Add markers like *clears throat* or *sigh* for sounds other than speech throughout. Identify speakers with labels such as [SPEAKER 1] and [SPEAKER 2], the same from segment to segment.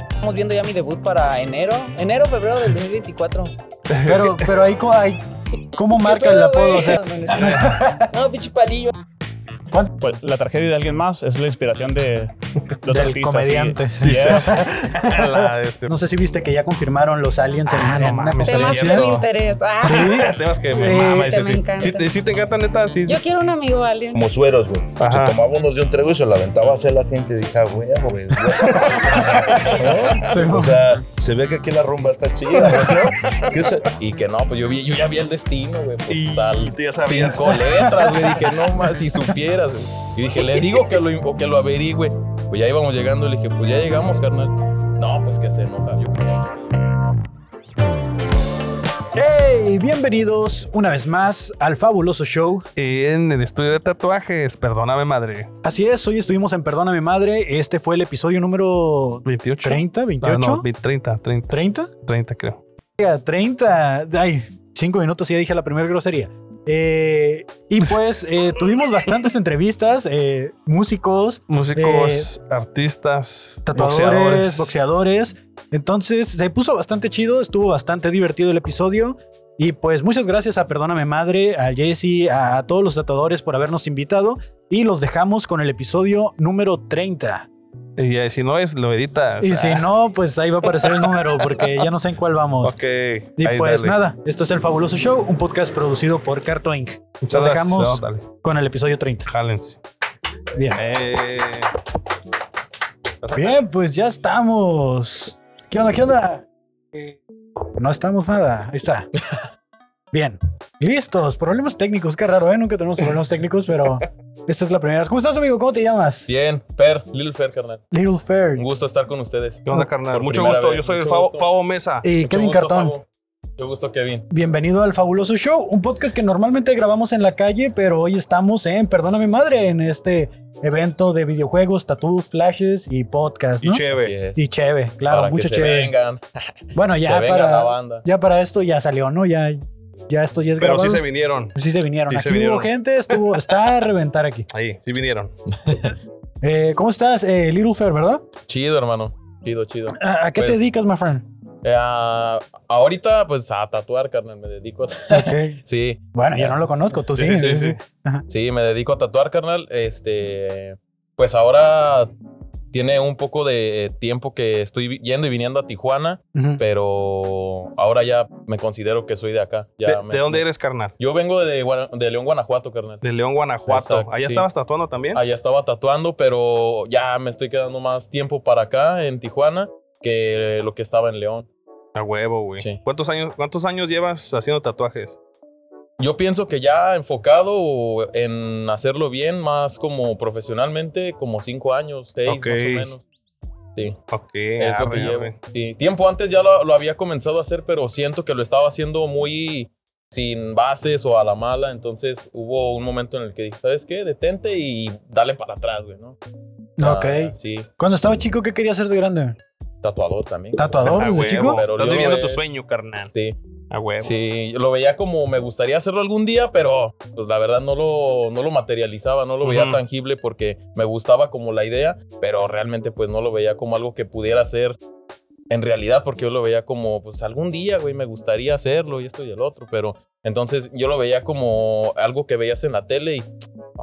[SPEAKER 1] estamos viendo ya mi debut para enero, enero, febrero del 2024.
[SPEAKER 2] Pero,
[SPEAKER 3] *laughs*
[SPEAKER 2] pero ahí, co- ahí, ¿cómo marca el apodo? O sea,
[SPEAKER 1] No, no, es cierto. No, pinche palillo.
[SPEAKER 4] Pues la tragedia de alguien más es la inspiración de, de otro
[SPEAKER 3] Del
[SPEAKER 4] artista,
[SPEAKER 3] comediante.
[SPEAKER 4] sí. Yes. *laughs*
[SPEAKER 3] *laughs* La- este-
[SPEAKER 2] no sé si viste que ya confirmaron los aliens en, en una
[SPEAKER 3] Ah, mames,
[SPEAKER 2] constelación.
[SPEAKER 3] sí,
[SPEAKER 5] Temas de
[SPEAKER 3] sí.
[SPEAKER 5] mi interés. Ah,
[SPEAKER 3] Temas que me
[SPEAKER 2] Eh,
[SPEAKER 3] mama
[SPEAKER 5] que
[SPEAKER 3] ese,
[SPEAKER 5] me
[SPEAKER 3] sí.
[SPEAKER 5] encanta.
[SPEAKER 3] Sí, te- sí te encanta, neta, sí.
[SPEAKER 5] Yo quiero un amigo alien.
[SPEAKER 6] Como sueros, güey.
[SPEAKER 3] Ajá.
[SPEAKER 6] Se tomaba unos de un trago y se lo aventaba hacia la gente. Dije, ah, güey, ah,
[SPEAKER 3] *laughs*
[SPEAKER 6] güey. ¿No? O sea, se ve que aquí la rumba está chida, güey, ¿no? ¿Qué se- Y que no, pues yo, vi, yo ya vi el destino, güey. Pues
[SPEAKER 3] Y
[SPEAKER 6] al
[SPEAKER 3] tú ya sabías.
[SPEAKER 6] cinco letras, güey. Dije, no más, si supieras, güey. Y dije, le digo que lo, o que lo averigüe. Pues ya íbamos llegando y le dije, pues ya llegamos, carnal. No, pues que se enoja, yo creo que no se
[SPEAKER 2] ¡Hey! Bienvenidos una vez más al fabuloso show.
[SPEAKER 3] En el estudio de tatuajes, perdóname, madre.
[SPEAKER 2] Así es, hoy estuvimos en Perdóname Madre. Este fue el episodio número
[SPEAKER 3] 28.
[SPEAKER 2] 30, 28,
[SPEAKER 3] Ah, No, no, vi- 30, 30,
[SPEAKER 2] 30.
[SPEAKER 3] 30 creo.
[SPEAKER 2] Oiga, 30. Ay, 5 minutos y ya dije la primera grosería. Eh, y pues eh, tuvimos bastantes entrevistas, eh, músicos,
[SPEAKER 3] Músicos, artistas,
[SPEAKER 2] Eh, tatuadores,
[SPEAKER 3] boxeadores.
[SPEAKER 2] boxeadores. Entonces se puso bastante chido, estuvo bastante divertido el episodio. Y pues muchas gracias a Perdóname Madre, a Jesse, a todos los tatuadores por habernos invitado. Y los dejamos con el episodio número 30.
[SPEAKER 3] Y ya, si no es, lo editas.
[SPEAKER 2] Y si
[SPEAKER 3] Ah,
[SPEAKER 2] no, pues ahí va a aparecer el número porque ya no sé en cuál vamos.
[SPEAKER 3] Ok.
[SPEAKER 2] Y
[SPEAKER 3] ahí
[SPEAKER 2] pues
[SPEAKER 3] dale.
[SPEAKER 2] nada, esto es El Fabuloso Show, un podcast producido por Carto Inc.
[SPEAKER 3] Muchas
[SPEAKER 2] Los
[SPEAKER 3] gracias.
[SPEAKER 2] dejamos
[SPEAKER 3] No, dale.
[SPEAKER 2] con el episodio 30.
[SPEAKER 3] Jálense.
[SPEAKER 2] Bien.
[SPEAKER 3] Eh.
[SPEAKER 2] Bien, pues ya estamos. ¿Qué onda? ¿Qué onda? Eh, No estamos nada. Ahí está.
[SPEAKER 7] *laughs*
[SPEAKER 2] Bien. Listos. Problemas técnicos. Qué raro, ¿eh? Nunca tenemos problemas técnicos, pero esta es la primera. vez. ¿Cómo estás, amigo? ¿Cómo te llamas?
[SPEAKER 7] Bien, Fer, Little Fer, carnal.
[SPEAKER 2] Little Fair.
[SPEAKER 7] Un gusto estar con ustedes.
[SPEAKER 3] ¿Qué onda, carnal?
[SPEAKER 7] Por
[SPEAKER 3] Mucho
[SPEAKER 7] primera
[SPEAKER 3] gusto.
[SPEAKER 7] vez,
[SPEAKER 3] Yo soy el
[SPEAKER 7] mucho
[SPEAKER 3] Favo,
[SPEAKER 7] gusto.
[SPEAKER 3] Favo Mesa.
[SPEAKER 2] Y
[SPEAKER 7] Mucho
[SPEAKER 2] Eh, Kevin
[SPEAKER 7] gusto,
[SPEAKER 2] Cartón.
[SPEAKER 7] Favo. Mucho gusto, Kevin.
[SPEAKER 2] Bienvenido al Fabuloso Show, un podcast que normalmente grabamos en la calle, pero hoy estamos en Perdóname Madre, en este evento de videojuegos, tatús, flashes y podcast,
[SPEAKER 3] Y
[SPEAKER 2] ¿no?
[SPEAKER 7] Así
[SPEAKER 3] chévere.
[SPEAKER 7] es.
[SPEAKER 2] Y chévere, claro,
[SPEAKER 7] para
[SPEAKER 2] mucho
[SPEAKER 7] que
[SPEAKER 2] chévere.
[SPEAKER 7] se vengan,
[SPEAKER 2] Bueno, ya
[SPEAKER 7] se venga
[SPEAKER 2] para
[SPEAKER 7] la banda.
[SPEAKER 2] ya para esto ya salió, ¿no? Ya ya esto ya es
[SPEAKER 3] Pero
[SPEAKER 2] grabado.
[SPEAKER 3] sí se vinieron.
[SPEAKER 2] Sí se vinieron.
[SPEAKER 3] Sí
[SPEAKER 2] aquí
[SPEAKER 3] se
[SPEAKER 2] hubo
[SPEAKER 3] vinieron.
[SPEAKER 2] gente, estuvo, está a reventar aquí.
[SPEAKER 3] Ahí, sí vinieron.
[SPEAKER 2] Eh, ¿Cómo estás, eh, Little Fair, verdad?
[SPEAKER 7] Chido, hermano. Chido, chido.
[SPEAKER 2] Ah, ¿A, a qué te
[SPEAKER 7] Pues-
[SPEAKER 2] dedicas, my friend?
[SPEAKER 7] Eh, ah, ahorita, pues, a tatuar, carnal. Me dedico a...
[SPEAKER 6] *laughs*
[SPEAKER 2] Ok.
[SPEAKER 7] Sí,
[SPEAKER 2] Bueno, yo no lo conozco, tú sí.
[SPEAKER 7] Sí, sí, sí, sí. sí, me dedico a tatuar, carnal. Este... Pues ahora tiene un poco de eh, tiempo que estoy vi- yendo y viniendo a Tijuana,
[SPEAKER 2] Ujú.
[SPEAKER 7] pero ahora ya me considero que soy de acá. Ya
[SPEAKER 3] ¿De,
[SPEAKER 7] me-
[SPEAKER 3] de dónde eres, carnal?
[SPEAKER 7] Yo vengo de, Gua- de León, Guanajuato, carnal.
[SPEAKER 3] De León, Guanajuato.
[SPEAKER 7] Exacto,
[SPEAKER 3] Allá
[SPEAKER 7] sí.
[SPEAKER 3] estabas tatuando también.
[SPEAKER 7] Allá estaba tatuando, pero ya me estoy quedando más tiempo para acá en Tijuana que lo que estaba en León.
[SPEAKER 3] A huevo, güey.
[SPEAKER 7] Sí.
[SPEAKER 3] ¿Cuántos años, ¿Cuántos años llevas haciendo tatuajes?
[SPEAKER 7] Yo pienso que ya enfocado en hacerlo bien, más como profesionalmente, como cinco años, seis
[SPEAKER 3] Ok.
[SPEAKER 7] más o menos. Sí,
[SPEAKER 3] Ok.
[SPEAKER 7] es lo
[SPEAKER 3] arre,
[SPEAKER 7] que llevo.
[SPEAKER 3] arre.
[SPEAKER 7] Sí, Tiempo antes ya lo, lo había comenzado a hacer, pero siento que lo estaba haciendo muy sin bases o a la mala. Entonces hubo un momento en el que dije, ¿sabes qué? Detente y dale para atrás, güey, ¿no?
[SPEAKER 2] Ok.
[SPEAKER 7] Ah, sí,
[SPEAKER 2] Cuando estaba chico, ¿qué querías ser de grande?
[SPEAKER 7] tatuador también.
[SPEAKER 2] ¿Tatuador
[SPEAKER 3] A
[SPEAKER 2] desde
[SPEAKER 3] Ah, huevo.
[SPEAKER 2] chico?
[SPEAKER 7] Pero
[SPEAKER 3] Estás
[SPEAKER 7] yo,
[SPEAKER 3] viviendo
[SPEAKER 7] eh,
[SPEAKER 3] tu sueño, carnal.
[SPEAKER 7] Sí.
[SPEAKER 3] A huevo.
[SPEAKER 7] Sí, yo lo veía como me gustaría hacerlo algún día, pero pues la verdad no lo, no lo materializaba, no lo veía
[SPEAKER 3] Ujú.
[SPEAKER 7] tangible porque me gustaba como la idea, pero realmente pues no lo veía como algo que pudiera hacer en realidad porque yo lo veía como pues algún día, güey, me gustaría hacerlo y esto y el otro, pero entonces yo lo veía como algo que veías en la tele y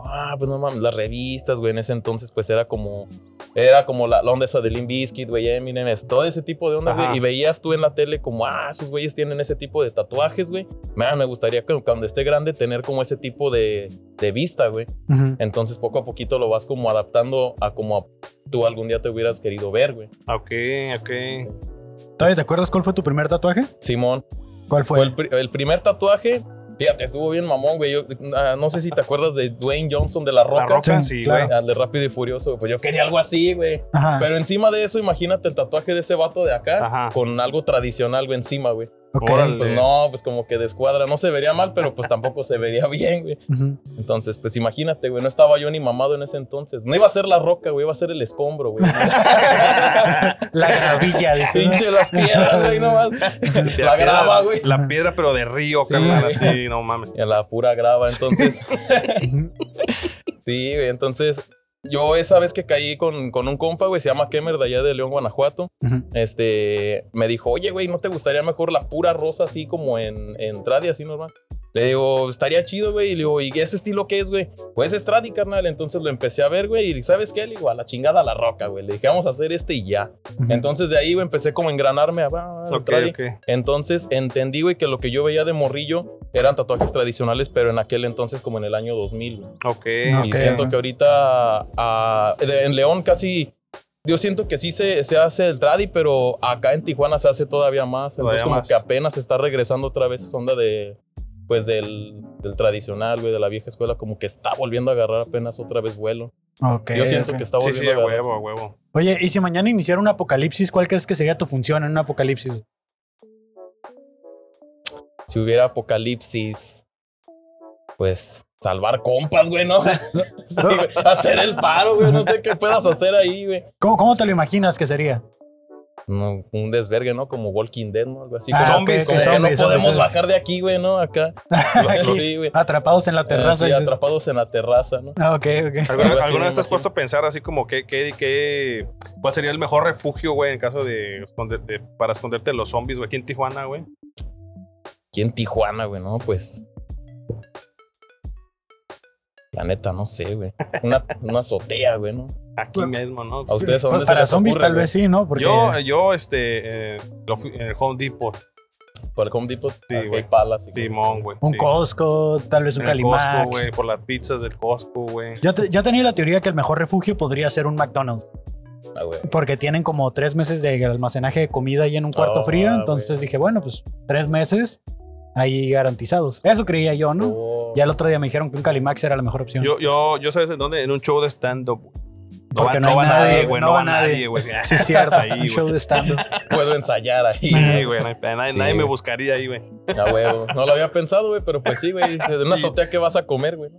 [SPEAKER 7] ah, pues no mames, las revistas, güey, en ese entonces pues era como era como la, la onda esa de Limp Bizkit, güey, Eminem, es todo ese tipo de ondas,
[SPEAKER 3] Ajá.
[SPEAKER 7] güey, y veías tú en la tele como, ah, esos güeyes tienen ese tipo de tatuajes, güey. Man, me gustaría que cuando esté grande tener como ese tipo de, de vista, güey.
[SPEAKER 2] Ujú.
[SPEAKER 7] Entonces poco a poquito lo vas como adaptando a como tú algún día te hubieras querido ver, güey.
[SPEAKER 3] Ok, ok.
[SPEAKER 2] ¿Todavía te acuerdas cuál fue tu primer tatuaje?
[SPEAKER 7] Simón,
[SPEAKER 2] ¿Cuál
[SPEAKER 7] fue
[SPEAKER 3] Pues
[SPEAKER 2] fue?
[SPEAKER 7] el, pri- el primer tatuaje. Fíjate, estuvo bien mamón, güey. Yo, ah, no sé si te acuerdas de Dwayne Johnson de La Roca.
[SPEAKER 3] La roca,
[SPEAKER 2] Sí,
[SPEAKER 3] sí,
[SPEAKER 2] claro.
[SPEAKER 3] güey.
[SPEAKER 7] Al de Rápido y Furioso. Pues yo quería algo así, güey.
[SPEAKER 2] Ajá.
[SPEAKER 7] Pero encima de eso, imagínate el tatuaje de ese vato de acá
[SPEAKER 3] Ajá.
[SPEAKER 7] con algo tradicional, güey, encima, güey.
[SPEAKER 2] ok.
[SPEAKER 3] Órale.
[SPEAKER 7] Pues no, pues como que descuadra. No se vería mal, pero pues tampoco se vería *laughs* bien, güey.
[SPEAKER 2] Ujú.
[SPEAKER 7] Entonces, pues imagínate, güey. No estaba yo ni mamado en ese entonces. No iba a ser la roca, güey. Iba a ser el escombro, güey.
[SPEAKER 2] La
[SPEAKER 7] *laughs*
[SPEAKER 2] gravilla, dice. ¿no?
[SPEAKER 7] Pinche las piedras, güey, nomás. La
[SPEAKER 3] piedra-
[SPEAKER 7] grava, güey.
[SPEAKER 3] La piedra, pero de río, carnal. Así, no mames.
[SPEAKER 7] Y a la pura grava, entonces. sí, güey, entonces yo esa vez que caí con, con un compa, güey, se llama Kemer de allá de León, Guanajuato,
[SPEAKER 2] Ujú.
[SPEAKER 7] este, me dijo, oye, güey, ¿no te gustaría mejor la pura rosa así como en, en tradi, así normal? Le digo, estaría chido, güey. Y le digo, ¿y ese estilo qué es, güey? Pues es tradi, carnal. Entonces lo empecé a ver, güey. Y ¿sabes qué? Le digo, a la chingada a la roca, güey. Le dije, vamos a hacer este y ya.
[SPEAKER 2] Ujú.
[SPEAKER 7] Entonces de ahí, güey, empecé como a engranarme a, ah, el
[SPEAKER 3] Ok,
[SPEAKER 7] tradi.
[SPEAKER 3] ok.
[SPEAKER 7] Entonces entendí, güey, que lo que yo veía de morrillo eran tatuajes tradicionales, pero en aquel entonces, como en el año 2000. güey.
[SPEAKER 3] Ok.
[SPEAKER 2] No.
[SPEAKER 7] Y
[SPEAKER 2] Ok.
[SPEAKER 7] siento que ahorita ah, de- en León casi. Yo siento que sí se, se hace el tradi, pero acá en Tijuana se hace todavía más. Entonces,
[SPEAKER 3] Todavía
[SPEAKER 7] como
[SPEAKER 3] más.
[SPEAKER 7] que apenas está regresando otra vez esa onda de. Pues del, del tradicional, güey, de la vieja escuela, como que está volviendo a agarrar apenas otra vez vuelo.
[SPEAKER 2] Ok,
[SPEAKER 7] Yo siento
[SPEAKER 2] ok.
[SPEAKER 7] que está
[SPEAKER 3] Sí,
[SPEAKER 7] volviendo
[SPEAKER 3] sí, a
[SPEAKER 7] a agarrar.
[SPEAKER 3] huevo, a huevo.
[SPEAKER 2] Oye, y si mañana iniciara un apocalipsis, ¿cuál crees que sería tu función en un apocalipsis?
[SPEAKER 7] si hubiera apocalipsis, pues salvar compas, güey, ¿no? *laughs* Sí, güey. Hacer el paro, güey, no sé qué puedas hacer ahí, güey.
[SPEAKER 2] ¿Cómo, cómo te lo imaginas que sería?
[SPEAKER 7] No, un desvergue, ¿no? Como Walking Dead, ¿no? Algo así.
[SPEAKER 2] Ah,
[SPEAKER 7] como
[SPEAKER 2] ok,
[SPEAKER 7] que-
[SPEAKER 2] sí,
[SPEAKER 7] como que
[SPEAKER 2] zombies,
[SPEAKER 7] no podemos
[SPEAKER 2] zombies.
[SPEAKER 7] bajar de aquí, güey, ¿no? Acá.
[SPEAKER 2] *laughs*
[SPEAKER 7] sí, güey.
[SPEAKER 2] Atrapados en la terraza.
[SPEAKER 7] Eh, sí,
[SPEAKER 2] dices.
[SPEAKER 7] atrapados en la terraza, ¿no?
[SPEAKER 2] Ah, ok, ok.
[SPEAKER 3] ¿Alguna,
[SPEAKER 7] Algo
[SPEAKER 3] alguna
[SPEAKER 7] así, me
[SPEAKER 3] vez te has
[SPEAKER 7] imagino.
[SPEAKER 3] puesto a pensar así como qué, qué, qué, cuál sería el mejor refugio, güey, en caso de, esconder- de- para esconderte de los zombies, güey, aquí en Tijuana, güey?
[SPEAKER 7] Aquí en Tijuana, güey, ¿no? Pues. La neta, no sé, güey. Una, una azotea, güey, ¿no?
[SPEAKER 3] Aquí
[SPEAKER 2] Pues,
[SPEAKER 3] mismo, ¿no?
[SPEAKER 7] ¿A ustedes a dónde
[SPEAKER 2] Para
[SPEAKER 7] se les
[SPEAKER 2] zombies
[SPEAKER 7] ocurre,
[SPEAKER 2] tal
[SPEAKER 7] güey?
[SPEAKER 2] vez sí, ¿no? Porque
[SPEAKER 3] Yo, eh, yo, este, eh, lo fui en el Home Depot,
[SPEAKER 7] Para el Home Depot, sí,
[SPEAKER 3] güey.
[SPEAKER 7] Palace. y cosas
[SPEAKER 3] Timón, güey.
[SPEAKER 2] un
[SPEAKER 3] sí.
[SPEAKER 2] Costco, tal vez un
[SPEAKER 3] En el Costco,
[SPEAKER 2] Calimax.
[SPEAKER 3] güey, por las pizzas del Costco, güey.
[SPEAKER 2] Yo, te- yo tenía la teoría que el mejor refugio podría ser un McDonald's,
[SPEAKER 7] así. Ah, güey.
[SPEAKER 2] porque tienen como tres meses de almacenaje de comida ahí en un cuarto
[SPEAKER 7] Ah,
[SPEAKER 2] frío, entonces
[SPEAKER 7] güey.
[SPEAKER 2] dije, bueno, pues tres meses ahí garantizados. Eso creía yo, ¿no?
[SPEAKER 7] Oh.
[SPEAKER 2] Ya el otro día me dijeron que un Calimax era la mejor opción.
[SPEAKER 3] Yo, yo, yo, ¿sabes en dónde? En un show de stand-up, güey. No
[SPEAKER 2] Porque no
[SPEAKER 3] va, no
[SPEAKER 2] hay
[SPEAKER 3] va
[SPEAKER 2] nadie,
[SPEAKER 3] nadie, güey.
[SPEAKER 2] no
[SPEAKER 3] No
[SPEAKER 2] va
[SPEAKER 3] va nadie,
[SPEAKER 2] nadie.
[SPEAKER 3] güey.
[SPEAKER 2] *laughs* Sí, es cierto.
[SPEAKER 3] *laughs* Ahí,
[SPEAKER 2] un
[SPEAKER 3] güey.
[SPEAKER 2] show de stand-up.
[SPEAKER 7] puedo ensayar ahí.
[SPEAKER 3] Sí, güey. no hay- Nadie,
[SPEAKER 7] Sí,
[SPEAKER 3] nadie me
[SPEAKER 7] güey.
[SPEAKER 3] buscaría ahí, güey.
[SPEAKER 7] A huevo. No lo había pensado, güey, pero pues
[SPEAKER 2] *laughs*
[SPEAKER 7] sí, güey. De una azotea que vas a comer, güey.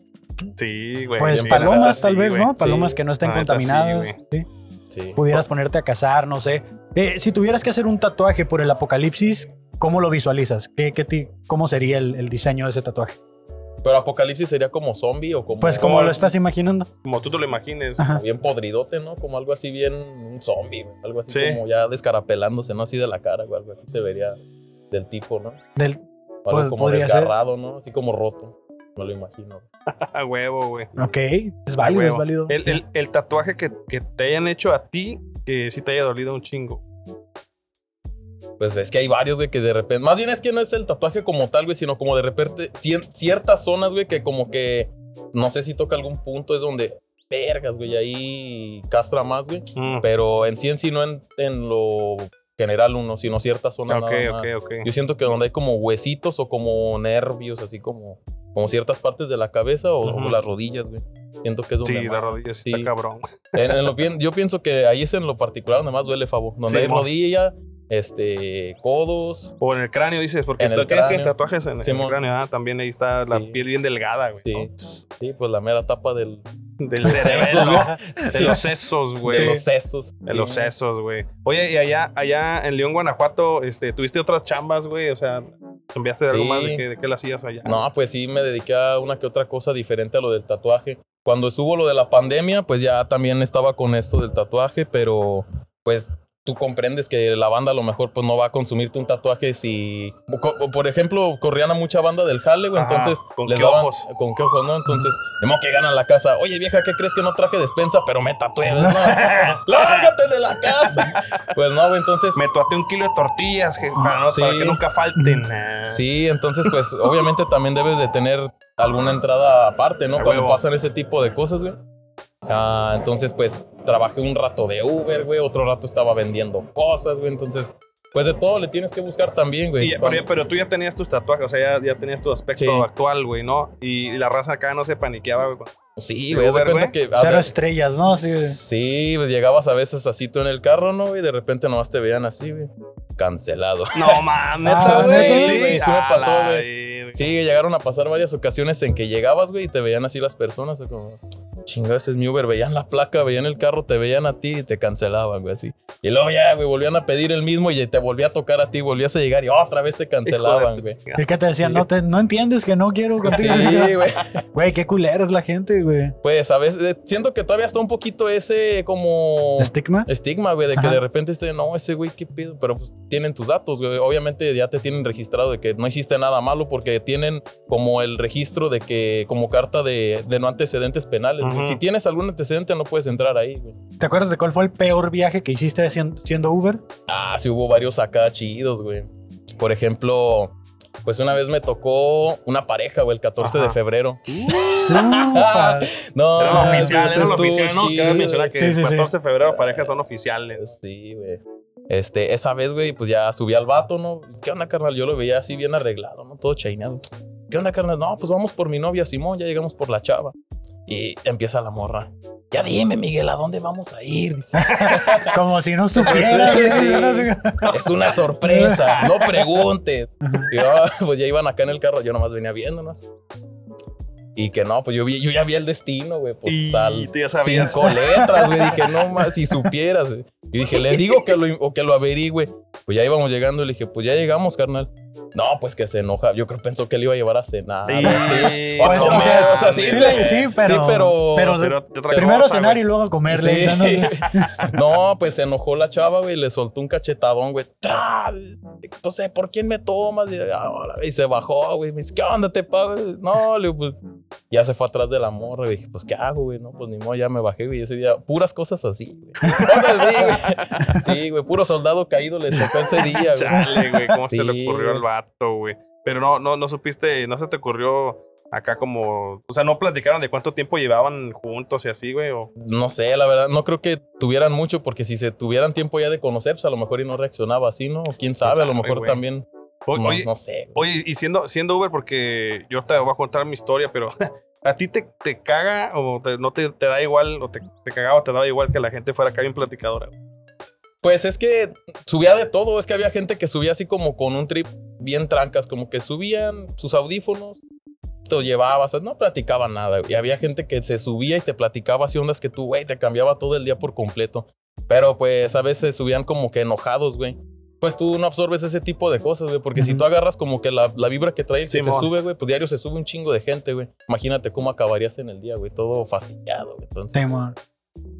[SPEAKER 3] Sí, güey.
[SPEAKER 2] Pues
[SPEAKER 3] sí, la neta,
[SPEAKER 2] palomas, tal
[SPEAKER 3] sí,
[SPEAKER 2] vez,
[SPEAKER 3] güey.
[SPEAKER 2] ¿no? Palomas
[SPEAKER 7] Sí.
[SPEAKER 2] que no estén
[SPEAKER 3] La neta, sí,
[SPEAKER 2] contaminadas.
[SPEAKER 3] güey.
[SPEAKER 2] sí.
[SPEAKER 7] Sí.
[SPEAKER 2] Pudieras ponerte a cazar, no sé. Eh, si tuvieras que hacer un tatuaje por el apocalipsis, ¿cómo lo visualizas? ¿Qué, qué ti- ¿Cómo sería el, el diseño de ese tatuaje?
[SPEAKER 7] Pero Apocalipsis sería como zombie o como.
[SPEAKER 2] Pues como lo estás imaginando.
[SPEAKER 3] Como tú te lo imagines.
[SPEAKER 2] Ajá.
[SPEAKER 7] como Bien podridote, ¿no? Como algo así, bien un zombie, güey. Algo así
[SPEAKER 3] Sí.
[SPEAKER 7] como ya descarapelándose, ¿no? Así de la cara, güey. Algo así te vería del tipo, ¿no?
[SPEAKER 2] Del,
[SPEAKER 7] O
[SPEAKER 2] Pues,
[SPEAKER 7] Algo como
[SPEAKER 2] podría ser.
[SPEAKER 7] desgarrado, ¿no? Así como roto. No lo imagino.
[SPEAKER 3] *laughs* A huevo, güey.
[SPEAKER 2] ok, es
[SPEAKER 3] A
[SPEAKER 2] válido, es
[SPEAKER 3] huevo.
[SPEAKER 2] válido.
[SPEAKER 3] El, el- el tatuaje que, que te hayan hecho a ti, que sí te haya dolido un chingo.
[SPEAKER 7] Pues es que hay varios, güey, que de repente. Más bien es que no es el tatuaje como tal, güey, sino como de repente cien- ciertas zonas, güey, que como que. No sé si toca algún punto, es donde. Vergas, güey, ahí castra más, güey.
[SPEAKER 3] Mm.
[SPEAKER 7] Pero en sí, en sí, no en, en lo general uno, sino ciertas zonas.
[SPEAKER 3] Ok,
[SPEAKER 7] nada
[SPEAKER 3] ok,
[SPEAKER 7] más.
[SPEAKER 3] ok.
[SPEAKER 7] Yo siento que donde hay como huesitos o como nervios, así como, como ciertas partes de la cabeza o,
[SPEAKER 3] Ujú.
[SPEAKER 7] o las rodillas, güey. Siento que es donde.
[SPEAKER 3] Sí, la
[SPEAKER 7] más-
[SPEAKER 3] rodilla sí
[SPEAKER 7] sí.
[SPEAKER 3] está cabrón.
[SPEAKER 7] en- en lo bien- yo pienso que ahí es en lo particular donde más duele, Fabo. Donde
[SPEAKER 3] Sí,
[SPEAKER 7] hay
[SPEAKER 3] mo.
[SPEAKER 7] rodilla, este, codos,
[SPEAKER 3] O en el cráneo, dices, porque
[SPEAKER 7] En el
[SPEAKER 3] tú tienes tienes
[SPEAKER 7] cráneo.
[SPEAKER 3] tatuajes en el
[SPEAKER 7] Simón.
[SPEAKER 3] cráneo. Ah, también ahí está la
[SPEAKER 7] Sí.
[SPEAKER 3] piel bien delgada, güey.
[SPEAKER 7] Sí.
[SPEAKER 3] ¿no?
[SPEAKER 7] Sí, pues la mera tapa del, *laughs*
[SPEAKER 3] Del cerebro. de los sesos, güey.
[SPEAKER 7] de los sesos.
[SPEAKER 3] De
[SPEAKER 7] Sí.
[SPEAKER 3] los sesos, güey. Oye, y allá, allá en León, Guanajuato, este, ¿tuviste otras chambas, güey? O sea, ¿cambiaste de algo
[SPEAKER 7] Sí.
[SPEAKER 3] más de qué, de qué la hacías allá?
[SPEAKER 7] No, pues sí, me dediqué a una que otra cosa diferente a lo del tatuaje. Cuando estuvo lo de la pandemia, pues ya también estaba con esto del tatuaje, pero pues tú comprendes que la banda a lo mejor pues no va a consumirte un tatuaje si... co- Por ejemplo, corrían a mucha banda del jale, güey,
[SPEAKER 3] Ajá,
[SPEAKER 7] entonces...
[SPEAKER 3] ¿con
[SPEAKER 7] les
[SPEAKER 3] qué
[SPEAKER 7] daban-
[SPEAKER 3] ojos?
[SPEAKER 7] Con qué ojos, ¿no? Entonces, de modo que ganan la casa. Oye, vieja, ¿qué crees que no traje despensa? Pero me tatué, *laughs* ¿no? ¡Lárgate de la
[SPEAKER 3] *laughs*
[SPEAKER 7] casa! Pues no, güey, entonces...
[SPEAKER 3] Me tuaté un kilo de tortillas je, para, no-
[SPEAKER 7] Sí. Mm.
[SPEAKER 3] para que nunca falten. Ah.
[SPEAKER 7] Sí, entonces pues obviamente también debes de tener alguna entrada aparte, ¿no?
[SPEAKER 3] A
[SPEAKER 7] Cuando
[SPEAKER 3] huevo.
[SPEAKER 7] pasan ese tipo de cosas, güey. Ah, entonces pues trabajé un rato de Uber, güey, otro rato estaba vendiendo cosas, güey, entonces pues de todo le tienes que buscar también, güey.
[SPEAKER 3] Y- pero, pero tú ya tenías tus tatuajes, o sea, ya, ya tenías tu aspecto
[SPEAKER 7] Sí.
[SPEAKER 3] actual, güey, ¿no? Y, la raza acá no se paniqueaba, güey.
[SPEAKER 7] sí, güey, haz de
[SPEAKER 3] Uber,
[SPEAKER 7] cuenta que a
[SPEAKER 2] Cero
[SPEAKER 7] ver,
[SPEAKER 2] estrellas, ¿no? Así de-
[SPEAKER 7] Sí, pues llegabas a veces así tú en el carro, ¿no? Y de repente nomás te veían así, güey. Cancelado.
[SPEAKER 3] No mames,
[SPEAKER 2] Ah,
[SPEAKER 3] neta, güey.
[SPEAKER 2] ¿neta?
[SPEAKER 7] Sí, güey, sí me
[SPEAKER 3] a
[SPEAKER 7] pasó,
[SPEAKER 3] la
[SPEAKER 7] güey.
[SPEAKER 3] verga.
[SPEAKER 7] Sí, llegaron a pasar varias ocasiones en que llegabas, güey, y te veían así las personas, como, Chinga, ese es mi Uber. Veían la placa, veían el carro, te veían a ti y te cancelaban, güey, así. Y luego ya, güey, volvían a pedir el mismo y te volvía a tocar a ti, volvías a llegar y otra vez *laughs* te cancelaban, güey.
[SPEAKER 2] El que te decía, no, te, no entiendes que no quiero
[SPEAKER 7] Sí,
[SPEAKER 2] contigo.
[SPEAKER 7] güey.
[SPEAKER 2] *laughs* Güey, qué culera es la gente, güey.
[SPEAKER 7] Pues a veces eh, siento que todavía está un poquito ese como
[SPEAKER 2] ¿Estigma?
[SPEAKER 7] estigma, güey, de que
[SPEAKER 2] Ajá.
[SPEAKER 7] de repente esté, no, ese güey, qué pedo, pero pues tienen tus datos, güey. Obviamente ya te tienen registrado de que no hiciste nada malo porque tienen como el registro de que, como carta de, de no antecedentes penales. güey.
[SPEAKER 3] Ajá.
[SPEAKER 7] Si tienes algún antecedente, no puedes entrar ahí, güey.
[SPEAKER 2] ¿Te acuerdas de cuál fue el peor viaje que hiciste siendo, siendo Uber?
[SPEAKER 7] Ah, sí hubo varios acá chidos, güey. Por ejemplo, pues una vez me tocó una pareja, güey, el 14 de
[SPEAKER 3] Ajá.
[SPEAKER 7] febrero.
[SPEAKER 2] *laughs* No, pa-
[SPEAKER 7] No,
[SPEAKER 3] Era lo
[SPEAKER 7] no,
[SPEAKER 3] oficial, era
[SPEAKER 7] ese
[SPEAKER 3] lo
[SPEAKER 7] estuvo
[SPEAKER 3] oficial, ¿no?
[SPEAKER 7] chido,
[SPEAKER 3] Cabe mencionar que
[SPEAKER 2] Sí, sí, sí.
[SPEAKER 3] el 14 de febrero parejas son oficiales.
[SPEAKER 7] Sí, güey. Este, esa vez, güey, pues ya subí al vato, ¿no? ¿Qué onda, carnal? Yo lo veía así bien arreglado, ¿no? Todo chaineado. ¿Qué onda, carnal? No, pues vamos por mi novia Simón, ya llegamos por la chava. Y empieza la morra. Ya dime, Miguel, ¿a dónde vamos a ir? Dice,
[SPEAKER 2] como si no supieras.
[SPEAKER 7] Sí,
[SPEAKER 2] güey.
[SPEAKER 7] sí. es una sorpresa, no preguntes. Y yo, pues ya iban acá en el carro, yo nomás venía viéndonos. Y que no, pues yo, vi, yo ya vi el destino, güey. Pues
[SPEAKER 3] Y
[SPEAKER 7] al-
[SPEAKER 3] tú ya sabías.
[SPEAKER 7] Cinco letras, güey. Dije, no más, si supieras, güey. Y dije, le digo que lo, o que lo averigüe. Pues ya íbamos llegando y le dije, pues ya llegamos, carnal. No, pues que se enoja. Yo creo pensó que le iba a llevar a cenar.
[SPEAKER 3] Sí. Pues,
[SPEAKER 7] así. no
[SPEAKER 3] o sea,
[SPEAKER 7] mames, o sea,
[SPEAKER 2] Sí,
[SPEAKER 7] sí,
[SPEAKER 2] le- sí, pero.
[SPEAKER 7] sí, pero-
[SPEAKER 2] pero
[SPEAKER 3] Pero de otra
[SPEAKER 2] primero
[SPEAKER 3] cosa,
[SPEAKER 2] cenar
[SPEAKER 3] güey.
[SPEAKER 2] y luego comerle.
[SPEAKER 7] Sí.
[SPEAKER 2] o sea, no-
[SPEAKER 7] *laughs* No, pues se enojó la chava, güey, y le soltó un cachetadón, güey. ¡Tra! Entonces, ¿por quién me tomas? Y, ahora, y se bajó, güey. Me dice, ¿qué onda, te pago? No, le digo, pues. Ya se fue atrás de la morra, güey. Dije, pues, ¿qué hago, güey? No, pues ni modo, ya me bajé, güey. Ese día, puras cosas así, güey. *laughs* Cosas así, güey. Sí, güey, puro soldado caído le tocó ese día, güey.
[SPEAKER 3] Chale, güey, cómo se
[SPEAKER 7] Sí,
[SPEAKER 3] le ocurrió
[SPEAKER 7] güey.
[SPEAKER 3] al vato, güey. Pero no, no, no supiste, no se te ocurrió acá como, o sea, no platicaron de cuánto tiempo llevaban juntos y así, güey. O,
[SPEAKER 7] No sé, la verdad, no creo que tuvieran mucho, porque si se tuvieran tiempo ya de conocerse, a lo mejor y no reaccionaba así, ¿no? O quién sabe, a lo
[SPEAKER 3] sabe,
[SPEAKER 7] mejor
[SPEAKER 3] Pues, güey.
[SPEAKER 7] también.
[SPEAKER 3] O-
[SPEAKER 7] no,
[SPEAKER 3] oye,
[SPEAKER 7] no sé. güey.
[SPEAKER 3] oye, y siendo, siendo Uber, porque yo te voy a contar mi historia, pero *laughs* a ti te, te caga o te- no te, te da igual, o te, te cagaba o te daba igual que la gente fuera acá bien platicadora.
[SPEAKER 7] Pues es que subía de todo. Es que había gente que subía así como con un trip bien trancas, como que subían sus audífonos, te llevabas, no platicaba nada. güey. Y había gente que se subía y te platicaba así ondas que tú, güey, te cambiaba todo el día por completo. Pero pues a veces subían como que enojados, güey. Pues tú no absorbes ese tipo de cosas, güey, porque si
[SPEAKER 2] Ujú.
[SPEAKER 7] tú agarras como que la, la vibra que trae el que se
[SPEAKER 3] Simón.
[SPEAKER 7] sube, güey, pues diario se sube un chingo de gente, güey. Imagínate cómo acabarías en el día, güey, todo fastidiado, güey. Entonces,
[SPEAKER 2] Sí, mon.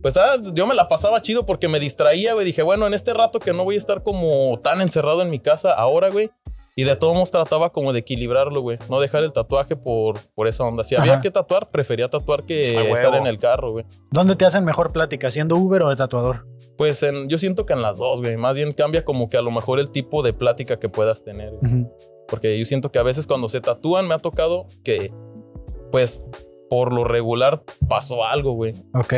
[SPEAKER 7] pues ah, yo me la pasaba chido porque me distraía, güey. Dije, bueno, en este rato que no voy a estar como tan encerrado en mi casa ahora, güey. Y de todos modos trataba como de equilibrarlo, güey. No dejar el tatuaje por, por esa onda. Si había
[SPEAKER 2] Ajá.
[SPEAKER 7] que tatuar, prefería tatuar que
[SPEAKER 3] A huevo.
[SPEAKER 7] estar en el carro, güey.
[SPEAKER 2] ¿Dónde te hacen mejor plática? ¿Siendo Uber o de tatuador?
[SPEAKER 7] Pues en- yo siento que en las dos, güey. Más bien cambia como que a lo mejor el tipo de plática que puedas tener. güey.
[SPEAKER 2] Ujú.
[SPEAKER 7] Porque yo siento que a veces cuando se tatúan me ha tocado que, pues, por lo regular pasó algo, güey.
[SPEAKER 2] Ok.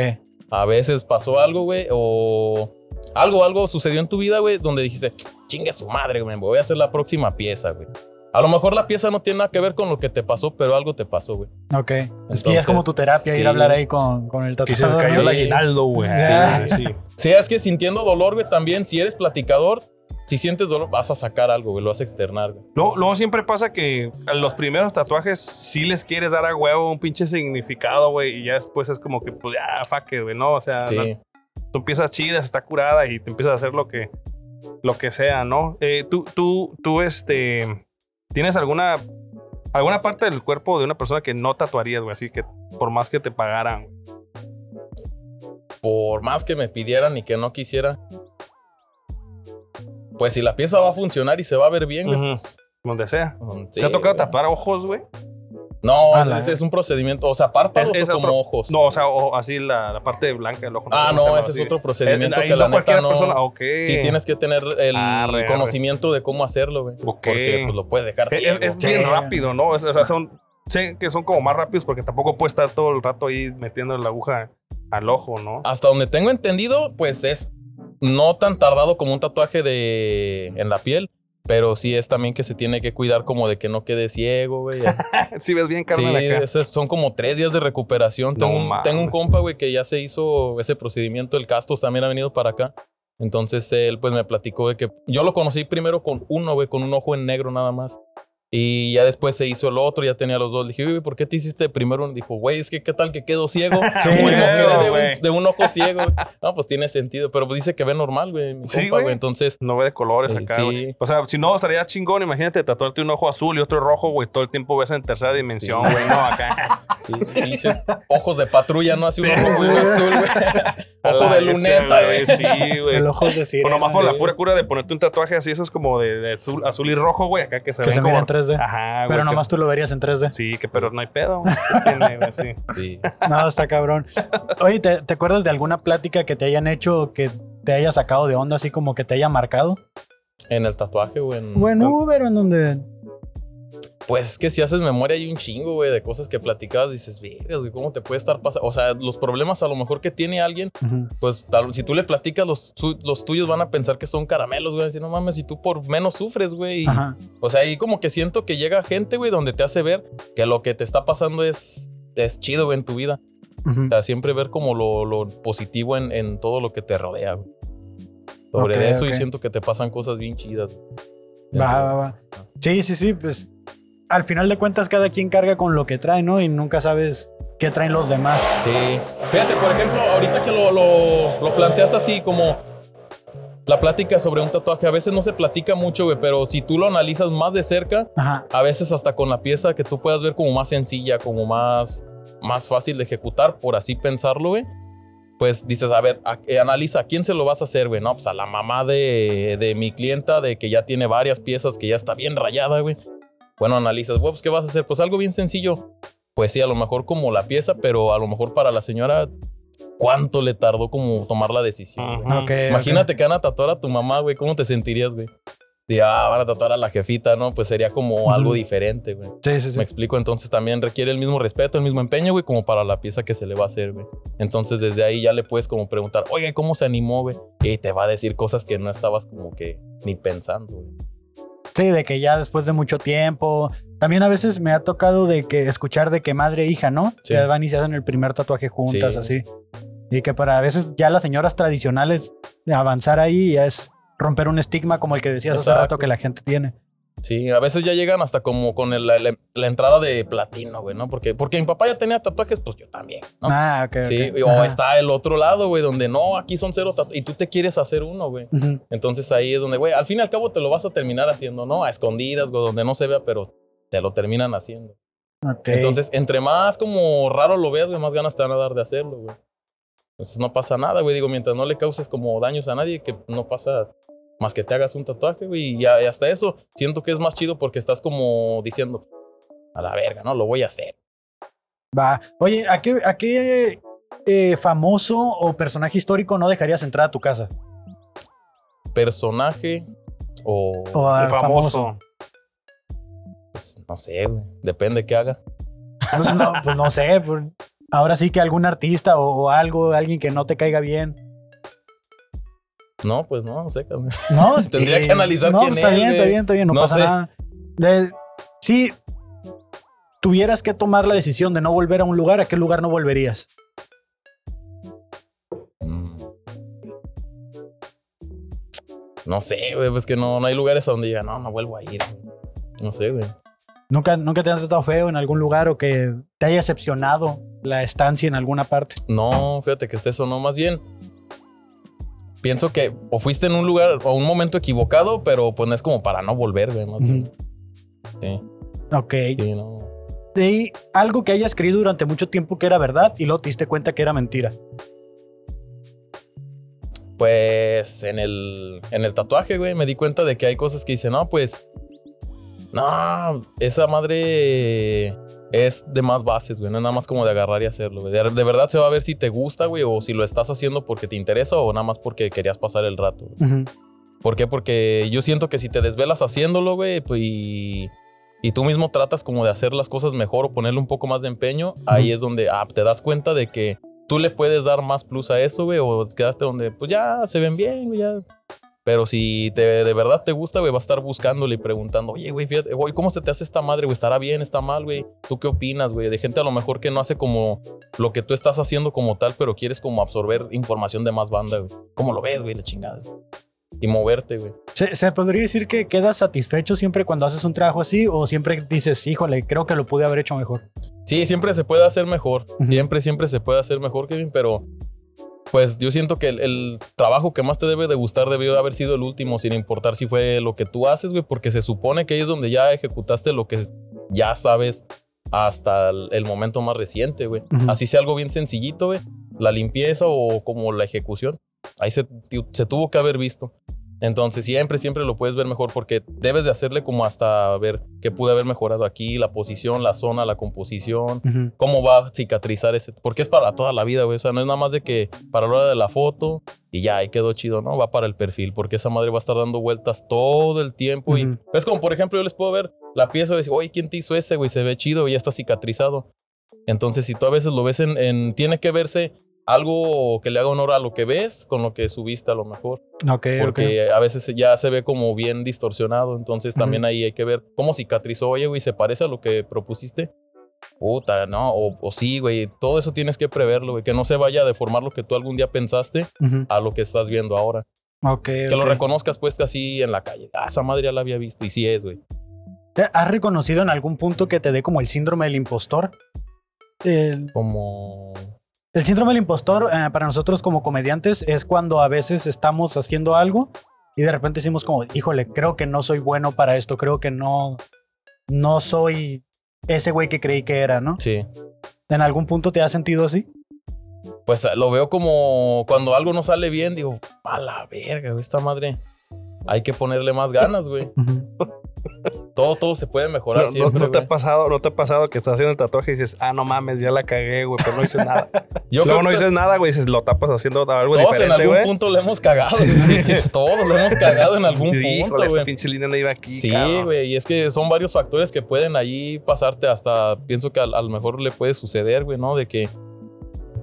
[SPEAKER 7] A veces pasó algo, güey, o algo, algo sucedió en tu vida, güey, donde dijiste, chingue su madre, güey, voy a hacer la próxima pieza, güey. A lo mejor la pieza no tiene nada que ver con lo que te pasó, pero algo te pasó, güey.
[SPEAKER 2] Ok. es que ya es
[SPEAKER 7] Entonces,
[SPEAKER 2] como tu terapia ir
[SPEAKER 7] sí.
[SPEAKER 2] a hablar ahí con, con el
[SPEAKER 3] Que se les
[SPEAKER 2] tatuador. ¿no?
[SPEAKER 3] cayó el
[SPEAKER 7] Ah, Sí.
[SPEAKER 3] aguinaldo, güey. Ah,
[SPEAKER 2] Ya.
[SPEAKER 3] Sí, sí.
[SPEAKER 7] Sí, es que sintiendo dolor, güey, también, si eres platicador, si sientes dolor, vas a sacar algo, güey, lo vas a externar, güey.
[SPEAKER 3] Luego, luego siempre pasa que a los primeros tatuajes sí les quieres dar a huevo un pinche significado, güey, y ya después es como que, pues ya, fuck it, güey, ¿no? O sea, Ah, no-
[SPEAKER 7] Sí.
[SPEAKER 3] tú empiezas chidas, está curada y te empiezas a hacer lo que, lo que sea, ¿no? Eh, tú, tú, tú, este, ¿tienes alguna, alguna parte del cuerpo de una persona que no tatuarías, güey? Así que por más que te pagaran, güey.
[SPEAKER 7] por más que me pidieran y que no quisiera, pues si la pieza va a funcionar y se va a ver bien, güey.
[SPEAKER 3] Ujú. donde sea.
[SPEAKER 7] sí,
[SPEAKER 3] ¿Te ha tocado
[SPEAKER 7] güey.
[SPEAKER 3] tatuar ojos, güey?
[SPEAKER 7] No,
[SPEAKER 2] A la-
[SPEAKER 7] es, es un procedimiento, o sea, párpados
[SPEAKER 3] Es- es
[SPEAKER 7] o como
[SPEAKER 3] otro-
[SPEAKER 7] ojos.
[SPEAKER 3] No, o sea, o- así la, la parte blanca del ojo.
[SPEAKER 7] Ah,
[SPEAKER 3] sé cómo se
[SPEAKER 7] no,
[SPEAKER 3] llama,
[SPEAKER 7] ese es
[SPEAKER 3] así.
[SPEAKER 7] otro
[SPEAKER 3] Eh,
[SPEAKER 7] procedimiento
[SPEAKER 3] ahí
[SPEAKER 7] que la
[SPEAKER 3] no cualquier
[SPEAKER 7] neta no.
[SPEAKER 3] persona, ok. Ah,
[SPEAKER 7] Sí, tienes que tener el
[SPEAKER 3] Arre, arre.
[SPEAKER 7] conocimiento de cómo hacerlo, güey.
[SPEAKER 3] Ok.
[SPEAKER 7] Porque pues lo puedes dejar
[SPEAKER 3] Es,
[SPEAKER 7] ciego,
[SPEAKER 3] es- es
[SPEAKER 7] güey.
[SPEAKER 3] bien
[SPEAKER 2] Sí.
[SPEAKER 3] rápido, ¿no? Es- o sea, son. Sé que son como más rápidos porque tampoco puede estar todo el rato ahí metiendo la aguja al ojo, ¿no?
[SPEAKER 7] Hasta donde tengo entendido, pues es no tan tardado como un tatuaje de en la piel. Pero sí es también que se tiene que cuidar como de que no quede ciego, güey.
[SPEAKER 3] *laughs* Si ves bien,
[SPEAKER 7] Sí,
[SPEAKER 3] Carmen, acá.
[SPEAKER 7] esos son como tres días de recuperación.
[SPEAKER 3] No
[SPEAKER 7] Tengo, un,
[SPEAKER 3] mames.
[SPEAKER 7] tengo un compa, güey, que ya se hizo ese procedimiento. El Castos también ha venido para acá. Entonces él, pues me platicó de que yo lo conocí primero con uno, güey, con un ojo en negro nada más. Y ya después se hizo el otro, ya tenía los dos. Le dije, "Uy, ¿por qué te hiciste primero uno? Dijo, güey, es que qué tal que quedo
[SPEAKER 3] *laughs*
[SPEAKER 7] ciego.
[SPEAKER 2] Sí,
[SPEAKER 7] Como
[SPEAKER 2] güey.
[SPEAKER 7] imaginé de,
[SPEAKER 3] güey.
[SPEAKER 7] un, de un ojo ciego. No, pues tiene sentido, pero pues dice que ve normal, güey, mi
[SPEAKER 3] Sí,
[SPEAKER 7] compa,
[SPEAKER 3] güey.
[SPEAKER 7] güey. Entonces,
[SPEAKER 3] No ve de colores
[SPEAKER 7] Sí,
[SPEAKER 3] acá,
[SPEAKER 7] sí.
[SPEAKER 3] güey. O sea, si no, estaría chingón. Imagínate tatuarte un ojo azul y otro rojo, güey. Todo el tiempo ves en tercera dimensión, güey. No, acá.
[SPEAKER 7] *laughs* sí, pinches ojos de patrulla, ¿no? Así un ojo muy azul, güey.
[SPEAKER 3] *laughs* A
[SPEAKER 7] Ojo
[SPEAKER 3] la
[SPEAKER 7] de
[SPEAKER 3] bestia,
[SPEAKER 7] luneta, güey.
[SPEAKER 3] Sí,
[SPEAKER 2] *laughs*
[SPEAKER 3] güey.
[SPEAKER 2] El ojo de
[SPEAKER 3] O
[SPEAKER 2] sirena.
[SPEAKER 3] nomás por la
[SPEAKER 2] sí.
[SPEAKER 3] pura cura de ponerte un tatuaje así, eso es como de, de azul, azul y rojo, güey. Acá que se
[SPEAKER 2] Que
[SPEAKER 3] ven
[SPEAKER 2] se mira
[SPEAKER 3] como-
[SPEAKER 2] en 3D.
[SPEAKER 3] Ajá, güey.
[SPEAKER 2] Pero
[SPEAKER 3] que-
[SPEAKER 2] nomás tú lo verías en 3D.
[SPEAKER 3] Sí, que pero no hay pedo.
[SPEAKER 2] *laughs*
[SPEAKER 3] güey, ¿qué tiene, güey? Sí.
[SPEAKER 7] Sí.
[SPEAKER 2] No, está cabrón. Oye, ¿te, te acuerdas de alguna plática que te hayan hecho que te haya sacado de onda, así como que te haya marcado?
[SPEAKER 7] En el tatuaje, güey.
[SPEAKER 3] Mm,
[SPEAKER 7] en-
[SPEAKER 2] Bueno, Uber, en donde.
[SPEAKER 7] Pues es que si haces memoria hay un chingo, güey, de cosas que platicabas, dices, "Vergas, güey, ¿cómo te puede estar pasando? O sea, los problemas a lo mejor que tiene alguien, pues tal- si tú le platicas, los, su- los tuyos van a pensar que son caramelos, güey, decir, no mames, si tú por menos sufres, güey. y-
[SPEAKER 2] Ajá.
[SPEAKER 7] O sea, ahí como que siento que llega gente, güey, donde te hace ver que lo que te está pasando es, es chido, güey, en tu vida.
[SPEAKER 2] ujú.
[SPEAKER 7] O sea, siempre ver como lo, lo positivo en, en todo lo que te rodea, güey. Sobre
[SPEAKER 2] Ok,
[SPEAKER 7] eso
[SPEAKER 2] ok.
[SPEAKER 7] y siento que te pasan cosas bien chidas. güey.
[SPEAKER 2] Va, va, va. Sí, sí, sí, pues. Al final de cuentas, cada quien carga con lo que trae, ¿no? Y nunca sabes qué traen los demás.
[SPEAKER 7] Sí. Fíjate, por ejemplo, ahorita que lo, lo- lo planteas así, como la plática sobre un tatuaje, a veces no se platica mucho, güey, pero si tú lo analizas más de cerca,
[SPEAKER 2] Ajá.
[SPEAKER 7] a veces hasta con la pieza que tú puedas ver como más sencilla, como más, más fácil de ejecutar, por así pensarlo, güey. Pues dices, a ver, a- eh, analiza, ¿a quién se lo vas a hacer, güey? No, pues a la mamá de, de mi clienta, de que ya tiene varias piezas, que ya está bien rayada, güey. Bueno, analizas, güey, pues ¿qué vas a hacer? Pues algo bien sencillo. Pues sí, a lo mejor como la pieza, pero a lo mejor para la señora, ¿cuánto le tardó como tomar la decisión? güey?
[SPEAKER 3] Ujú.
[SPEAKER 2] Ok,
[SPEAKER 7] Imagínate que van a tatuar a tu mamá, güey. ¿Cómo te sentirías, güey? De, ah, van a tatuar a la jefita, ¿no? Pues sería como algo
[SPEAKER 2] Ujú.
[SPEAKER 7] diferente, güey.
[SPEAKER 2] ok. Sí, sí, sí.
[SPEAKER 7] Me explico, entonces también requiere el mismo respeto, el mismo empeño, güey, como para la pieza que se le va a hacer, güey. Entonces desde ahí ya le puedes como preguntar, oye, ¿cómo se animó, güey? Y te va a decir cosas que no estabas como que ni pensando, güey.
[SPEAKER 2] Sí, de que ya después de mucho tiempo. También a veces me ha tocado de que escuchar de que madre e hija, ¿no?
[SPEAKER 7] Sí.
[SPEAKER 2] Que van y se hacen el primer tatuaje juntas,
[SPEAKER 7] Sí.
[SPEAKER 2] así. Y que para a veces ya las señoras tradicionales avanzar ahí ya es romper un estigma como el que decías hace
[SPEAKER 7] Exacto.
[SPEAKER 2] rato que la gente tiene.
[SPEAKER 7] Sí, a veces ya llegan hasta como con el- la, la- la entrada de platino, güey, ¿no? Porque, porque mi papá ya tenía tatuajes, pues yo también, ¿no?
[SPEAKER 2] Ah, ok.
[SPEAKER 7] Sí,
[SPEAKER 2] ok.
[SPEAKER 7] o
[SPEAKER 2] Ajá.
[SPEAKER 7] está el otro lado, güey, donde no, aquí son cero tatuajes y tú te quieres hacer uno, güey.
[SPEAKER 2] Ujú.
[SPEAKER 7] Entonces ahí es donde, güey, al fin y al cabo te lo vas a terminar haciendo, ¿no? A escondidas, güey, donde no se vea, pero te lo terminan haciendo.
[SPEAKER 2] Ok.
[SPEAKER 7] Entonces, entre más como raro lo veas, güey, más ganas te van a dar de hacerlo, güey. Entonces no pasa nada, güey. Digo, mientras no le causes como daños a nadie, que no pasa más que te hagas un tatuaje, güey. Y, a- y hasta eso siento que es más chido porque estás como diciendo, a la verga, ¿no? Lo voy a hacer.
[SPEAKER 2] Va. Oye, ¿a qué, a qué eh, famoso o personaje histórico no dejarías entrar a tu casa?
[SPEAKER 7] Personaje o...
[SPEAKER 2] O a
[SPEAKER 3] El famoso.
[SPEAKER 7] pues, no sé, güey. Depende qué haga.
[SPEAKER 2] Pues *laughs* no, pues no sé. pues, Ahora sí que algún artista o, o algo, alguien que no te caiga bien.
[SPEAKER 7] No, pues no, no sé, cabrón.
[SPEAKER 2] No,
[SPEAKER 7] *laughs*
[SPEAKER 2] Eh,
[SPEAKER 7] Tendría que analizar
[SPEAKER 2] no,
[SPEAKER 7] quién
[SPEAKER 2] está
[SPEAKER 7] es,
[SPEAKER 2] bien, está
[SPEAKER 7] güey.
[SPEAKER 2] bien, está bien, no,
[SPEAKER 7] No
[SPEAKER 2] pasa
[SPEAKER 7] sé.
[SPEAKER 2] nada. De- si tuvieras que tomar la decisión de no volver a un lugar, ¿a qué lugar no volverías?
[SPEAKER 7] Mm. No sé, güey, pues que no, no hay lugares a donde diga, no, no vuelvo a ir. No sé, güey.
[SPEAKER 2] ¿Nunca, nunca te han tratado feo en algún lugar o que te haya decepcionado la estancia en alguna parte?
[SPEAKER 7] No, fíjate que esté eso, no, más bien. Pienso que o fuiste en un lugar o un momento equivocado, pero pues no es como para no volver, güey. más bien. Sí,
[SPEAKER 2] Ok.
[SPEAKER 7] sí, no.
[SPEAKER 2] Y algo que hayas creído durante mucho tiempo que era verdad y luego te diste cuenta que era mentira.
[SPEAKER 7] Pues en el, en el tatuaje, güey, me di cuenta de que hay cosas que dicen, no, pues. No, esa madre es de más bases, güey. No es nada más como de agarrar y hacerlo, güey. De, de verdad se va a ver si te gusta, güey, o si lo estás haciendo porque te interesa o nada más porque querías pasar el rato, güey. ¿Por qué? Porque yo siento que si te desvelas haciéndolo, güey, pues, y, y tú mismo tratas como de hacer las cosas mejor o ponerle un poco más de empeño, ahí es donde ah, te das cuenta de que tú le puedes dar más plus a eso, güey, o quedarte donde, pues ya se ven bien, güey, ya. Pero si te, de verdad te gusta, güey, va a estar buscándole y preguntando, oye, güey, fíjate, güey, ¿cómo se te hace esta madre, güey? ¿Estará bien? ¿Está mal, güey? ¿Tú qué opinas, güey? De gente a lo mejor que no hace como lo que tú estás haciendo como tal, pero quieres como absorber información de más banda, güey. ¿Cómo lo ves, güey? La chingada. y moverte, güey.
[SPEAKER 2] ¿Se, se podría decir que quedas satisfecho siempre cuando haces un trabajo así o siempre dices, híjole, creo que lo pude haber hecho mejor?
[SPEAKER 7] Sí, siempre se puede hacer mejor.
[SPEAKER 2] Ujú.
[SPEAKER 7] Siempre, siempre se puede hacer mejor, Kevin, pero pues yo siento que el, el trabajo que más te debe de gustar debió de haber sido el último, sin importar si fue lo que tú haces, güey, porque se supone que ahí es donde ya ejecutaste lo que ya sabes hasta el, el momento más reciente, güey.
[SPEAKER 2] Ujú.
[SPEAKER 7] Así sea algo bien sencillito, güey, la limpieza o como la ejecución, ahí se, tu- se tuvo que haber visto. Entonces siempre, siempre lo puedes ver mejor porque debes de hacerle como hasta ver qué pude haber mejorado aquí, la posición, la zona, la composición,
[SPEAKER 2] Ujú.
[SPEAKER 7] cómo va a cicatrizar ese. Porque es para toda la vida, güey. O sea, no es nada más de que para la hora de la foto y ya, ahí quedó chido, ¿no? Va para el perfil, porque esa madre va a estar dando vueltas todo el tiempo.
[SPEAKER 2] Ujú.
[SPEAKER 7] Y es como, por ejemplo, yo les puedo ver la pieza y decir, oye, ¿quién te hizo ese, güey? Se ve chido y ya está cicatrizado. Entonces, si tú a veces lo ves en. en- tiene que verse algo que le haga honor a lo que ves con lo que subiste a lo mejor.
[SPEAKER 2] Ok, ok.
[SPEAKER 7] Porque a veces ya se ve como bien distorsionado. Entonces
[SPEAKER 2] Ujú.
[SPEAKER 7] también ahí hay que ver cómo cicatrizó, oye, güey, se parece a lo que propusiste. Puta, no, o, o sí, güey. Todo eso tienes que preverlo, güey. Que no se vaya a deformar lo que tú algún día pensaste
[SPEAKER 2] Ujú.
[SPEAKER 7] a lo que estás viendo ahora.
[SPEAKER 2] Ok,
[SPEAKER 7] Que lo
[SPEAKER 2] ok.
[SPEAKER 7] reconozcas, pues, así en la calle. Ah, esa madre ya la había visto. Y sí es, güey.
[SPEAKER 2] ¿Te- ¿Has reconocido en algún punto que te dé como el síndrome del impostor? El,
[SPEAKER 7] Como.
[SPEAKER 2] el síndrome del impostor eh, para nosotros como comediantes es cuando a veces estamos haciendo algo y de repente decimos como, híjole, creo que no soy bueno para esto, creo que no, no soy ese güey que creí que era, ¿no?
[SPEAKER 7] Sí.
[SPEAKER 2] ¿En algún punto te has sentido así?
[SPEAKER 7] Pues lo veo como cuando algo no sale bien, digo, a la verga, güey, esta madre. Hay que ponerle más ganas, güey. Todo, todo se puede mejorar
[SPEAKER 3] No,
[SPEAKER 7] siempre.
[SPEAKER 3] no te ha
[SPEAKER 7] güey.
[SPEAKER 3] pasado, no te ha pasado que estás haciendo el tatuaje y dices, ah, no mames, ya la cagué, güey, pero no
[SPEAKER 7] *laughs*
[SPEAKER 3] dices nada.
[SPEAKER 7] Yo
[SPEAKER 3] Luego
[SPEAKER 7] creo
[SPEAKER 3] no
[SPEAKER 7] que
[SPEAKER 3] dices nada, güey, dices, lo tapas haciendo algo
[SPEAKER 7] todos en
[SPEAKER 3] diferente,
[SPEAKER 7] algún
[SPEAKER 3] güey.
[SPEAKER 7] punto le hemos cagado. sí, *laughs* todos le hemos cagado
[SPEAKER 3] *laughs*
[SPEAKER 7] en algún
[SPEAKER 3] Y, Híjole,
[SPEAKER 7] punto,
[SPEAKER 3] esta
[SPEAKER 7] güey.
[SPEAKER 3] pinche línea no iba aquí.
[SPEAKER 7] Sí,
[SPEAKER 3] cabrón.
[SPEAKER 7] güey, y es que son varios factores que pueden ahí pasarte hasta, pienso que al- a, lo mejor le puede suceder, güey, ¿no? De que,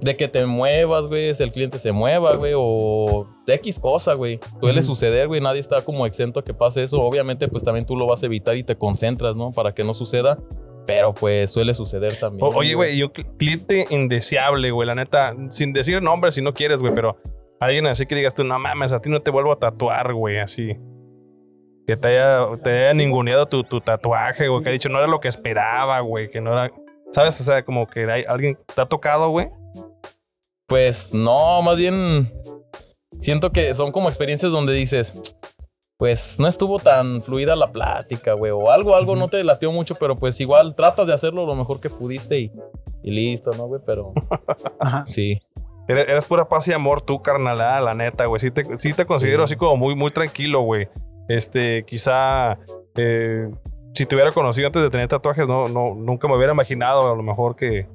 [SPEAKER 7] de que te muevas, güey, si el cliente se mueva, güey, o X cosa, güey. Suele
[SPEAKER 2] Ujú.
[SPEAKER 7] suceder, güey, nadie está como exento a que pase eso. Obviamente, pues también tú lo vas a evitar y te concentras, ¿no? Para que no suceda, pero pues suele suceder también.
[SPEAKER 3] O- oye, güey, yo cl- cliente indeseable, güey, la neta, sin decir nombres si no quieres, güey, pero alguien así que digas tú, no mames, a ti no te vuelvo a tatuar, güey, así. Que te haya, te haya ninguneado tu, tu tatuaje, güey, que ha dicho, no era lo que esperaba, güey, que no era. ¿Sabes? O sea, como que hay alguien te ha tocado, güey.
[SPEAKER 7] Pues no, más bien siento que son como experiencias donde dices, pues no estuvo tan fluida la plática, güey, o algo, algo no te latió mucho, pero pues igual tratas de hacerlo lo mejor que pudiste y, y listo, ¿no, güey? Pero
[SPEAKER 2] Ajá.
[SPEAKER 7] sí,
[SPEAKER 3] Eres, eres pura paz y amor tú, carnalada, la neta, güey. Sí te, sí te considero así como muy, muy tranquilo, güey. Este, quizá eh, si te hubiera conocido antes de tener tatuajes, no, no, nunca me hubiera imaginado a lo mejor que,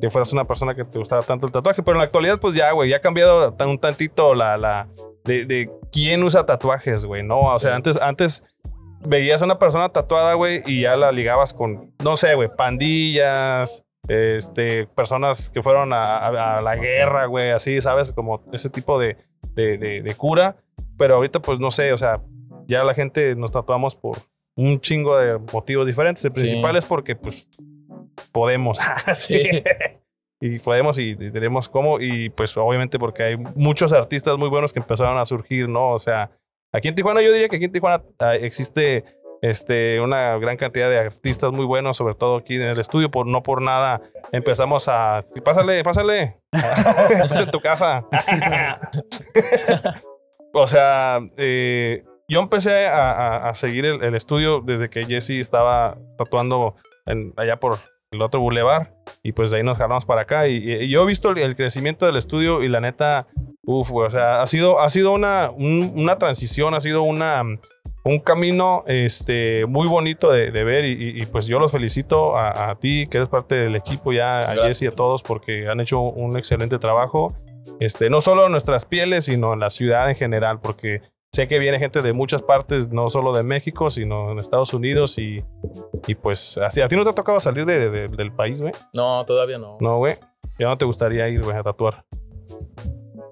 [SPEAKER 3] que fueras una persona que te gustara tanto el tatuaje. Pero en la actualidad, pues ya, güey, ya ha cambiado tan- un tantito la, la de, de quién usa tatuajes, güey, ¿no? O sea,
[SPEAKER 7] Sí.
[SPEAKER 3] antes, antes veías a una persona tatuada, güey, y ya la ligabas con, no sé, güey, pandillas, este, personas que fueron a, a- a la guerra, güey, así, ¿sabes? Como ese tipo de, de, de- de cura. Pero ahorita, pues no sé, o sea, ya la gente nos tatuamos por un chingo de motivos diferentes. El
[SPEAKER 7] Sí.
[SPEAKER 3] principal es porque, pues, podemos. *laughs* Ah, sí.
[SPEAKER 7] Sí.
[SPEAKER 3] Y podemos y, y tenemos cómo. Y pues obviamente porque hay muchos artistas muy buenos que empezaron a surgir, ¿no? O sea, aquí en Tijuana yo diría que aquí en Tijuana ah, existe este, una gran cantidad de artistas muy buenos, sobre todo aquí en el estudio. Por, no por nada empezamos a... sí, Pásale, pásale. *laughs* Estás en tu casa. *laughs* o sea, eh, yo empecé a, a- a seguir el, el estudio desde que Jesse estaba tatuando en- allá por el otro bulevar. Y pues de ahí nos jalamos para acá. Y, y- y yo he visto el, el crecimiento del estudio y la neta, uff, güey, o sea, ha sido, ha sido una, un- una transición, ha sido una, mm, un camino este, muy bonito de, de ver. Y, y- y, pues yo los felicito a, a ti, que eres parte del equipo, ya a
[SPEAKER 7] Gracias.
[SPEAKER 3] Jesse y a todos, porque han hecho un excelente trabajo. Este, no solo en nuestras pieles, sino en la ciudad en general, porque sé que viene gente de muchas partes, no solo de México, sino en Estados Unidos y, y pues así. ¿A ti no te ha tocado salir de- de- del país, güey?
[SPEAKER 7] no, todavía no.
[SPEAKER 3] No, güey. Ya no te gustaría ir, güey, a tatuar.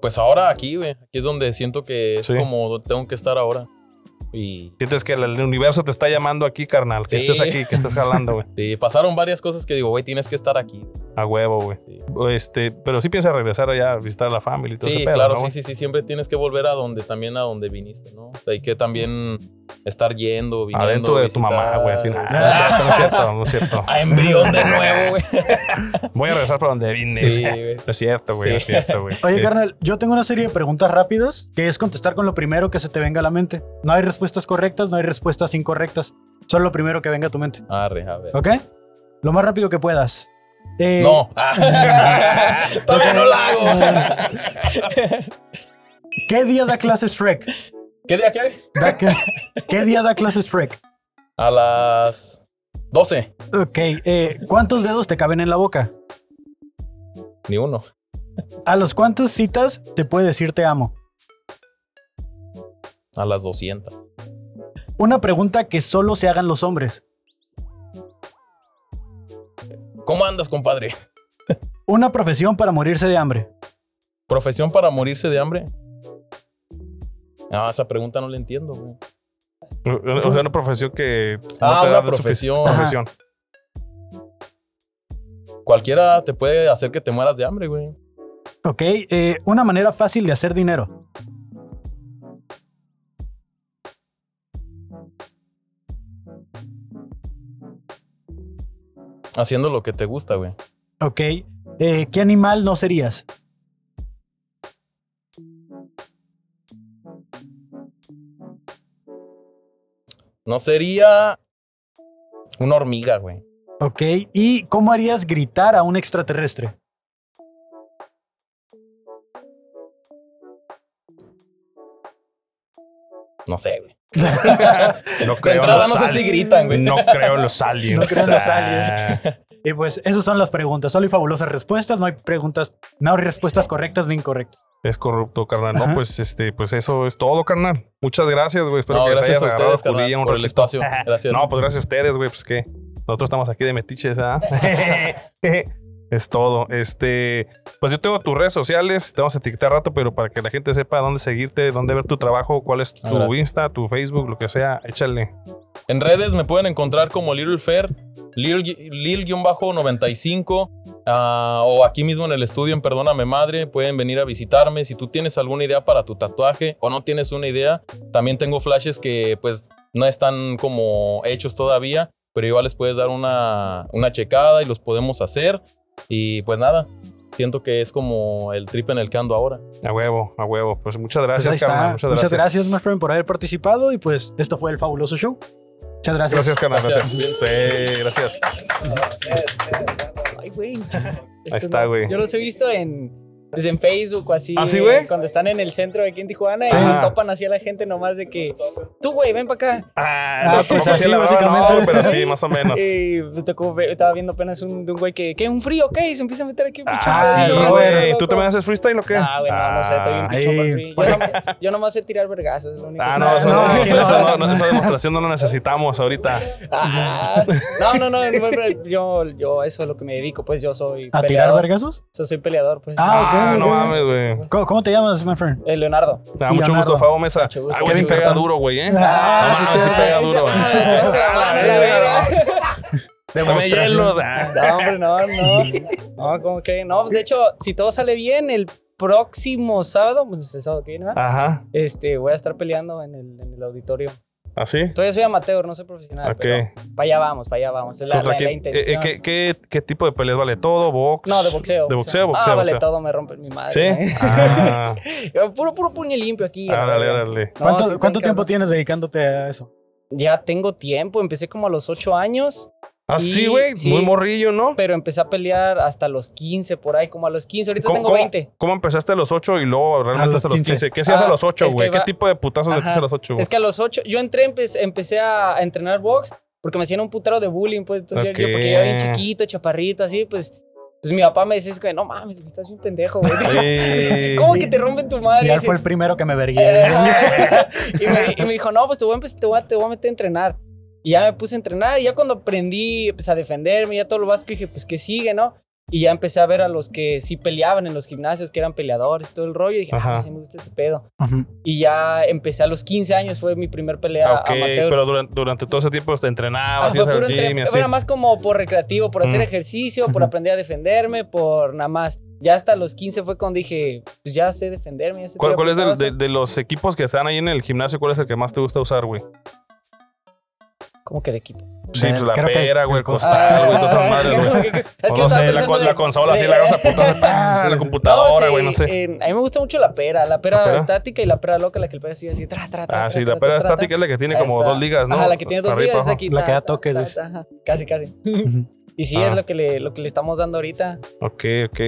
[SPEAKER 7] Pues ahora aquí, güey, aquí es donde siento que es
[SPEAKER 3] Sí.
[SPEAKER 7] como donde tengo que estar ahora. Y
[SPEAKER 3] Sientes que el, el universo te está llamando aquí, carnal. Que
[SPEAKER 7] Sí. *laughs*
[SPEAKER 3] estés aquí, que estés jalando, güey.
[SPEAKER 7] sí, pasaron varias cosas que digo, güey, tienes que estar aquí.
[SPEAKER 3] A huevo, güey.
[SPEAKER 7] Sí.
[SPEAKER 3] Este, pero sí piensa regresar allá a visitar a la familia y todo
[SPEAKER 7] Sí,
[SPEAKER 3] ese pedo,
[SPEAKER 7] claro,
[SPEAKER 3] ¿no,
[SPEAKER 7] sí,
[SPEAKER 3] güey?
[SPEAKER 7] sí, sí. Siempre tienes que volver a donde también a donde viniste, ¿no? Hay que también estar yendo, viniendo.
[SPEAKER 3] Adentro de tu mamá, güey.
[SPEAKER 7] *laughs*
[SPEAKER 3] así, nah,
[SPEAKER 7] visitar.
[SPEAKER 3] no es cierto, no es cierto, no es cierto.
[SPEAKER 7] A embrión de nuevo, güey.
[SPEAKER 3] Voy a regresar para donde vine.
[SPEAKER 7] Sí,
[SPEAKER 3] *laughs* No
[SPEAKER 7] güey.
[SPEAKER 3] *laughs* es cierto, güey. no es
[SPEAKER 7] Sí.
[SPEAKER 3] cierto, *laughs* güey. Eh,
[SPEAKER 2] Oye,
[SPEAKER 3] Sí.
[SPEAKER 2] carnal, yo tengo una serie de preguntas rápidas que es contestar con lo primero que se te venga a la mente. No hay respuestas correctas, no hay respuestas incorrectas. Solo lo primero que venga a tu mente.
[SPEAKER 7] Arre, a ver.
[SPEAKER 2] ¿Ok? Lo más rápido que puedas. Eh,
[SPEAKER 7] No. Ah. *laughs* Todavía no la hago.
[SPEAKER 3] *laughs*
[SPEAKER 2] ¿Qué día da clases Shrek?
[SPEAKER 7] ¿Qué día qué hay?
[SPEAKER 2] Da que- ¿Qué día da clases Shrek?
[SPEAKER 7] A las 12.
[SPEAKER 2] Ok. eh, ¿Cuántos dedos te caben en la boca?
[SPEAKER 7] Ni uno.
[SPEAKER 2] ¿A los cuántas citas te puede decir te amo?
[SPEAKER 7] A las 200.
[SPEAKER 2] Una pregunta que solo se hagan los hombres.
[SPEAKER 7] ¿Cómo andas, compadre?
[SPEAKER 2] Una profesión para morirse de hambre.
[SPEAKER 7] ¿Profesión para morirse de hambre? Ah, esa pregunta no la entiendo, güey.
[SPEAKER 3] O sea, una profesión que no
[SPEAKER 7] Ah,
[SPEAKER 3] te
[SPEAKER 7] una
[SPEAKER 3] da de sufic-
[SPEAKER 7] profesión.
[SPEAKER 3] profesión.
[SPEAKER 7] Cualquiera te puede hacer que te mueras de hambre, güey.
[SPEAKER 2] Ok. eh, una manera fácil de hacer dinero.
[SPEAKER 7] Haciendo lo que te gusta, güey.
[SPEAKER 2] Ok. eh, ¿Qué animal no serías?
[SPEAKER 7] No sería una hormiga, güey.
[SPEAKER 2] Ok. ¿Y cómo harías gritar a un extraterrestre?
[SPEAKER 7] No sé, güey.
[SPEAKER 3] No
[SPEAKER 7] De
[SPEAKER 3] creo en
[SPEAKER 7] entrada
[SPEAKER 3] los
[SPEAKER 7] no sé si
[SPEAKER 3] aliens.
[SPEAKER 7] gritan, güey.
[SPEAKER 3] No creo en los aliens.
[SPEAKER 2] No creo en los
[SPEAKER 3] Ah.
[SPEAKER 2] Y pues esas son las preguntas. Solo hay fabulosas respuestas. No hay preguntas, no hay respuestas correctas ni incorrectas.
[SPEAKER 3] Es corrupto, carnal.
[SPEAKER 2] Ajá.
[SPEAKER 3] No, pues este, pues eso es todo, carnal. Muchas gracias, güey. Espero
[SPEAKER 7] No,
[SPEAKER 3] que te
[SPEAKER 7] gracias
[SPEAKER 3] hayas
[SPEAKER 7] a
[SPEAKER 3] agarrado
[SPEAKER 7] ustedes, carnal,
[SPEAKER 3] culilla un
[SPEAKER 7] por el
[SPEAKER 3] ratito.
[SPEAKER 7] espacio.
[SPEAKER 3] *laughs*
[SPEAKER 7] Gracias.
[SPEAKER 3] No, pues gracias a ustedes, güey. Pues que nosotros estamos aquí de metiches,
[SPEAKER 2] *laughs*
[SPEAKER 3] ¿ah? *laughs* es todo. Este, pues yo tengo tus redes sociales, te vamos a etiquetar rato, pero para que la gente sepa dónde seguirte, dónde ver tu trabajo, cuál es tu
[SPEAKER 7] Ah, gracias.
[SPEAKER 3] Insta, tu Facebook, lo que sea, échale.
[SPEAKER 7] En redes me pueden encontrar como Little Fer, Lil-95, ah, o aquí mismo en el estudio en Perdóname Madre. Pueden venir a visitarme. Si tú tienes alguna idea para tu tatuaje o no tienes una idea, también tengo flashes que pues no están como hechos todavía, pero igual les puedes dar una, una checada y los podemos hacer. Y pues nada, siento que es como el trip en el que ando ahora.
[SPEAKER 3] A huevo, a huevo. Pues muchas
[SPEAKER 2] Pues
[SPEAKER 3] gracias,
[SPEAKER 2] ahí está.
[SPEAKER 3] carnal. Muchas gracias.
[SPEAKER 2] más Prime, por haber participado. Y pues esto fue el fabuloso show. Muchas gracias.
[SPEAKER 3] Gracias, carnal. Gracias.
[SPEAKER 7] Gracias.
[SPEAKER 3] Sí, gracias.
[SPEAKER 1] Ay, güey.
[SPEAKER 3] Ahí está, güey.
[SPEAKER 1] Yo los he visto en, pues, en Facebook o así.
[SPEAKER 3] ¿Ah, sí, güey?
[SPEAKER 1] Cuando están en el centro de aquí en Tijuana
[SPEAKER 3] Sí.
[SPEAKER 1] y topan así a la gente nomás de que, tú, güey, ven para acá.
[SPEAKER 3] Ah,
[SPEAKER 2] Ah,
[SPEAKER 3] no,
[SPEAKER 2] pues
[SPEAKER 3] tampoco
[SPEAKER 2] así,
[SPEAKER 3] la verdad, no,
[SPEAKER 2] básicamente.
[SPEAKER 3] pero sí, más
[SPEAKER 2] *laughs*
[SPEAKER 3] o menos.
[SPEAKER 1] Y me tocó, ver- estaba viendo apenas un, de un güey que, ¿qué? ¿Un frío? ¿Qué? Y se empieza a meter aquí un pichón.
[SPEAKER 3] Ah,
[SPEAKER 2] Ah,
[SPEAKER 3] sí,
[SPEAKER 2] no,
[SPEAKER 3] güey.
[SPEAKER 1] loco.
[SPEAKER 3] ¿Tú también haces freestyle o qué?
[SPEAKER 1] Ah, güey, no, no sé, estoy bien
[SPEAKER 3] Ah,
[SPEAKER 1] pichón
[SPEAKER 2] ahí.
[SPEAKER 1] para el frío. Yo, nomás- yo nomás sé tirar vergazos, es lo único.
[SPEAKER 3] Ah,
[SPEAKER 1] que
[SPEAKER 3] no,
[SPEAKER 1] sé.
[SPEAKER 3] eso
[SPEAKER 2] No,
[SPEAKER 3] no,
[SPEAKER 2] no,
[SPEAKER 3] eso
[SPEAKER 2] no.
[SPEAKER 3] eso no, no, esa demostración no la necesitamos ahorita.
[SPEAKER 1] Ah, no, no, no, no, no, yo, yo eso es lo que me dedico, pues yo soy
[SPEAKER 2] ¿A tirar
[SPEAKER 1] peleador.
[SPEAKER 2] vergazos?
[SPEAKER 1] Yo soy peleador, pues.
[SPEAKER 2] Ah, ok,
[SPEAKER 3] Ah,
[SPEAKER 2] ok.
[SPEAKER 3] no mames, güey.
[SPEAKER 2] ¿Cómo, cómo te llamas, my friend?
[SPEAKER 1] Eh, Leonardo.
[SPEAKER 3] Ah,
[SPEAKER 2] Y
[SPEAKER 3] mucho
[SPEAKER 2] Leonardo.
[SPEAKER 3] gusto, Fabo Mesa.
[SPEAKER 1] Mucho gusto.
[SPEAKER 3] Ah, güey, sí
[SPEAKER 2] Kevin
[SPEAKER 3] pega
[SPEAKER 2] Cartón.
[SPEAKER 3] duro, güey, ¿eh?
[SPEAKER 2] Ah,
[SPEAKER 3] no
[SPEAKER 2] sí,
[SPEAKER 3] mames,
[SPEAKER 2] sí.
[SPEAKER 3] sí pega duro.
[SPEAKER 1] Ah, eso es-
[SPEAKER 3] Ah,
[SPEAKER 1] ah,
[SPEAKER 3] la
[SPEAKER 1] la
[SPEAKER 3] verga,
[SPEAKER 1] verga.
[SPEAKER 3] Dame
[SPEAKER 2] Demostración.
[SPEAKER 3] hielos. ah.
[SPEAKER 1] No, hombre, no, no. No, como que no. De hecho, si todo sale bien, el próximo sábado, pues el sábado que viene, ¿verdad?
[SPEAKER 3] Ajá,
[SPEAKER 1] este, voy a estar peleando en el, en el auditorio.
[SPEAKER 3] ¿así?
[SPEAKER 1] Todavía soy amateur, no soy profesional.
[SPEAKER 3] Ah, Ok.
[SPEAKER 1] Ah, Pero para allá vamos, para allá vamos. Es la, la-
[SPEAKER 3] ¿Contra
[SPEAKER 1] la
[SPEAKER 3] quién? Eh, eh,
[SPEAKER 1] intención.
[SPEAKER 3] ¿qué, qué, ¿Qué tipo de peleas vale todo? ¿Box?
[SPEAKER 1] No, de boxeo.
[SPEAKER 3] ¿De boxeo, boxeo?
[SPEAKER 1] Ah, vale,
[SPEAKER 3] boxeo.
[SPEAKER 1] todo me rompe mi madre.
[SPEAKER 3] ¿Sí?
[SPEAKER 1] *laughs*
[SPEAKER 3] Ah,
[SPEAKER 1] ¿eh? Puro, puro puño limpio aquí. la
[SPEAKER 3] árale,
[SPEAKER 1] verdad.
[SPEAKER 3] árale.
[SPEAKER 1] No,
[SPEAKER 2] ¿Cuánto,
[SPEAKER 1] sí está
[SPEAKER 2] cuánto
[SPEAKER 1] bien
[SPEAKER 2] tiempo
[SPEAKER 1] cabrón.
[SPEAKER 2] tienes dedicándote a eso?
[SPEAKER 1] Ya tengo tiempo. Empecé como a los 8 años,
[SPEAKER 3] Ah, sí, güey,
[SPEAKER 1] Sí.
[SPEAKER 3] muy morrillo, ¿no?
[SPEAKER 1] pero empecé a pelear hasta los 15 por ahí, como a los 15. Ahorita
[SPEAKER 3] ¿Cómo,
[SPEAKER 1] tengo
[SPEAKER 3] cómo-
[SPEAKER 1] 20.
[SPEAKER 3] cómo empezaste a los 8 y luego realmente
[SPEAKER 2] los
[SPEAKER 3] hasta los 15?
[SPEAKER 2] 15?
[SPEAKER 3] ¿Qué hacías
[SPEAKER 1] Ah,
[SPEAKER 3] a los 8,
[SPEAKER 1] es que
[SPEAKER 3] güey? ¿Qué
[SPEAKER 1] va-
[SPEAKER 3] tipo de putazos
[SPEAKER 1] Ajá.
[SPEAKER 3] metiste a los 8, güey?
[SPEAKER 1] Es que a los 8, yo entré, empe- empecé a entrenar box porque me hacían un putero de bullying, pues. Entonces yo- yo, porque yo era bien
[SPEAKER 3] Ok.
[SPEAKER 1] chiquito, chaparrito, así, pues. Pues mi papá me decía, es que no mames, güey, estás bien pendejo, güey.
[SPEAKER 3] Sí.
[SPEAKER 1] *laughs* ¿Cómo que te rompen tu madre?
[SPEAKER 2] Y él
[SPEAKER 1] Ese-
[SPEAKER 2] fue el primero que
[SPEAKER 1] *laughs*
[SPEAKER 2] me
[SPEAKER 3] Eh.
[SPEAKER 2] vergué.
[SPEAKER 1] Este, y, me, y me dijo, no, pues te voy, a, empe- te, voy a, te voy a meter a entrenar. Y ya me puse a entrenar. Y ya cuando aprendí pues, a defenderme, ya todo lo básico, dije, pues que sigue, ¿no? Y ya empecé a ver a los que sí peleaban en los gimnasios, que eran peleadores, todo el rollo. Y dije,
[SPEAKER 3] Ajá.
[SPEAKER 1] ah, pues sí me gusta ese pedo.
[SPEAKER 2] Ujú.
[SPEAKER 1] Y ya empecé a los 15 años, fue mi primer pelea
[SPEAKER 3] Ah, ok,
[SPEAKER 1] amateur.
[SPEAKER 3] pero duran- durante, todo ese tiempo
[SPEAKER 1] Ah,
[SPEAKER 3] te entrenabas,
[SPEAKER 1] fue
[SPEAKER 3] ibas al
[SPEAKER 1] puro
[SPEAKER 3] gym y
[SPEAKER 1] entre-
[SPEAKER 3] así.
[SPEAKER 1] Era más como por recreativo, por hacer
[SPEAKER 3] Mm.
[SPEAKER 1] ejercicio, por aprender a defenderme, por nada más. Ya hasta los 15 fue cuando dije, pues ya sé defenderme. Ya sé
[SPEAKER 3] ¿Cuál,
[SPEAKER 1] tirar
[SPEAKER 3] cuál es del-
[SPEAKER 1] putazos.
[SPEAKER 3] de, de los equipos que están ahí en el gimnasio? ¿Cuál es el que más te gusta usar, güey?
[SPEAKER 1] Como que de equipo.
[SPEAKER 3] Sí, pues la
[SPEAKER 2] Creo que-
[SPEAKER 3] pera, güey, el
[SPEAKER 2] creo que-
[SPEAKER 3] costal, güey, todas esas
[SPEAKER 1] Ah,
[SPEAKER 3] madres, güey.
[SPEAKER 1] como que- es que
[SPEAKER 3] O no
[SPEAKER 1] estaba
[SPEAKER 3] sé, la,
[SPEAKER 1] pensando
[SPEAKER 3] con- la
[SPEAKER 1] de-
[SPEAKER 3] consola así,
[SPEAKER 1] de-
[SPEAKER 3] la
[SPEAKER 1] *laughs*
[SPEAKER 3] cosa puta, ¡pah! la
[SPEAKER 1] No,
[SPEAKER 3] computadora,
[SPEAKER 1] sí,
[SPEAKER 3] güey, no sé.
[SPEAKER 1] en- a mí me gusta mucho la pera, la pera,
[SPEAKER 3] ¿La pera?
[SPEAKER 1] estática y la pera loca, la que el pera sigue así, tra, tra, tra,
[SPEAKER 3] Ah,
[SPEAKER 1] tra,
[SPEAKER 3] sí, la
[SPEAKER 1] tra,
[SPEAKER 3] pera
[SPEAKER 1] tra, tra,
[SPEAKER 3] estática es la que tiene
[SPEAKER 1] Ahí
[SPEAKER 3] como
[SPEAKER 1] está.
[SPEAKER 3] dos ligas, ¿no?
[SPEAKER 1] Ajá, la que tiene dos
[SPEAKER 3] Arriba,
[SPEAKER 1] ligas es
[SPEAKER 3] abajo.
[SPEAKER 1] aquí.
[SPEAKER 2] La
[SPEAKER 1] ta,
[SPEAKER 2] que da
[SPEAKER 1] ta,
[SPEAKER 2] toques,
[SPEAKER 1] ta,
[SPEAKER 2] dice.
[SPEAKER 1] ta, ajá. Casi, casi.
[SPEAKER 2] Ujú.
[SPEAKER 1] Y sí,
[SPEAKER 3] Ah.
[SPEAKER 1] es lo que, le, lo que le estamos dando ahorita.
[SPEAKER 3] Ok, ok.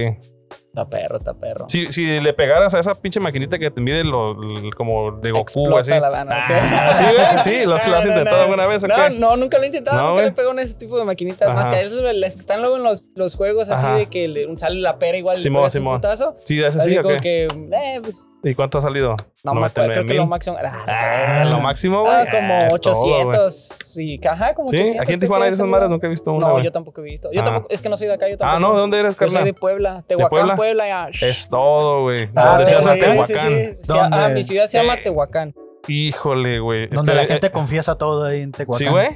[SPEAKER 1] Está perro, está perro.
[SPEAKER 3] Si, si le pegaras a esa pinche maquinita que te mide lo, l- como de Goku, güey, así.
[SPEAKER 1] Explota la mano, sí.
[SPEAKER 3] Ah, sí, güey,
[SPEAKER 1] *laughs*
[SPEAKER 3] sí, ¿lo has, lo
[SPEAKER 1] No,
[SPEAKER 3] has
[SPEAKER 1] no,
[SPEAKER 3] intentado
[SPEAKER 1] no.
[SPEAKER 3] alguna vez? o
[SPEAKER 1] No,
[SPEAKER 3] qué?
[SPEAKER 1] no, nunca lo he intentado,
[SPEAKER 3] No,
[SPEAKER 1] nunca
[SPEAKER 3] güey.
[SPEAKER 1] le pego en ese tipo de maquinitas más
[SPEAKER 3] Ajá.
[SPEAKER 1] que a esas las que están luego en los, los juegos así
[SPEAKER 3] Ajá.
[SPEAKER 1] de que le- sale la pera igual le
[SPEAKER 3] Simón,
[SPEAKER 1] pegas un
[SPEAKER 3] Simón.
[SPEAKER 1] putazo.
[SPEAKER 3] Sí, de ese
[SPEAKER 1] Así
[SPEAKER 3] sí, ¿o
[SPEAKER 1] como
[SPEAKER 3] qué?
[SPEAKER 1] que, eh, pues,
[SPEAKER 3] ¿Y cuánto ha salido?
[SPEAKER 1] no me acuerdo,
[SPEAKER 3] 99,000.
[SPEAKER 1] creo que lo máximo era
[SPEAKER 3] Ah, lo máximo, güey.
[SPEAKER 1] ah,
[SPEAKER 3] Ah,
[SPEAKER 1] como
[SPEAKER 3] es todo, güey.
[SPEAKER 1] 800 y ajá, como
[SPEAKER 3] Sí,
[SPEAKER 1] 800.
[SPEAKER 3] aquí en
[SPEAKER 1] creo
[SPEAKER 3] Tijuana
[SPEAKER 1] que
[SPEAKER 3] hay
[SPEAKER 1] es
[SPEAKER 3] esas
[SPEAKER 1] el-
[SPEAKER 3] madres, nunca he visto una.
[SPEAKER 1] No,
[SPEAKER 3] güey.
[SPEAKER 1] yo tampoco he visto. Yo
[SPEAKER 3] Ah.
[SPEAKER 1] tampoco, es que no soy de acá, yo tampoco.
[SPEAKER 3] Ah, no, ¿de dónde eres,
[SPEAKER 1] Yo soy
[SPEAKER 3] carnal?
[SPEAKER 1] de Puebla, Tehuacán,
[SPEAKER 3] Puebla?
[SPEAKER 1] Puebla? ya.
[SPEAKER 3] Es todo, güey.
[SPEAKER 2] Ah,
[SPEAKER 3] Donde seas
[SPEAKER 2] sí,
[SPEAKER 3] a
[SPEAKER 2] sí,
[SPEAKER 3] Tehuacán.
[SPEAKER 1] sí, sí. Se llama-
[SPEAKER 2] ¿Dónde?
[SPEAKER 1] ah, mi ciudad se llama
[SPEAKER 3] Eh,
[SPEAKER 1] Tehuacán.
[SPEAKER 3] Híjole, güey. Es
[SPEAKER 2] Donde
[SPEAKER 3] que-
[SPEAKER 2] la gente confiesa todo ahí en Tehuacán.
[SPEAKER 3] eh, ¿Sí, güey?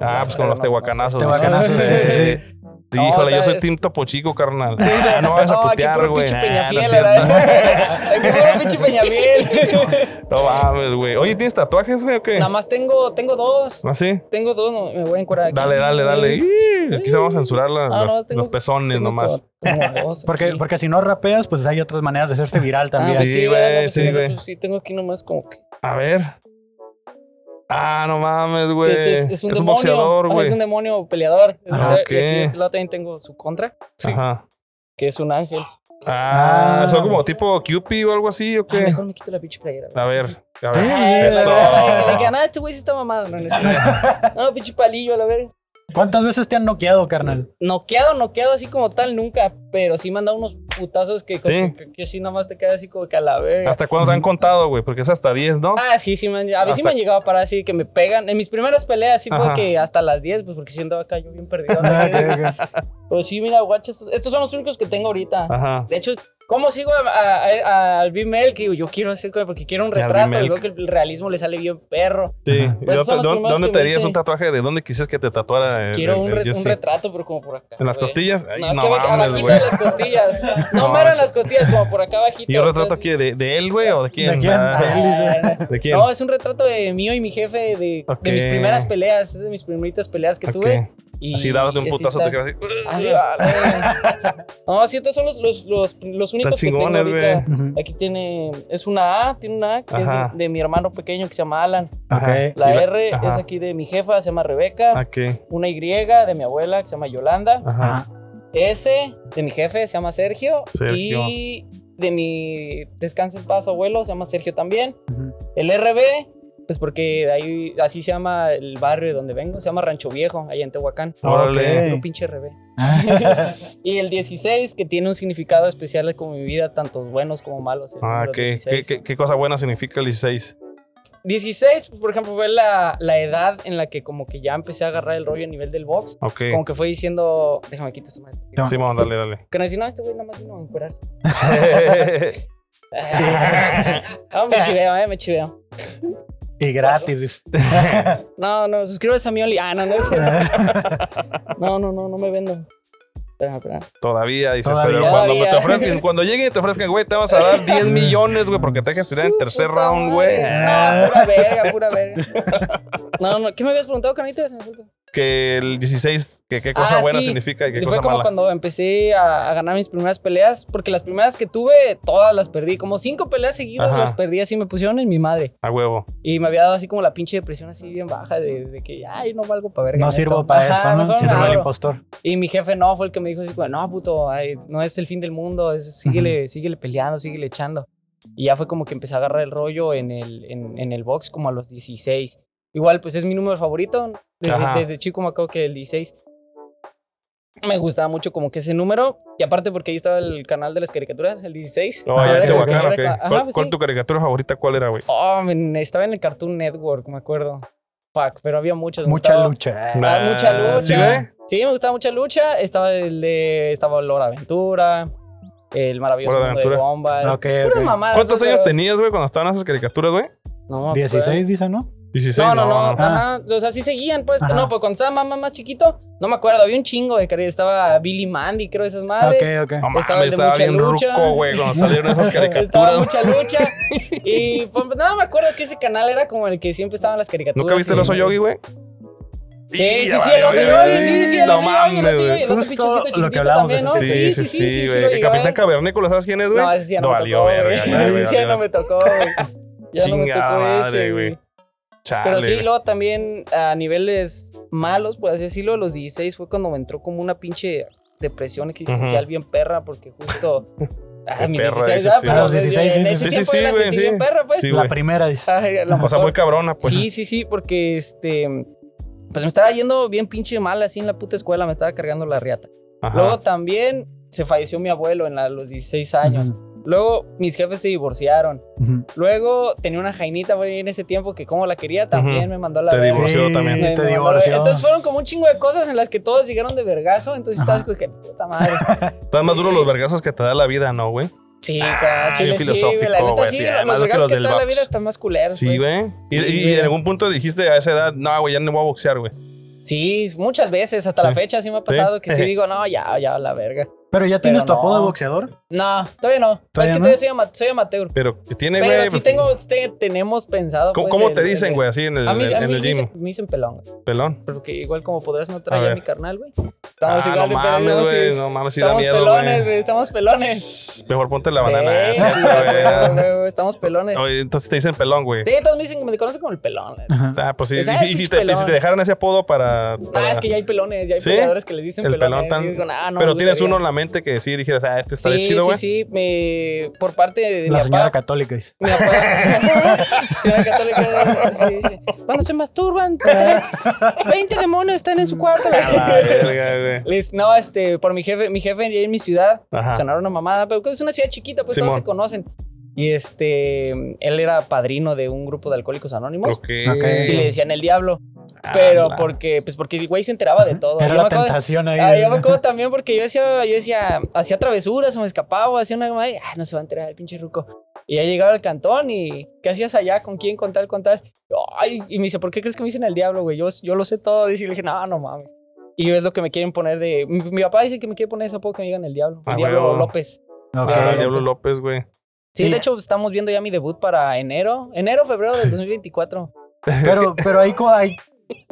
[SPEAKER 3] Ah, pues con
[SPEAKER 1] No,
[SPEAKER 3] los
[SPEAKER 1] no,
[SPEAKER 3] tehuacanazos.
[SPEAKER 2] no sé.
[SPEAKER 3] dicen.
[SPEAKER 2] Tehuacanazos, sí, sí,
[SPEAKER 3] Sí.
[SPEAKER 1] No, pues,
[SPEAKER 3] Híjole, yo
[SPEAKER 1] está-
[SPEAKER 3] soy Team Topo Chico,
[SPEAKER 1] *laughs*
[SPEAKER 3] carnal. Ah, no vas a
[SPEAKER 1] aquí
[SPEAKER 3] putear,
[SPEAKER 1] puro
[SPEAKER 3] güey.
[SPEAKER 1] pinche
[SPEAKER 3] Ah,
[SPEAKER 1] Peñafiel,
[SPEAKER 3] no es
[SPEAKER 1] la
[SPEAKER 3] cierto.
[SPEAKER 1] verdad. *laughs* Aquí puro pinche
[SPEAKER 3] *laughs*
[SPEAKER 1] Peñafiel.
[SPEAKER 3] No mames, güey. Oye, ¿tienes tatuajes, güey, o qué?
[SPEAKER 1] Nada más tengo, tengo dos.
[SPEAKER 3] ¿Ah, sí?
[SPEAKER 1] Tengo dos, no, me voy a encuadrar aquí.
[SPEAKER 3] Dale, dale, dale. Ih, Aquí se vamos a censurar la-
[SPEAKER 1] Ah,
[SPEAKER 3] los,
[SPEAKER 1] no, tengo-
[SPEAKER 3] los pezones
[SPEAKER 1] Tengo
[SPEAKER 3] nomás.
[SPEAKER 1] como
[SPEAKER 3] *laughs*
[SPEAKER 1] dos
[SPEAKER 2] Porque,
[SPEAKER 1] aquí.
[SPEAKER 2] porque si no rapeas, pues hay otras maneras de hacerse viral
[SPEAKER 1] Ah,
[SPEAKER 2] también.
[SPEAKER 3] Sí, güey,
[SPEAKER 1] ah, no, pues
[SPEAKER 3] sí,
[SPEAKER 1] mira,
[SPEAKER 3] güey.
[SPEAKER 1] pues Sí, tengo aquí nomás como que.
[SPEAKER 3] A ver. Ah, no mames, güey.
[SPEAKER 1] Este es, es un demonio.
[SPEAKER 3] boxeador,
[SPEAKER 1] ah,
[SPEAKER 3] güey.
[SPEAKER 1] es un demonio peleador.
[SPEAKER 2] Ah,
[SPEAKER 1] O sea,
[SPEAKER 3] ok.
[SPEAKER 1] Y aquí de este lado también tengo su contra,
[SPEAKER 3] Ajá.
[SPEAKER 1] que es un ángel.
[SPEAKER 3] Ah,
[SPEAKER 2] Ah.
[SPEAKER 3] son como tipo Cupid o algo así, ¿o
[SPEAKER 1] Ah,
[SPEAKER 3] qué?
[SPEAKER 1] mejor me quito la pinche playera.
[SPEAKER 3] A ver.
[SPEAKER 1] Sí.
[SPEAKER 3] A
[SPEAKER 2] Sí.
[SPEAKER 3] ver.
[SPEAKER 1] Ay,
[SPEAKER 3] Eso.
[SPEAKER 1] la verdad, que me digan, ah, este güey sí está mamado. No, no, es
[SPEAKER 3] *laughs*
[SPEAKER 1] cierto. no, pinche palillo, a la verga.
[SPEAKER 2] ¿Cuántas veces te han noqueado, carnal?
[SPEAKER 1] Noqueado, noqueado así como tal, nunca. Pero sí me han dado unos putazos que,
[SPEAKER 3] Sí.
[SPEAKER 1] sí. que, que, que sí nomás te quedas así como que a la verga.
[SPEAKER 3] ¿Hasta cuándo te han contado, güey? Porque es hasta 10, ¿no?
[SPEAKER 1] Ah, sí, sí, me han, a mí sí
[SPEAKER 3] Hasta-
[SPEAKER 1] me han llegado a parar así que me pegan. En mis primeras peleas sí
[SPEAKER 3] Ajá.
[SPEAKER 1] fue que hasta las 10, pues porque si andaba acá yo bien
[SPEAKER 3] *laughs*
[SPEAKER 1] perdido. Pero sí, mira, guacha, estos, estos son los únicos que tengo ahorita.
[SPEAKER 3] Ajá.
[SPEAKER 1] De hecho, ¿cómo sigo a- a- a- al B-Mail? Que digo, yo quiero hacer co- porque quiero un
[SPEAKER 3] Al
[SPEAKER 1] retrato y
[SPEAKER 3] B-Mail.
[SPEAKER 1] veo que el realismo le sale bien perro.
[SPEAKER 3] Sí. ¿Y
[SPEAKER 1] Pues son los
[SPEAKER 3] ¿Dónde, dónde-
[SPEAKER 1] primeros
[SPEAKER 3] dónde
[SPEAKER 1] que
[SPEAKER 3] te
[SPEAKER 1] me
[SPEAKER 3] harías
[SPEAKER 1] hice.
[SPEAKER 3] un tatuaje? ¿De dónde quisieras que te tatuara? el-
[SPEAKER 1] Quiero
[SPEAKER 3] el-
[SPEAKER 1] un,
[SPEAKER 3] el
[SPEAKER 1] re- un
[SPEAKER 3] Jesse?
[SPEAKER 1] retrato, pero como por acá.
[SPEAKER 3] eh, ¿En las
[SPEAKER 1] güey.
[SPEAKER 3] costillas? Ay,
[SPEAKER 1] No,
[SPEAKER 3] no
[SPEAKER 1] que abaj-
[SPEAKER 3] mames,
[SPEAKER 1] abajito
[SPEAKER 3] güey.
[SPEAKER 1] de las costillas.
[SPEAKER 3] No, *laughs*
[SPEAKER 1] No, mero en
[SPEAKER 3] eso-
[SPEAKER 1] las costillas, como por acá abajito. pues,
[SPEAKER 3] ¿Y un retrato
[SPEAKER 1] entonces-
[SPEAKER 3] aquí de, de él, güey? ¿O de quién?
[SPEAKER 2] ¿De quién?
[SPEAKER 3] Ah,
[SPEAKER 1] Ah,
[SPEAKER 3] ¿De quién?
[SPEAKER 1] No, es un retrato de mío y mi jefe de,
[SPEAKER 3] Ok.
[SPEAKER 1] de mis primeras peleas, es de mis primeritas peleas que
[SPEAKER 3] Ok.
[SPEAKER 1] tuve. Y
[SPEAKER 3] Así dándote un
[SPEAKER 1] así
[SPEAKER 3] putazo,
[SPEAKER 1] está.
[SPEAKER 3] te quedas "Ah, así.
[SPEAKER 1] Así,
[SPEAKER 7] Ah,
[SPEAKER 1] vale. *laughs* No, sí, estos son los, los, los, los únicos que tengo
[SPEAKER 3] chingones,
[SPEAKER 1] ahorita.
[SPEAKER 2] güey. Ujú.
[SPEAKER 1] Aquí tiene, es una A, tiene una A que
[SPEAKER 3] Ajá.
[SPEAKER 1] es de, de mi hermano pequeño que se llama Alan.
[SPEAKER 2] Ok.
[SPEAKER 1] La
[SPEAKER 3] Y la-
[SPEAKER 1] R
[SPEAKER 3] ajá. Ah.
[SPEAKER 1] es aquí de mi jefa, se llama Rebeca.
[SPEAKER 3] Ok.
[SPEAKER 1] Una Y de mi abuela que se llama Yolanda.
[SPEAKER 3] Ajá.
[SPEAKER 2] Ajá.
[SPEAKER 1] S de mi jefe se llama Sergio.
[SPEAKER 3] Sergio.
[SPEAKER 1] Y de mi descanso en paz abuelo se llama Sergio también.
[SPEAKER 2] Ujú.
[SPEAKER 1] El RB, pues porque de ahí así se llama el barrio de donde vengo, se llama Rancho Viejo, allá en Tehuacán.
[SPEAKER 3] Órale.
[SPEAKER 1] Puro pinche
[SPEAKER 3] *laughs*
[SPEAKER 1] RB. y el 16, que tiene un significado especial como mi vida, tantos buenos como malos. el
[SPEAKER 3] Ah,
[SPEAKER 1] número
[SPEAKER 3] ok.
[SPEAKER 1] 16.
[SPEAKER 3] ¿Qué, qué, qué cosa buena significa el 16?
[SPEAKER 1] 16, pues, por ejemplo, fue la, la edad en la que como que ya empecé a agarrar el rollo a nivel del box.
[SPEAKER 3] Ok.
[SPEAKER 1] Como que fue diciendo, déjame quitar esta madre.
[SPEAKER 2] No.
[SPEAKER 3] Simón,
[SPEAKER 1] *laughs*
[SPEAKER 3] dale, dale.
[SPEAKER 1] Que no decía, no, este güey nada más vino a encuerarse. *laughs* no, me chiveo, eh, me chiveo.
[SPEAKER 2] Y gratis.
[SPEAKER 1] No, no, suscríbete a mi Only. Ah, no, no es
[SPEAKER 2] *laughs*
[SPEAKER 1] cierto. No, no, no, no me vendo. Espera, espera.
[SPEAKER 3] Todavía dices,
[SPEAKER 2] Todavía.
[SPEAKER 3] pero cuando, me te
[SPEAKER 1] Todavía. *laughs*
[SPEAKER 3] ofrezcan, cuando lleguen y te ofrezcan, güey, te vamos a dar 10 millones, güey, porque te dejas tirar en el tercer
[SPEAKER 1] Puta madre.
[SPEAKER 3] round, güey.
[SPEAKER 1] No, pura verga, pura verga.
[SPEAKER 3] *laughs*
[SPEAKER 1] No, no, ¿qué me habías preguntado, Canito? Se me fue el pedo.
[SPEAKER 3] Que el 16, que qué cosa
[SPEAKER 1] Ah,
[SPEAKER 3] buena
[SPEAKER 1] sí.
[SPEAKER 3] significa y qué
[SPEAKER 1] Y fue
[SPEAKER 3] cosa
[SPEAKER 1] como
[SPEAKER 3] mala.
[SPEAKER 1] cuando empecé a, a ganar mis primeras peleas, porque las primeras que tuve, todas las perdí. Como cinco peleas seguidas
[SPEAKER 3] Ajá.
[SPEAKER 1] las perdí así, me pusieron en mi madre.
[SPEAKER 3] A huevo.
[SPEAKER 1] Y me había dado así como la pinche depresión así bien baja, de, de que, ay, no valgo para verga.
[SPEAKER 2] No
[SPEAKER 1] en
[SPEAKER 2] sirvo para
[SPEAKER 1] Ajá,
[SPEAKER 2] esto, ¿no?
[SPEAKER 1] mejor
[SPEAKER 2] Síndrome
[SPEAKER 1] me
[SPEAKER 2] del
[SPEAKER 1] abro.
[SPEAKER 2] impostor.
[SPEAKER 1] Y mi jefe no, fue el que me dijo así, como, no, puto, ay, no es el fin del mundo, es- síguele, síguele peleando, síguele echando. Y ya fue como que empecé a agarrar el rollo en el, en, en el box como a los 16. Igual, pues es mi número favorito. Desde,
[SPEAKER 3] Ajá.
[SPEAKER 1] desde chico me acuerdo que el 16. Me gustaba mucho como que ese número. Y aparte porque ahí estaba el canal de las caricaturas, el 16.
[SPEAKER 3] No,
[SPEAKER 1] Ah,
[SPEAKER 3] Oh, ya
[SPEAKER 1] era
[SPEAKER 3] te
[SPEAKER 1] como
[SPEAKER 3] voy a
[SPEAKER 1] que
[SPEAKER 3] aclarar,
[SPEAKER 1] era
[SPEAKER 3] ok.
[SPEAKER 1] ca-
[SPEAKER 3] ¿Cuál,
[SPEAKER 1] ajá, pues
[SPEAKER 3] cuál
[SPEAKER 1] sí.
[SPEAKER 3] tu caricatura favorita cuál era, güey?
[SPEAKER 1] Oh, men, estaba en el Cartoon Network, me acuerdo. Fuck, pero había muchos. me
[SPEAKER 2] Mucha
[SPEAKER 1] gustaba.
[SPEAKER 2] lucha.
[SPEAKER 1] Ah, mucha
[SPEAKER 3] ¿Sí,
[SPEAKER 1] lucha.
[SPEAKER 3] güey?
[SPEAKER 1] Sí, me gustaba mucha lucha. Estaba el de. Estaba Lora Aventura. El maravilloso
[SPEAKER 3] Lord
[SPEAKER 1] mundo de
[SPEAKER 3] Aventura. Ah,
[SPEAKER 1] Bomba.
[SPEAKER 2] Ok,
[SPEAKER 1] Puras
[SPEAKER 2] ok.
[SPEAKER 1] mamadas,
[SPEAKER 3] ¿Cuántos
[SPEAKER 1] Ah, ¿no?
[SPEAKER 3] años
[SPEAKER 1] Pero-
[SPEAKER 3] tenías, güey, cuando estaban esas caricaturas, güey?
[SPEAKER 1] No, pues,
[SPEAKER 2] 16, dicen, ¿no?
[SPEAKER 3] 16.
[SPEAKER 1] No, no, no.
[SPEAKER 2] Ah.
[SPEAKER 1] Ajá. O sea, sí seguían, pues.
[SPEAKER 2] Ajá.
[SPEAKER 1] No, pues cuando estaba más, más, más chiquito, no me acuerdo. Había un chingo de cari- Estaba Billy Mandy, creo, esas madres.
[SPEAKER 2] Ok, ok.
[SPEAKER 3] No mames,
[SPEAKER 1] Estaba el de
[SPEAKER 3] estaba
[SPEAKER 1] mucha
[SPEAKER 3] bien
[SPEAKER 1] lucha.
[SPEAKER 3] ruco, güey, cuando salieron
[SPEAKER 1] *laughs*
[SPEAKER 3] esas
[SPEAKER 1] Estaba
[SPEAKER 3] caricaturas.
[SPEAKER 1] mucha
[SPEAKER 3] *laughs*
[SPEAKER 1] lucha. y pues, no, me acuerdo que ese canal era como el que siempre estaban las caricaturas.
[SPEAKER 3] ¿Nunca viste
[SPEAKER 1] y-
[SPEAKER 3] el oso yogi, güey?
[SPEAKER 1] Sí, sí,
[SPEAKER 3] ya
[SPEAKER 1] sí,
[SPEAKER 3] vale,
[SPEAKER 1] el oso
[SPEAKER 3] güey.
[SPEAKER 1] yogi. Sí, sí, sí, el
[SPEAKER 3] No
[SPEAKER 1] oso yogi. El
[SPEAKER 3] mames,
[SPEAKER 1] oso yogi.
[SPEAKER 3] güey.
[SPEAKER 1] El otro
[SPEAKER 2] Justo
[SPEAKER 1] pinchecito
[SPEAKER 2] lo que
[SPEAKER 1] chiquitito
[SPEAKER 2] hablábamos
[SPEAKER 1] también, ¿no?
[SPEAKER 2] hace-
[SPEAKER 3] Sí, sí, sí,
[SPEAKER 1] lo
[SPEAKER 3] güey. Que
[SPEAKER 1] llegué a
[SPEAKER 3] Capitán
[SPEAKER 1] ver.
[SPEAKER 3] Cavernícola, ¿sabes quién es, güey?
[SPEAKER 1] No, ese sí ya no me
[SPEAKER 3] Valió
[SPEAKER 1] tocó, güey. *laughs*
[SPEAKER 3] verga, ya, güey,
[SPEAKER 1] Ese sí ya
[SPEAKER 3] valió
[SPEAKER 1] no me tocó, güey. Ya no me
[SPEAKER 3] Chingada
[SPEAKER 1] tocó
[SPEAKER 3] madre,
[SPEAKER 1] ese,
[SPEAKER 3] güey.
[SPEAKER 1] güey.
[SPEAKER 3] Chale,
[SPEAKER 1] Pero sí,
[SPEAKER 3] güey.
[SPEAKER 1] luego también a niveles malos, por así decirlo, a los 16 fue cuando me entró como una pinche depresión existencial bien perra, porque
[SPEAKER 3] *laughs*
[SPEAKER 1] justo. Ah,
[SPEAKER 3] Qué
[SPEAKER 1] mis
[SPEAKER 3] perra
[SPEAKER 1] 16,
[SPEAKER 3] dices,
[SPEAKER 1] ah,
[SPEAKER 3] sí.
[SPEAKER 1] pero
[SPEAKER 2] A los
[SPEAKER 1] en-
[SPEAKER 2] 16,
[SPEAKER 1] en
[SPEAKER 2] sí,
[SPEAKER 1] ese
[SPEAKER 3] sí, sí,
[SPEAKER 1] tiempo
[SPEAKER 3] sí,
[SPEAKER 1] yo la
[SPEAKER 3] güey,
[SPEAKER 1] sentí
[SPEAKER 3] sí.
[SPEAKER 1] bien perra, pues.
[SPEAKER 3] Sí,
[SPEAKER 2] la
[SPEAKER 3] güey.
[SPEAKER 2] primera, dice.
[SPEAKER 1] Ay, a lo
[SPEAKER 3] O sea, muy
[SPEAKER 1] mejor-
[SPEAKER 3] cabrona, pues.
[SPEAKER 1] Sí, sí, sí, porque este. Pues me estaba yendo bien pinche mal así en la puta escuela, me estaba cargando la riata.
[SPEAKER 3] Ajá.
[SPEAKER 1] Luego también se falleció mi abuelo en la- los 16 años. Luego mis jefes se divorciaron.
[SPEAKER 2] Ujú.
[SPEAKER 1] Luego tenía una jainita güey, en ese tiempo que como la quería también
[SPEAKER 3] Ujú.
[SPEAKER 1] me mandó a la
[SPEAKER 3] Te
[SPEAKER 1] verga.
[SPEAKER 3] divorció. Divorció también.
[SPEAKER 2] Sí,
[SPEAKER 1] Me
[SPEAKER 2] te
[SPEAKER 1] mandó a la
[SPEAKER 2] divorció.
[SPEAKER 1] verga. Entonces fueron como un chingo de cosas en las que todos llegaron de vergazo. Entonces
[SPEAKER 2] Ajá.
[SPEAKER 1] estabas como que puta
[SPEAKER 3] *laughs*
[SPEAKER 1] madre.
[SPEAKER 3] Están más duros los vergazos que te da la vida, ¿no, güey?
[SPEAKER 1] Sí, cada chile
[SPEAKER 3] bien
[SPEAKER 1] sí, güey.
[SPEAKER 3] Ah, filosófico,
[SPEAKER 1] La neta
[SPEAKER 3] güey,
[SPEAKER 1] sí,
[SPEAKER 3] sí,
[SPEAKER 1] los
[SPEAKER 3] además de que
[SPEAKER 1] vergazos
[SPEAKER 3] los
[SPEAKER 1] que
[SPEAKER 3] del
[SPEAKER 1] te da la vida
[SPEAKER 3] box.
[SPEAKER 1] están más culeros.
[SPEAKER 3] Sí,
[SPEAKER 1] pues.
[SPEAKER 3] güey. Y,
[SPEAKER 1] Sí,
[SPEAKER 3] y
[SPEAKER 1] güey.
[SPEAKER 3] en algún punto dijiste a esa edad, no, güey, ya no voy a boxear, güey.
[SPEAKER 1] Sí, muchas veces, hasta la
[SPEAKER 3] Sí.
[SPEAKER 1] fecha sí me ha pasado que sí
[SPEAKER 3] Jeje.
[SPEAKER 1] digo, no, ya, ya, la verga.
[SPEAKER 2] Pero ya tienes
[SPEAKER 1] Pero
[SPEAKER 2] tu apodo de
[SPEAKER 1] no.
[SPEAKER 2] boxeador.
[SPEAKER 1] No, todavía no. es que
[SPEAKER 2] ¿Todavía no?
[SPEAKER 1] todavía soy, ama- soy amateur.
[SPEAKER 3] Pero que tiene,
[SPEAKER 1] Pero
[SPEAKER 3] güey.
[SPEAKER 1] sí
[SPEAKER 3] pues,
[SPEAKER 1] tengo, te- tenemos pensado.
[SPEAKER 3] ¿Cómo,
[SPEAKER 1] pues,
[SPEAKER 3] cómo
[SPEAKER 1] el-
[SPEAKER 3] te
[SPEAKER 1] el-
[SPEAKER 3] dicen, güey, así en el,
[SPEAKER 1] A mí,
[SPEAKER 3] en
[SPEAKER 1] a mí
[SPEAKER 3] el
[SPEAKER 1] me,
[SPEAKER 3] gym?
[SPEAKER 1] dicen, me dicen pelón, güey,
[SPEAKER 3] Pelón.
[SPEAKER 1] porque igual como podrás no
[SPEAKER 3] A
[SPEAKER 1] traer a
[SPEAKER 3] ver.
[SPEAKER 1] mi carnal, güey.
[SPEAKER 3] Ah,
[SPEAKER 1] Estamos
[SPEAKER 3] no
[SPEAKER 1] igual de
[SPEAKER 3] mames,
[SPEAKER 1] pelones,
[SPEAKER 3] güey.
[SPEAKER 1] sí,
[SPEAKER 3] No mames, sí da
[SPEAKER 1] Estamos
[SPEAKER 3] miedo,
[SPEAKER 1] pelones,
[SPEAKER 3] güey.
[SPEAKER 1] güey, estamos pelones.
[SPEAKER 3] Mejor ponte la
[SPEAKER 1] Sí,
[SPEAKER 3] banana.
[SPEAKER 1] sí,
[SPEAKER 3] ¿cierto,
[SPEAKER 1] güey, güey,
[SPEAKER 3] güey?
[SPEAKER 1] güey, Estamos pelones.
[SPEAKER 3] Oye, entonces te dicen pelón, güey.
[SPEAKER 1] Sí, todos me dicen que me conocen como el
[SPEAKER 3] *laughs*
[SPEAKER 1] pelón. güey.
[SPEAKER 2] Ajá.
[SPEAKER 3] Ah, pues sí.
[SPEAKER 1] Esa
[SPEAKER 3] y
[SPEAKER 1] es
[SPEAKER 3] si- Y, si
[SPEAKER 1] pinche
[SPEAKER 3] te, y si
[SPEAKER 1] pelón.
[SPEAKER 3] te dejaran ese apodo para. para-
[SPEAKER 1] Ah, es que ya hay pelones, ya hay
[SPEAKER 3] ¿Sí?
[SPEAKER 1] peleadores que les dicen
[SPEAKER 3] El
[SPEAKER 1] pelones.
[SPEAKER 3] pelón tan-
[SPEAKER 1] y yo digo, "Nah, no
[SPEAKER 3] pero
[SPEAKER 1] me
[SPEAKER 3] tienes
[SPEAKER 1] gustaría".
[SPEAKER 3] uno en la mente que sí dijeras, ah, este está
[SPEAKER 1] Sí,
[SPEAKER 3] chido, güey.
[SPEAKER 1] sí, sí, me... por parte de mi
[SPEAKER 2] La señora
[SPEAKER 1] papá,
[SPEAKER 2] católica dice.
[SPEAKER 1] mi
[SPEAKER 3] *laughs*
[SPEAKER 1] papá, señora católica, sí, sí. cuando se masturban, 20 demonios están en su cuarto.
[SPEAKER 3] A la verga, güey.
[SPEAKER 1] Les- no, este, por mi jefe, mi jefe en mi ciudad,
[SPEAKER 3] Ajá.
[SPEAKER 1] sonar una mamada, pero es una ciudad chiquita, pues todos
[SPEAKER 3] Simón.
[SPEAKER 1] se conocen. Y este, él era padrino de un grupo de alcohólicos anónimos
[SPEAKER 3] Ok.
[SPEAKER 2] Ok.
[SPEAKER 1] y le decían el diablo,
[SPEAKER 3] Ah,
[SPEAKER 1] pero
[SPEAKER 3] la-
[SPEAKER 1] porque, pues porque el güey se enteraba de todo.
[SPEAKER 2] Era
[SPEAKER 1] Yo
[SPEAKER 2] la
[SPEAKER 1] me acuerdo-
[SPEAKER 2] tentación ahí.
[SPEAKER 1] Ah, yo me acuerdo también porque yo decía, yo decía, hacía travesuras o me escapaba, hacía una ay, no se va a enterar el pinche ruco. Y ya llegaba al cantón y ¿qué hacías allá? ¿Con quién? ¿Con tal? ¿Con tal? Ay, y me dice, ¿por qué crees que me dicen el diablo, güey? Yo, yo lo sé todo. Dice, Y le dije, no, no mames. Y es lo que me quieren poner de. Mi, mi papá dice que me quiere poner ese apodo que me digan el diablo. El
[SPEAKER 3] Ah,
[SPEAKER 1] diablo
[SPEAKER 3] huevo.
[SPEAKER 1] López.
[SPEAKER 2] Ok.
[SPEAKER 3] Ah,
[SPEAKER 1] Ok.
[SPEAKER 3] el Diablo López,
[SPEAKER 1] *laughs*
[SPEAKER 3] güey.
[SPEAKER 1] Sí,
[SPEAKER 2] Y-
[SPEAKER 1] de hecho, estamos viendo ya mi debut para enero. Enero, febrero
[SPEAKER 3] *laughs*
[SPEAKER 1] del 2024.
[SPEAKER 2] Pero, pero ahí, co- ahí,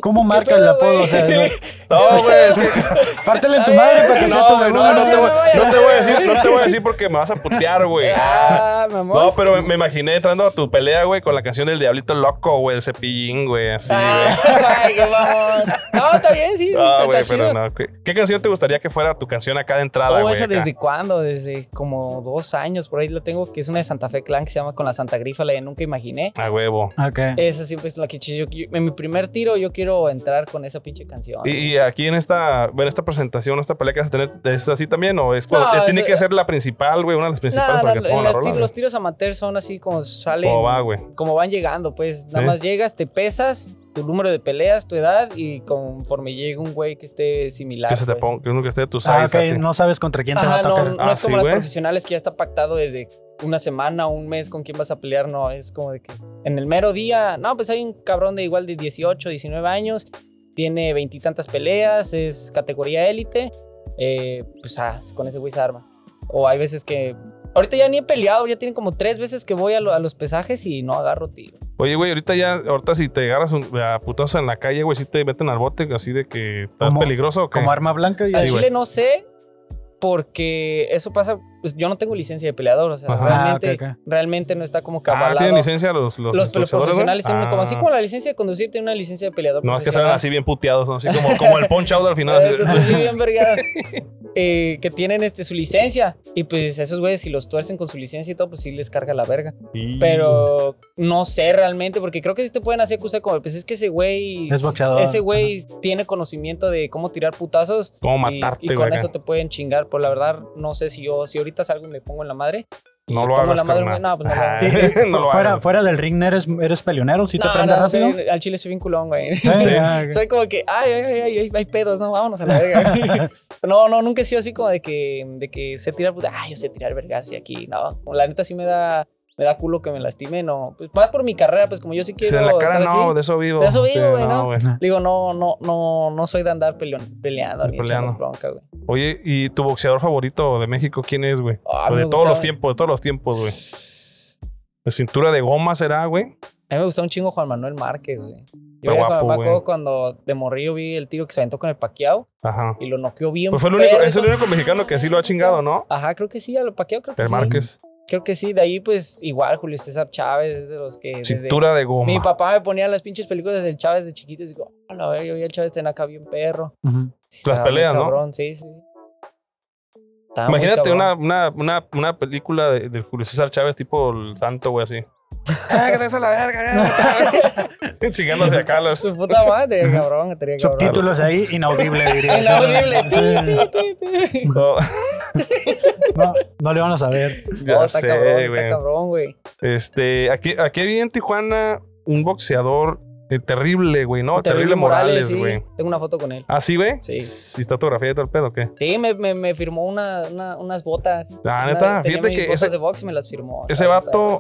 [SPEAKER 2] ¿cómo marca
[SPEAKER 1] pedo,
[SPEAKER 2] el apodo?
[SPEAKER 1] güey?
[SPEAKER 2] O sea, no-
[SPEAKER 3] No, güey,
[SPEAKER 1] *laughs*
[SPEAKER 3] es que
[SPEAKER 2] pártele en su madre para que sea tu
[SPEAKER 3] no, güey, no,
[SPEAKER 2] debut.
[SPEAKER 3] no,
[SPEAKER 1] ya
[SPEAKER 3] te
[SPEAKER 1] me voy a
[SPEAKER 3] voy, no
[SPEAKER 1] la
[SPEAKER 3] te voy a
[SPEAKER 1] verga.
[SPEAKER 3] decir, no te voy a decir porque me vas a
[SPEAKER 1] *laughs*
[SPEAKER 3] putear, güey.
[SPEAKER 1] Ah, mi amor.
[SPEAKER 3] No, pero me, me imaginé entrando a tu pelea, güey, con la canción del Diablito Loco, güey, el cepillín, güey, así, güey.
[SPEAKER 1] *laughs* Ay, qué mamón. No, está bien, Ah,
[SPEAKER 3] *laughs*
[SPEAKER 1] sí. sí,
[SPEAKER 3] Ah,
[SPEAKER 1] está
[SPEAKER 3] güey,
[SPEAKER 1] chido.
[SPEAKER 3] pero no. ¿Qué, qué canción te gustaría que fuera tu canción acá de entrada,
[SPEAKER 1] Oh,
[SPEAKER 3] güey?
[SPEAKER 1] esa
[SPEAKER 3] acá?
[SPEAKER 1] desde cuándo? Desde como dos años, por ahí la tengo, que es una de Santa Fe Clan que se llama Con la Santa Grifa, la de Nunca Imaginé.
[SPEAKER 3] A huevo.
[SPEAKER 2] Ok.
[SPEAKER 1] Esa siempre es la que yo, yo- en mi primer tiro yo quiero entrar con esa pinche canción.
[SPEAKER 3] Y, y aquí en esta, en esta presentación, esta pelea que vas a tener, ¿es así también? ¿O es cuando-
[SPEAKER 1] No,
[SPEAKER 3] eh, tiene
[SPEAKER 1] es-
[SPEAKER 3] que ser la principal, güey? Una de las principales
[SPEAKER 1] Nada,
[SPEAKER 3] para que pongan la
[SPEAKER 1] las ti-
[SPEAKER 3] rola. güey?
[SPEAKER 1] los tiros amateur son así como salen,
[SPEAKER 3] ¿Cómo va, güey?
[SPEAKER 1] como van llegando, pues nada
[SPEAKER 3] Sí.
[SPEAKER 1] más llegas, te pesas, tu número de peleas, tu edad y conforme llega un güey que esté similar.
[SPEAKER 3] Que se te
[SPEAKER 1] pues.
[SPEAKER 3] ponga, que uno que esté de tus
[SPEAKER 2] Ah,
[SPEAKER 3] size,
[SPEAKER 2] ok.
[SPEAKER 3] así.
[SPEAKER 2] No sabes contra quién te va
[SPEAKER 1] Ajá,
[SPEAKER 2] a
[SPEAKER 1] no,
[SPEAKER 2] tocar.
[SPEAKER 1] no
[SPEAKER 3] Ah,
[SPEAKER 1] es como
[SPEAKER 3] sí,
[SPEAKER 1] las
[SPEAKER 3] güey.
[SPEAKER 1] profesionales que ya está pactado desde una semana, un mes con quién vas a pelear, no, es como de que en el mero día, no, pues hay un cabrón de igual de 18, 19 años, tiene veintitantas peleas, es categoría élite, eh, pues ah, con ese güey se arma. O hay veces que... Ahorita ya ni he peleado, ya tienen como tres veces que voy a, lo- a los pesajes y no agarro tiro.
[SPEAKER 3] Oye, güey, ahorita ya, ahorita si te agarras un, a putazo en la calle, güey, si te meten al bote así de que estás
[SPEAKER 2] Como-
[SPEAKER 3] peligroso o qué? Ah,
[SPEAKER 2] Como arma blanca. Y
[SPEAKER 1] Al
[SPEAKER 3] Sí,
[SPEAKER 1] Chile
[SPEAKER 3] güey.
[SPEAKER 1] no sé porque eso pasa, pues yo no tengo licencia de peleador, o sea,
[SPEAKER 3] Ajá.
[SPEAKER 1] realmente,
[SPEAKER 2] Ah, ok,
[SPEAKER 1] realmente no está como que
[SPEAKER 3] Ah, ¿tienen
[SPEAKER 1] avalado.
[SPEAKER 3] licencia los, los,
[SPEAKER 1] Los, pero
[SPEAKER 3] boxeadores,
[SPEAKER 1] profesionales
[SPEAKER 3] güey?
[SPEAKER 1] tienen como así
[SPEAKER 3] Ah.
[SPEAKER 1] como la licencia de conducir, tienen una licencia de peleador.
[SPEAKER 3] No, es que salen
[SPEAKER 1] profesional.
[SPEAKER 3] así bien puteados, ¿no? así como, como el punch out al final.
[SPEAKER 1] Estos son así bien
[SPEAKER 3] *laughs*
[SPEAKER 1] vergados. Eh, que tienen este, su licencia. Y pues esos güeyes, si los tuercen con su licencia y todo, pues sí les carga la verga.
[SPEAKER 3] Y-
[SPEAKER 1] Pero no sé realmente, porque creo que sí te pueden así acusar como, pues es que ese güey.
[SPEAKER 2] Es boxeador.
[SPEAKER 1] Ese güey tiene conocimiento de cómo tirar putazos.
[SPEAKER 3] Cómo
[SPEAKER 1] y-
[SPEAKER 3] matarte,
[SPEAKER 1] y, con
[SPEAKER 3] güey, acá.
[SPEAKER 1] Pues, eso te pueden chingar. Por la verdad, no sé si yo, si ahorita salgo y me pongo en la madre, Y
[SPEAKER 3] No
[SPEAKER 1] me
[SPEAKER 3] lo
[SPEAKER 1] tomo
[SPEAKER 3] hagas,
[SPEAKER 1] la madre,
[SPEAKER 3] carnal.
[SPEAKER 1] güey, no, pues no lo hagas.
[SPEAKER 3] Sí,
[SPEAKER 2] Eh,
[SPEAKER 3] *laughs* no lo
[SPEAKER 2] fuera,
[SPEAKER 3] hagas.
[SPEAKER 2] fuera del ring, ¿eres, eres peleonero? ¿Sí te
[SPEAKER 1] No,
[SPEAKER 2] aprendes
[SPEAKER 1] no, soy-
[SPEAKER 2] rápido?
[SPEAKER 1] al chile soy bien culón, güey.
[SPEAKER 2] *laughs* Sí,
[SPEAKER 1] Soy-
[SPEAKER 2] ah,
[SPEAKER 1] Soy como que, ay, ay, ay, ay, ay, hay pedos, no, vámonos a la
[SPEAKER 3] *laughs*
[SPEAKER 1] verga. no, no, nunca he sido así como de que, de que sé tirar, puta, ay, yo sé tirar vergas y aquí, no. Como La neta sí me da, me da culo que me lastime, no. Pues más por mi carrera, pues como yo sí
[SPEAKER 3] Si
[SPEAKER 1] quiero.
[SPEAKER 3] de la cara
[SPEAKER 1] estar así,
[SPEAKER 3] no, de eso vivo.
[SPEAKER 1] De eso vivo, güey, ¿no?
[SPEAKER 3] güey.
[SPEAKER 1] Le Digo, no, no, no, no soy de andar peleon- peleando ni
[SPEAKER 3] Peleando.
[SPEAKER 1] echando bronca, güey.
[SPEAKER 3] Oye, ¿y tu boxeador favorito de México quién es, güey?
[SPEAKER 1] Ah,
[SPEAKER 3] O
[SPEAKER 1] me
[SPEAKER 3] de todos
[SPEAKER 1] gustaba-
[SPEAKER 3] los tiempos, de todos los tiempos, güey. ¿De cintura de goma será, güey?
[SPEAKER 1] A mí me gustaba un chingo Juan Manuel Márquez, güey. Yo
[SPEAKER 3] Está
[SPEAKER 1] veía
[SPEAKER 3] guapo,
[SPEAKER 1] cuando, me acuerdo
[SPEAKER 3] güey.
[SPEAKER 1] cuando de morrillo vi el tiro que se aventó con el paqueado
[SPEAKER 3] Ajá.
[SPEAKER 1] y lo noqueó bien.
[SPEAKER 3] Pues fue el único,
[SPEAKER 1] perro,
[SPEAKER 3] es el
[SPEAKER 1] entonces-
[SPEAKER 3] único mexicano que sí lo ha chingado, ¿no?
[SPEAKER 1] Ajá, creo que sí, al paqueado creo que
[SPEAKER 3] El
[SPEAKER 1] sí.
[SPEAKER 3] Márquez.
[SPEAKER 1] Creo que sí, de ahí pues igual Julio César Chávez es de los que... desde-
[SPEAKER 3] Cintura de
[SPEAKER 1] mi
[SPEAKER 3] goma.
[SPEAKER 1] papá me ponía las pinches películas del Chávez de chiquito y digo, "A la verga, yo vi al Chávez tenía acá bien perro. *laughs*
[SPEAKER 2] Ujú.
[SPEAKER 1] Sí,
[SPEAKER 3] Las
[SPEAKER 1] estaba muy
[SPEAKER 3] peleas, ¿no?
[SPEAKER 1] cabrón, Sí, sí. Estaba muy
[SPEAKER 3] Imagínate
[SPEAKER 1] cabrón.
[SPEAKER 3] una, una, una, una película de, de Julio César Chávez tipo el santo, güey, así. *laughs* ¡Ah, que te des a la verga! eh! *laughs* Chingándose acá las...
[SPEAKER 1] Su puta madre,
[SPEAKER 3] *laughs*
[SPEAKER 1] cabrón, estaría cabrón.
[SPEAKER 2] Subtítulos ahí,
[SPEAKER 1] *laughs*
[SPEAKER 2] inaudible, diría.
[SPEAKER 1] Inaudible.
[SPEAKER 2] Sí.
[SPEAKER 3] *laughs* No,
[SPEAKER 2] No, no le van a saber.
[SPEAKER 3] ya
[SPEAKER 1] No, está cabrón,
[SPEAKER 3] sé,
[SPEAKER 1] está
[SPEAKER 3] güey.
[SPEAKER 1] cabrón, güey.
[SPEAKER 3] Este, aquí, aquí había en Tijuana un boxeador eh, terrible, güey, ¿no? Terrible, Morales,
[SPEAKER 1] sí.
[SPEAKER 3] güey.
[SPEAKER 1] Tengo una foto con él.
[SPEAKER 3] ¿Ah, sí, güey?
[SPEAKER 1] Sí.
[SPEAKER 3] ¿Y está autografía y todo el pedo o qué?
[SPEAKER 1] Sí, me, me, me firmó una, una- unas botas.
[SPEAKER 3] Ah,
[SPEAKER 1] Una-
[SPEAKER 3] neta,
[SPEAKER 1] tenía
[SPEAKER 3] fíjate
[SPEAKER 1] mis
[SPEAKER 3] que
[SPEAKER 1] botas
[SPEAKER 3] ese-
[SPEAKER 1] de box y me las firmó.
[SPEAKER 3] ese
[SPEAKER 1] Está bien,
[SPEAKER 3] vato-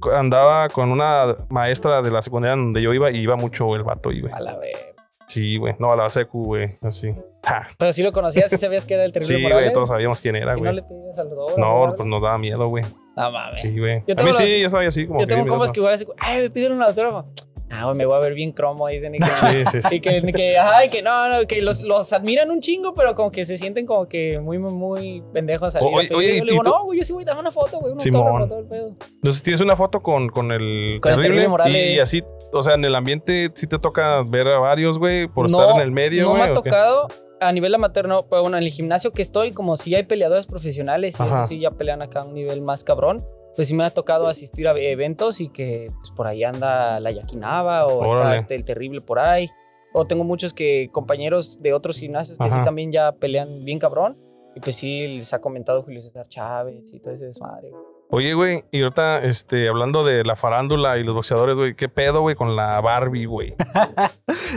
[SPEAKER 1] perro,
[SPEAKER 3] andaba con una maestra de la secundaria donde yo iba y iba mucho el vato ahí, güey.
[SPEAKER 1] güey. A la verga.
[SPEAKER 3] Sí, güey. No, a la secu, güey. Así. *laughs* Ja.
[SPEAKER 1] Pero si lo conocías, si sabías que era
[SPEAKER 3] *laughs*
[SPEAKER 1] el terrible
[SPEAKER 3] Sí,
[SPEAKER 1] Morales.
[SPEAKER 3] güey. Todos sabíamos quién era,
[SPEAKER 1] ¿Y no
[SPEAKER 3] güey.
[SPEAKER 1] le pedías al doble?
[SPEAKER 3] No, pues nos daba miedo, güey.
[SPEAKER 1] No mames.
[SPEAKER 3] Sí, güey.
[SPEAKER 1] Yo
[SPEAKER 3] A
[SPEAKER 1] tengo
[SPEAKER 3] mí
[SPEAKER 1] los-
[SPEAKER 3] sí, yo sabía así como
[SPEAKER 1] Yo tengo
[SPEAKER 3] bien
[SPEAKER 1] compas que
[SPEAKER 3] miedoso.
[SPEAKER 1] igual así, ay, me pidieron un autógrafo. Ah, güey, me voy a ver bien cromo, dicen. Y que,
[SPEAKER 3] Sí, sí, sí.
[SPEAKER 1] y que, y que, ajá, y que no, no, que los, los admiran un chingo, pero como que se sienten como que muy, muy, muy pendejos al
[SPEAKER 3] O- oye,
[SPEAKER 1] ir a pedir.
[SPEAKER 3] oye,
[SPEAKER 1] yo
[SPEAKER 3] ¿y
[SPEAKER 1] le digo,
[SPEAKER 3] tú?
[SPEAKER 1] no, güey, yo sí voy a dar una foto, güey, un
[SPEAKER 3] Simón.
[SPEAKER 1] autógrafo, todo el pedo.
[SPEAKER 3] Entonces tienes una foto con, con el
[SPEAKER 1] Con el Terrible
[SPEAKER 3] terrible.
[SPEAKER 1] Morales.
[SPEAKER 3] y así, o sea, en el ambiente sí te toca ver a varios, güey, por
[SPEAKER 1] No,
[SPEAKER 3] estar en el medio,
[SPEAKER 1] no
[SPEAKER 3] güey.
[SPEAKER 1] me ha
[SPEAKER 3] ¿o qué?
[SPEAKER 1] tocado a nivel amateur, no, pero bueno, en el gimnasio que estoy, como si hay peleadores profesionales, y
[SPEAKER 3] Ajá.
[SPEAKER 1] eso sí ya pelean acá a un nivel más cabrón. Pues sí me ha tocado asistir a eventos y que pues, por ahí anda la Yaquinaba o está
[SPEAKER 3] Órale.
[SPEAKER 1] este, el Terrible por ahí. O tengo muchos que compañeros de otros gimnasios que sí
[SPEAKER 3] Ajá.
[SPEAKER 1] también ya pelean bien cabrón. Y pues sí les ha comentado Julio César Chávez y todo ese desmadre.
[SPEAKER 3] Oye, güey, y ahorita, este, hablando de la farándula y los boxeadores, güey, ¿qué pedo, güey, con la Barbie, güey?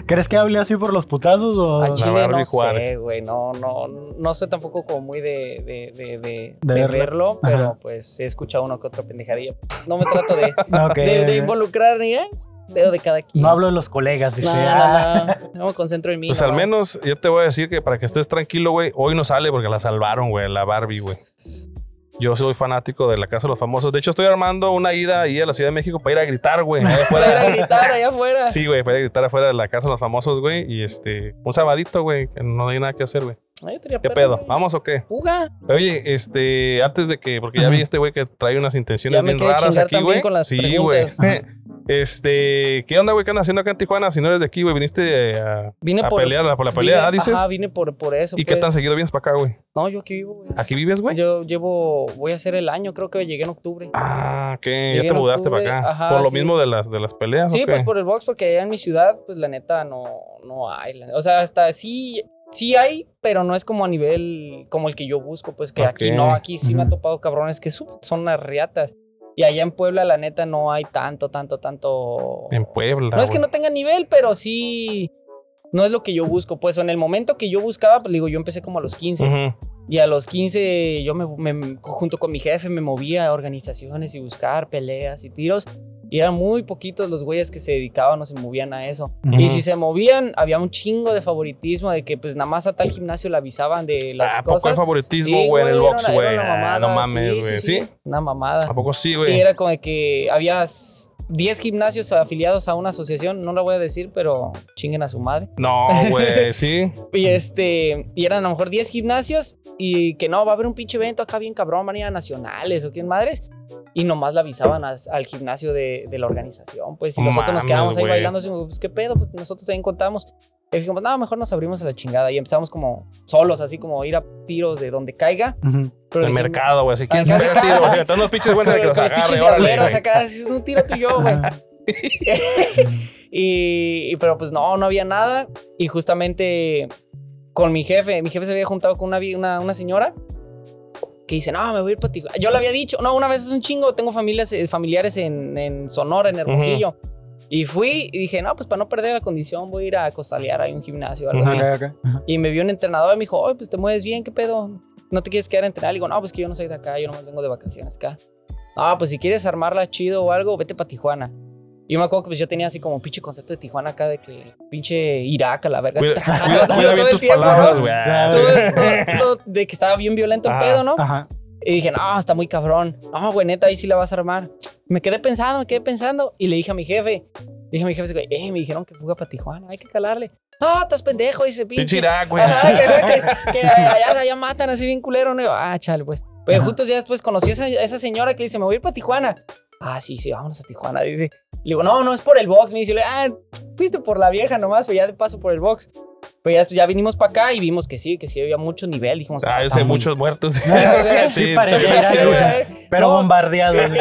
[SPEAKER 2] ¿Crees que hable así por los putazos o...? *laughs*
[SPEAKER 1] A Chile
[SPEAKER 3] Barbie
[SPEAKER 1] no sé,
[SPEAKER 3] Juárez.
[SPEAKER 1] güey. No, no, no sé tampoco como muy de, de, de, de-
[SPEAKER 2] De
[SPEAKER 1] de
[SPEAKER 2] verlo.
[SPEAKER 1] verlo, pero
[SPEAKER 2] Ajá.
[SPEAKER 1] pues he escuchado uno que otro pendejadilla. No me trato de,
[SPEAKER 2] No, *laughs* Ah, ok.
[SPEAKER 1] de, de involucrar ni ¿eh? dedo de cada quien.
[SPEAKER 2] No hablo de los colegas, dice.
[SPEAKER 1] No,
[SPEAKER 2] Ah,
[SPEAKER 1] no, no, no me concentro en mí.
[SPEAKER 3] Pues al
[SPEAKER 1] nomás.
[SPEAKER 3] menos yo te voy a decir que para que estés tranquilo, güey, hoy no sale porque la salvaron, güey, la Barbie, güey. Yo soy fanático de la Casa de los Famosos. De hecho, estoy armando una ida ahí a la Ciudad de México para ir a gritar, güey.
[SPEAKER 1] *laughs* Voy
[SPEAKER 3] ahí
[SPEAKER 1] a ir
[SPEAKER 3] afuera.
[SPEAKER 1] a gritar allá afuera.
[SPEAKER 3] Sí, güey, para ir a gritar afuera de la Casa de los Famosos, güey. Y este, un sabadito, güey, que no hay nada que hacer, güey.
[SPEAKER 1] Ay, yo tenía
[SPEAKER 3] ¿Qué
[SPEAKER 1] perro,
[SPEAKER 3] pedo?
[SPEAKER 1] güey.
[SPEAKER 3] ¿Vamos o qué?
[SPEAKER 1] Juga.
[SPEAKER 3] Oye, este, antes de que, porque ya vi este güey que trae unas intenciones
[SPEAKER 1] Ya me
[SPEAKER 3] bien
[SPEAKER 1] quiere
[SPEAKER 3] raras
[SPEAKER 1] chingar
[SPEAKER 3] aquí,
[SPEAKER 1] también
[SPEAKER 3] güey.
[SPEAKER 1] con las
[SPEAKER 3] Sí, güey. *laughs*
[SPEAKER 1] preguntas.
[SPEAKER 3] Este, ¿qué onda, güey? ¿Qué andas haciendo acá en Tijuana? Si no eres de aquí, güey, viniste eh, a,
[SPEAKER 1] Vine
[SPEAKER 3] a
[SPEAKER 1] por.
[SPEAKER 3] pelear, a- por la
[SPEAKER 1] vine-
[SPEAKER 3] pelea, ¿ah, dices.
[SPEAKER 1] Ajá, vine por, por eso.
[SPEAKER 3] ¿Y qué
[SPEAKER 1] pues.
[SPEAKER 3] tan seguido vienes para acá, güey?
[SPEAKER 1] No, yo aquí vivo, güey.
[SPEAKER 3] ¿Aquí vives, güey?
[SPEAKER 1] Yo llevo. Voy a hacer el año, creo que llegué en octubre.
[SPEAKER 3] Ah, ¿qué? Ya
[SPEAKER 1] Llegué en
[SPEAKER 3] te mudaste
[SPEAKER 1] octubre,
[SPEAKER 3] para acá.
[SPEAKER 1] ajá,
[SPEAKER 3] por lo
[SPEAKER 1] sí.
[SPEAKER 3] mismo de las, de las peleas.
[SPEAKER 1] Sí,
[SPEAKER 3] ¿o qué?
[SPEAKER 1] pues por el box, porque allá en mi ciudad, pues la neta no, no hay. la- O sea, hasta sí, sí hay, pero no es como a nivel como el que yo busco, pues que aquí
[SPEAKER 3] Ok.
[SPEAKER 1] no, aquí sí me ha
[SPEAKER 2] Ujú.
[SPEAKER 1] topado cabrones que su- son las riatas. Y allá en Puebla, la neta, no hay tanto, tanto, tanto.
[SPEAKER 3] En Puebla.
[SPEAKER 1] No es que
[SPEAKER 3] güey.
[SPEAKER 1] no tenga nivel, pero sí. No es lo que yo busco, pues en el momento que yo buscaba, pues le digo, yo empecé como a los 15
[SPEAKER 3] Ujú.
[SPEAKER 1] y a los 15 yo me, me- junto con mi jefe me movía a organizaciones y buscar peleas y tiros y eran muy poquitos los güeyes que se dedicaban o se movían a eso. Y si se movían, había un chingo de favoritismo de que pues nada más a tal gimnasio le avisaban de las
[SPEAKER 3] Ah, ¿A poco hay
[SPEAKER 1] cosas.
[SPEAKER 3] favoritismo, güey, en el
[SPEAKER 1] era
[SPEAKER 3] box,
[SPEAKER 1] una- era
[SPEAKER 3] güey?
[SPEAKER 1] una
[SPEAKER 3] Ah,
[SPEAKER 1] mamada,
[SPEAKER 3] No mames,
[SPEAKER 1] sí, sí,
[SPEAKER 3] güey. ¿Sí?
[SPEAKER 1] sí, Una mamada.
[SPEAKER 3] ¿A poco sí,
[SPEAKER 1] Y
[SPEAKER 3] güey?
[SPEAKER 1] era como de que había s- 10 gimnasios afiliados a una asociación, no la voy a decir, pero chinguen a su madre.
[SPEAKER 3] No, güey, sí.
[SPEAKER 1] Y este, y eran a lo mejor 10 gimnasios y que no, va a haber un pinche evento acá bien cabrón, van a ir a nacionales o quién madres. Y nomás la avisaban as- al gimnasio de, de la organización, pues. Y
[SPEAKER 3] No
[SPEAKER 1] nosotros nos
[SPEAKER 3] mames,
[SPEAKER 1] quedábamos ahí
[SPEAKER 3] güey.
[SPEAKER 1] bailando, así, pues, ¿qué pedo? Pues nosotros ahí encontramos. Y dijimos, no, mejor nos abrimos a la chingada. Y empezamos como solos, así como ir a tiros de donde caiga.
[SPEAKER 2] Ujú.
[SPEAKER 1] Pero
[SPEAKER 3] El
[SPEAKER 1] dijimos-
[SPEAKER 3] mercado, güey. Si quieres
[SPEAKER 1] Ajá,
[SPEAKER 3] pegar
[SPEAKER 1] sí,
[SPEAKER 3] tiro,
[SPEAKER 1] sí,
[SPEAKER 3] güey.
[SPEAKER 1] sí.
[SPEAKER 3] Entonces los pinches güeyes que
[SPEAKER 1] con,
[SPEAKER 3] los
[SPEAKER 1] con los pinches
[SPEAKER 3] agarre, órale,
[SPEAKER 1] diableros
[SPEAKER 3] güey.
[SPEAKER 1] acá, es un tiro tú y yo, güey.
[SPEAKER 2] Ah,
[SPEAKER 1] *laughs* y, y- pero pues no, no había nada. Y justamente con mi jefe, mi jefe se había juntado con una, vi- una, una señora que dice, no, me voy a ir para Tijuana. Yo le había dicho, no, una vez es un chingo, tengo familias, eh, familiares en, en Sonora, en Hermosillo. Y fui y dije, no, pues para no perder la condición voy a ir a costalear, hay un gimnasio o algo así.
[SPEAKER 2] Acá, acá.
[SPEAKER 1] Y me vio un entrenador y me dijo, oye, pues te mueves bien, ¿qué pedo? ¿No te quieres quedar a entrenar? Le digo, no, pues que yo no soy de acá, yo nomás vengo de vacaciones acá. Ah, pues si quieres armarla chido o algo, vete para Tijuana. Y yo me acuerdo que pues yo tenía así como un pinche concepto de Tijuana acá de que pinche Irak a la verga.
[SPEAKER 3] Cuida,
[SPEAKER 1] Todo
[SPEAKER 3] cuida- cuida bien
[SPEAKER 1] el
[SPEAKER 3] tus
[SPEAKER 1] tiempo, ¿no?
[SPEAKER 3] palabras, güey. Ah,
[SPEAKER 2] Ya,
[SPEAKER 1] Todo- todo- todo de que estaba bien violento el
[SPEAKER 3] Ajá,
[SPEAKER 1] pedo, ¿no?
[SPEAKER 2] Ajá.
[SPEAKER 1] Y dije, no, está muy cabrón. No, güey, neta, ahí sí la vas a armar. Me quedé pensando, me quedé pensando. Y le dije a mi jefe, le dije a mi jefe, güey, eh, me dijeron que fuga para Tijuana, hay que calarle. No, estás pendejo, dice
[SPEAKER 3] Pinche
[SPEAKER 1] pinche.
[SPEAKER 3] Irak, güey.
[SPEAKER 1] Ajá, que, que- que allá, allá matan así bien culero, ¿no? Y yo, Ah, chale, pues. Pero juntos ya después conocí a esa, a esa señora que le dice, me voy a ir para Tijuana. Ah, sí, sí, vámonos a Tijuana. Dice, le digo, no, no es por el box. Me dice, ah, fuiste por la vieja nomás, pues ya de paso por el box. Pero ya, después ya vinimos para acá y vimos que sí, que sí había mucho nivel. Dijimos,
[SPEAKER 3] Ah, yo
[SPEAKER 1] está
[SPEAKER 3] sé
[SPEAKER 1] muy-
[SPEAKER 3] muchos muertos.
[SPEAKER 2] Sí,
[SPEAKER 1] *laughs*
[SPEAKER 2] parece
[SPEAKER 1] Sí,
[SPEAKER 2] Irak,
[SPEAKER 1] sí,
[SPEAKER 2] güey.
[SPEAKER 1] güey.
[SPEAKER 2] Pero
[SPEAKER 1] No,
[SPEAKER 2] bombardeado.
[SPEAKER 1] *laughs*
[SPEAKER 2] güey.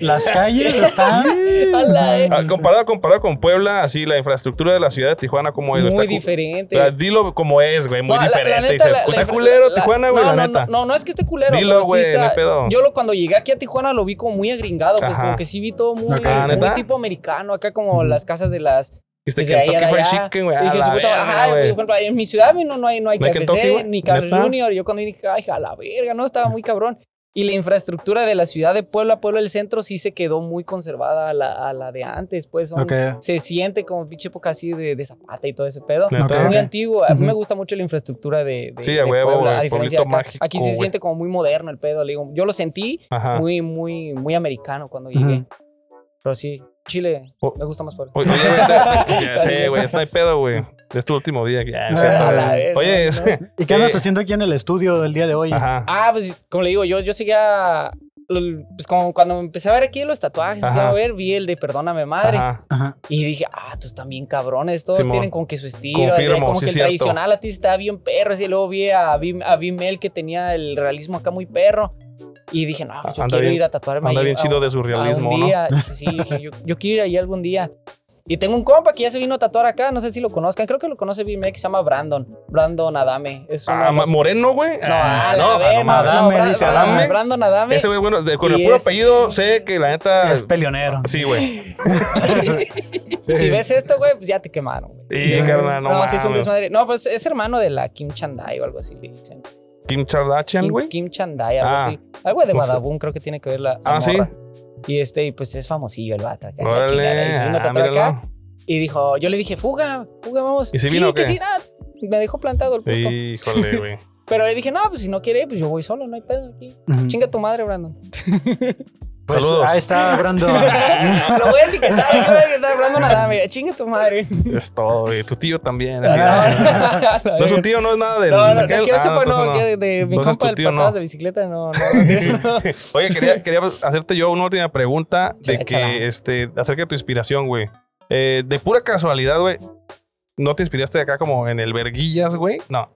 [SPEAKER 2] Las calles están.
[SPEAKER 1] Ala, eh.
[SPEAKER 3] Ah, comparado, comparado con Puebla, así la infraestructura de la ciudad de Tijuana, ¿cómo es? güey?
[SPEAKER 1] Muy
[SPEAKER 3] Está cu-
[SPEAKER 1] diferente.
[SPEAKER 3] O sea, Dilo como es, güey, muy
[SPEAKER 1] No, la- la
[SPEAKER 3] diferente.
[SPEAKER 1] neta,
[SPEAKER 3] Dice,
[SPEAKER 1] la- la
[SPEAKER 3] "Está
[SPEAKER 1] infra-
[SPEAKER 3] culero
[SPEAKER 1] la-
[SPEAKER 3] Tijuana, güey,
[SPEAKER 1] no,
[SPEAKER 3] la
[SPEAKER 1] no,
[SPEAKER 3] neta.
[SPEAKER 1] No, no, no es que esté culero.
[SPEAKER 3] Dilo,
[SPEAKER 1] pero sí
[SPEAKER 3] güey,
[SPEAKER 1] está-
[SPEAKER 3] no hay pedo.
[SPEAKER 1] Yo lo, cuando llegué aquí a Tijuana lo vi como muy agringado, pues
[SPEAKER 3] Ajá. Ah,
[SPEAKER 1] como que sí vi todo muy,
[SPEAKER 2] Acá,
[SPEAKER 1] muy
[SPEAKER 3] ¿neta?
[SPEAKER 1] tipo americano, acá como las casas de las...
[SPEAKER 3] Dijiste
[SPEAKER 1] desde ahí a
[SPEAKER 3] Kentucky Fried
[SPEAKER 1] allá.
[SPEAKER 3] Chicken, güey.
[SPEAKER 1] Y
[SPEAKER 3] a
[SPEAKER 1] dije,
[SPEAKER 3] la
[SPEAKER 1] su puta,
[SPEAKER 3] verga,
[SPEAKER 1] ajá, por
[SPEAKER 3] güey.
[SPEAKER 1] ejemplo, en mi ciudad no, no hay, no hay
[SPEAKER 3] ¿No hay
[SPEAKER 1] KFC,
[SPEAKER 3] Kentucky, güey?
[SPEAKER 1] ni Carl
[SPEAKER 3] ¿Neta?
[SPEAKER 1] Jr. Yo cuando dije, ay, a la verga, no, estaba muy cabrón. Y la infraestructura de la ciudad de Puebla, Puebla del centro, sí se quedó muy conservada a la, a la de antes, pues. son-
[SPEAKER 2] Ok.
[SPEAKER 1] Se siente como pinche época así de, de zapata y todo ese pedo.
[SPEAKER 3] Neta.
[SPEAKER 2] Ok,
[SPEAKER 1] Muy
[SPEAKER 2] ok.
[SPEAKER 1] antiguo. A mí
[SPEAKER 2] Ujú.
[SPEAKER 1] me gusta mucho la infraestructura de, de,
[SPEAKER 3] Sí, a
[SPEAKER 1] de
[SPEAKER 3] huevo,
[SPEAKER 1] Puebla.
[SPEAKER 3] güey,
[SPEAKER 1] A diferencia de acá.
[SPEAKER 3] pueblito mágico,
[SPEAKER 1] Aquí se
[SPEAKER 3] güey. Ah.
[SPEAKER 1] siente como muy moderno el pedo. le digo. Yo lo sentí
[SPEAKER 3] Ajá.
[SPEAKER 1] muy, muy, muy americano cuando llegué. Pero sí, Chile,
[SPEAKER 3] O-
[SPEAKER 1] me gusta más Puebla.
[SPEAKER 3] Oye, güey, te- ya sé, güey, está de pedo, güey. Es tu último día. aquí. Ah, es
[SPEAKER 1] *laughs*
[SPEAKER 3] cierto,
[SPEAKER 2] A
[SPEAKER 1] la
[SPEAKER 3] güey.
[SPEAKER 1] verga,
[SPEAKER 3] Oye,
[SPEAKER 1] ¿no?
[SPEAKER 3] es-
[SPEAKER 2] ¿Y qué andas
[SPEAKER 3] Eh,
[SPEAKER 2] haciendo aquí en el estudio el día de hoy?
[SPEAKER 3] Ajá.
[SPEAKER 1] Ah, pues como le digo, yo, yo seguía... Pues como cuando me empecé a ver aquí los tatuajes,
[SPEAKER 3] Ajá.
[SPEAKER 1] que iba a ver, vi el de Perdóname Madre.
[SPEAKER 3] Ajá.
[SPEAKER 2] Ajá.
[SPEAKER 1] Y dije, ah, tú están bien cabrones, todos
[SPEAKER 3] Simón.
[SPEAKER 1] tienen como que su estilo.
[SPEAKER 3] Confirmo,
[SPEAKER 1] acá, como
[SPEAKER 3] sí
[SPEAKER 1] que el
[SPEAKER 3] es cierto.
[SPEAKER 1] tradicional a ti estaba bien perro. Y luego vi a Bim, a Bim Mel que tenía el realismo acá muy perro. Y dije, no, pues yo
[SPEAKER 3] Anda
[SPEAKER 1] quiero
[SPEAKER 3] bien-
[SPEAKER 1] ir a tatuarme.
[SPEAKER 3] Anda
[SPEAKER 1] ahí
[SPEAKER 3] bien
[SPEAKER 1] a-
[SPEAKER 3] chido de su
[SPEAKER 1] a un
[SPEAKER 3] realismo, ¿no? *laughs*
[SPEAKER 1] día. Dije, sí, dije, yo, yo quiero ir ahí algún día. Y tengo un compa que ya se vino a tatuar acá, no sé si lo conozcan, creo que lo conoce Bim Mel, que se llama Brandon. Brandon Adame. Es uno
[SPEAKER 3] Ah,
[SPEAKER 1] de
[SPEAKER 3] ma-
[SPEAKER 1] los-
[SPEAKER 3] Moreno, güey.
[SPEAKER 1] No,
[SPEAKER 3] Ah,
[SPEAKER 1] ah, la
[SPEAKER 3] no,
[SPEAKER 1] verga,
[SPEAKER 3] no mames.
[SPEAKER 1] no,
[SPEAKER 2] Adame,
[SPEAKER 1] Bra-
[SPEAKER 2] dice
[SPEAKER 1] Bra-
[SPEAKER 2] Adame.
[SPEAKER 1] Brandon Adame.
[SPEAKER 3] Ese güey, bueno, de- con el
[SPEAKER 1] Y
[SPEAKER 3] puro
[SPEAKER 1] es-
[SPEAKER 3] apellido, sé que la neta.
[SPEAKER 2] Es peleonero.
[SPEAKER 3] Sí, güey.
[SPEAKER 1] Si ves esto, güey, pues ya te quemaron, güey.
[SPEAKER 3] Sí, carnal, no,
[SPEAKER 1] No, sí, es un
[SPEAKER 3] mames.
[SPEAKER 1] desmadre. No, pues es hermano de la Kim Chandai o algo así, le dicen.
[SPEAKER 3] Kim Kardashian,
[SPEAKER 1] Kim,
[SPEAKER 3] güey.
[SPEAKER 1] Kim Chandai, algo
[SPEAKER 3] Ah.
[SPEAKER 1] así. Algo de
[SPEAKER 3] No sé.
[SPEAKER 1] Badabun, creo que tiene que ver la. la
[SPEAKER 3] Ah, sí.
[SPEAKER 1] morra. Y este, y pues es famosillo el vato. Acá, la chingada, y
[SPEAKER 3] Órale.
[SPEAKER 1] se vino a
[SPEAKER 3] ah,
[SPEAKER 1] tatuar acá,
[SPEAKER 3] míralo.
[SPEAKER 1] y dijo, yo le dije, fuga, fuga, vamos.
[SPEAKER 3] ¿Y si vino
[SPEAKER 1] sí,
[SPEAKER 3] o qué?
[SPEAKER 1] que sí, nada. Me dejó plantado el puto. *laughs*
[SPEAKER 3] Híjole, güey.
[SPEAKER 1] Pero le dije, no, pues si no quiere, pues yo voy solo, no hay pedo aquí.
[SPEAKER 2] Ujú.
[SPEAKER 1] Chinga tu madre,
[SPEAKER 3] *laughs*
[SPEAKER 1] Brandon. *laughs*
[SPEAKER 2] Pues,
[SPEAKER 3] Saludos.
[SPEAKER 2] Ahí está *laughs* Brandon.
[SPEAKER 1] Lo voy a etiquetar, lo voy a etiquetar, Brandon Adame. Chinga tu
[SPEAKER 3] *laughs*
[SPEAKER 1] madre.
[SPEAKER 3] Es todo, güey. Tu tío también. así, ah. No
[SPEAKER 1] *laughs*
[SPEAKER 3] es
[SPEAKER 1] No,
[SPEAKER 3] un tío, no es nada del.
[SPEAKER 1] no, no,
[SPEAKER 3] aquel.
[SPEAKER 1] que yo
[SPEAKER 3] Ah,
[SPEAKER 1] sepa,
[SPEAKER 3] entonces
[SPEAKER 1] no, que de, de mi
[SPEAKER 3] Entonces
[SPEAKER 1] compa
[SPEAKER 3] tu
[SPEAKER 1] del
[SPEAKER 3] tío no.
[SPEAKER 1] patadas de bicicleta, no, no,
[SPEAKER 3] *laughs*
[SPEAKER 1] no. *laughs*
[SPEAKER 3] Oye, quería, quería hacerte yo una última pregunta de
[SPEAKER 1] Échala, échala.
[SPEAKER 3] que, este, acerca de tu inspiración, güey. Eh, de pura casualidad, güey. ¿No te inspiraste acá como en el Verguillas, güey? No,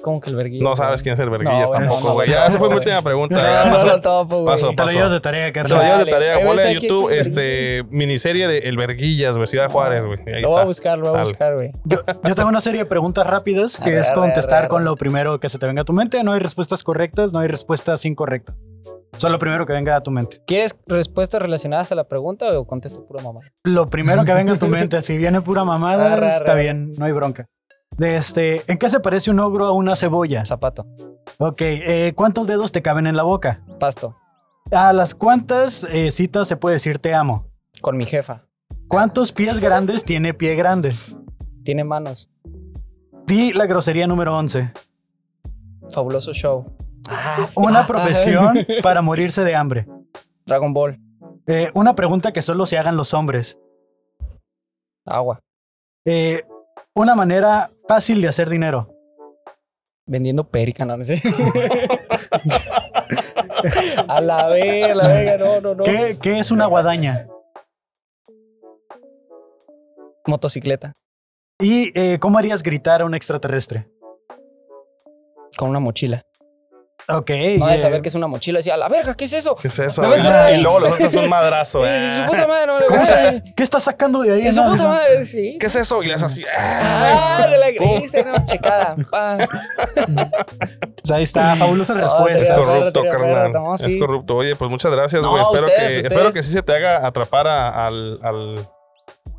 [SPEAKER 1] Como que el verguillo.
[SPEAKER 3] no sabes quién es el
[SPEAKER 1] No,
[SPEAKER 3] Verguillas
[SPEAKER 1] güey,
[SPEAKER 3] tampoco,
[SPEAKER 2] no, no,
[SPEAKER 3] güey.
[SPEAKER 1] no,
[SPEAKER 3] ya,
[SPEAKER 1] no,
[SPEAKER 3] esa fue mi
[SPEAKER 1] güey.
[SPEAKER 3] última
[SPEAKER 1] *laughs*
[SPEAKER 3] pregunta.
[SPEAKER 1] No,
[SPEAKER 3] ya
[SPEAKER 1] no
[SPEAKER 3] pasó.
[SPEAKER 1] lo topo, güey.
[SPEAKER 3] Paso,
[SPEAKER 2] Te lo
[SPEAKER 3] paso.
[SPEAKER 2] llevas de tarea,
[SPEAKER 3] Te lo
[SPEAKER 2] carnal.
[SPEAKER 3] llevas de
[SPEAKER 1] Dale.
[SPEAKER 3] tarea,
[SPEAKER 1] Ahí
[SPEAKER 3] ponle
[SPEAKER 1] está
[SPEAKER 3] en
[SPEAKER 1] aquí,
[SPEAKER 3] YouTube,
[SPEAKER 1] aquí,
[SPEAKER 3] este, miniserie de El Verguillas, güey, Ciudad Juárez, güey. Ahí
[SPEAKER 1] Lo voy a
[SPEAKER 3] está.
[SPEAKER 1] buscar, lo voy a
[SPEAKER 3] Dale.
[SPEAKER 1] buscar, güey.
[SPEAKER 2] Yo tengo una serie de preguntas rápidas que
[SPEAKER 1] Arre,
[SPEAKER 2] es
[SPEAKER 1] arre,
[SPEAKER 2] contestar
[SPEAKER 1] arre, arre.
[SPEAKER 2] con lo primero que se te venga a tu mente. No hay respuestas correctas, no hay respuestas incorrectas. Solo lo primero que venga a tu mente.
[SPEAKER 1] ¿Quieres respuestas relacionadas a la pregunta o contesto pura mamá?
[SPEAKER 2] Lo primero
[SPEAKER 1] *laughs*
[SPEAKER 2] que venga a tu mente. Si viene pura mamada,
[SPEAKER 1] Arre, arre,
[SPEAKER 2] está
[SPEAKER 1] arre.
[SPEAKER 2] bien, no hay bronca. De este, ¿En qué se parece un ogro a una cebolla?
[SPEAKER 1] Zapato,
[SPEAKER 2] Ok, eh, ¿cuántos dedos te caben en la boca?
[SPEAKER 1] pasto,
[SPEAKER 2] ¿A las cuántas eh, citas se puede decir te amo?
[SPEAKER 1] con mi jefa.
[SPEAKER 2] ¿Cuántos pies grandes tiene pie grande?
[SPEAKER 1] Tiene manos.
[SPEAKER 2] Di la grosería número 11.
[SPEAKER 1] Fabuloso show.
[SPEAKER 3] Ah,
[SPEAKER 2] Una profesión para morirse de hambre.
[SPEAKER 1] Dragon Ball.
[SPEAKER 2] Eh, una pregunta que solo se hagan los hombres.
[SPEAKER 1] Agua.
[SPEAKER 2] Eh, una manera fácil de hacer dinero.
[SPEAKER 1] Vendiendo perica, no, *laughs* no sé. a la verga, a la verga, no, no, no.
[SPEAKER 2] ¿Qué, qué es una guadaña?
[SPEAKER 1] Motocicleta.
[SPEAKER 2] ¿Y eh, cómo harías gritar a un extraterrestre?
[SPEAKER 1] Con una mochila.
[SPEAKER 2] Ok.
[SPEAKER 1] No
[SPEAKER 2] eh,
[SPEAKER 1] de saber que es una mochila. Decía, a la verga, ¿qué es eso?
[SPEAKER 3] ¿Qué es eso?
[SPEAKER 1] Me
[SPEAKER 3] güey?
[SPEAKER 1] vas a dar
[SPEAKER 3] Y
[SPEAKER 1] ahí.
[SPEAKER 3] luego le sueltas
[SPEAKER 1] *laughs*
[SPEAKER 3] un madrazo.
[SPEAKER 1] Y dice,
[SPEAKER 3] eh.
[SPEAKER 1] su puta madre, no le
[SPEAKER 2] ¿Cómo se-
[SPEAKER 1] gusta.
[SPEAKER 2] ¿Qué estás sacando de ahí?
[SPEAKER 1] Y su
[SPEAKER 2] No,
[SPEAKER 1] puta
[SPEAKER 2] no.
[SPEAKER 1] madre, sí.
[SPEAKER 3] ¿Qué es eso? Y le haces así.
[SPEAKER 1] Ah, de la gris, no,
[SPEAKER 3] *laughs*
[SPEAKER 1] checada. pa.
[SPEAKER 2] O sea, Pues ahí
[SPEAKER 1] *laughs*
[SPEAKER 2] está, fabulosa
[SPEAKER 3] Es
[SPEAKER 1] Tira
[SPEAKER 2] respuesta.
[SPEAKER 1] perro,
[SPEAKER 3] corrupto,
[SPEAKER 1] tira perro,
[SPEAKER 3] carnal.
[SPEAKER 1] no,
[SPEAKER 3] Es
[SPEAKER 1] sí.
[SPEAKER 3] corrupto. Oye, pues muchas gracias,
[SPEAKER 1] No,
[SPEAKER 3] güey. espero,
[SPEAKER 1] ustedes,
[SPEAKER 3] que,
[SPEAKER 1] ustedes.
[SPEAKER 3] espero que sí se te haga atrapar a- al, al,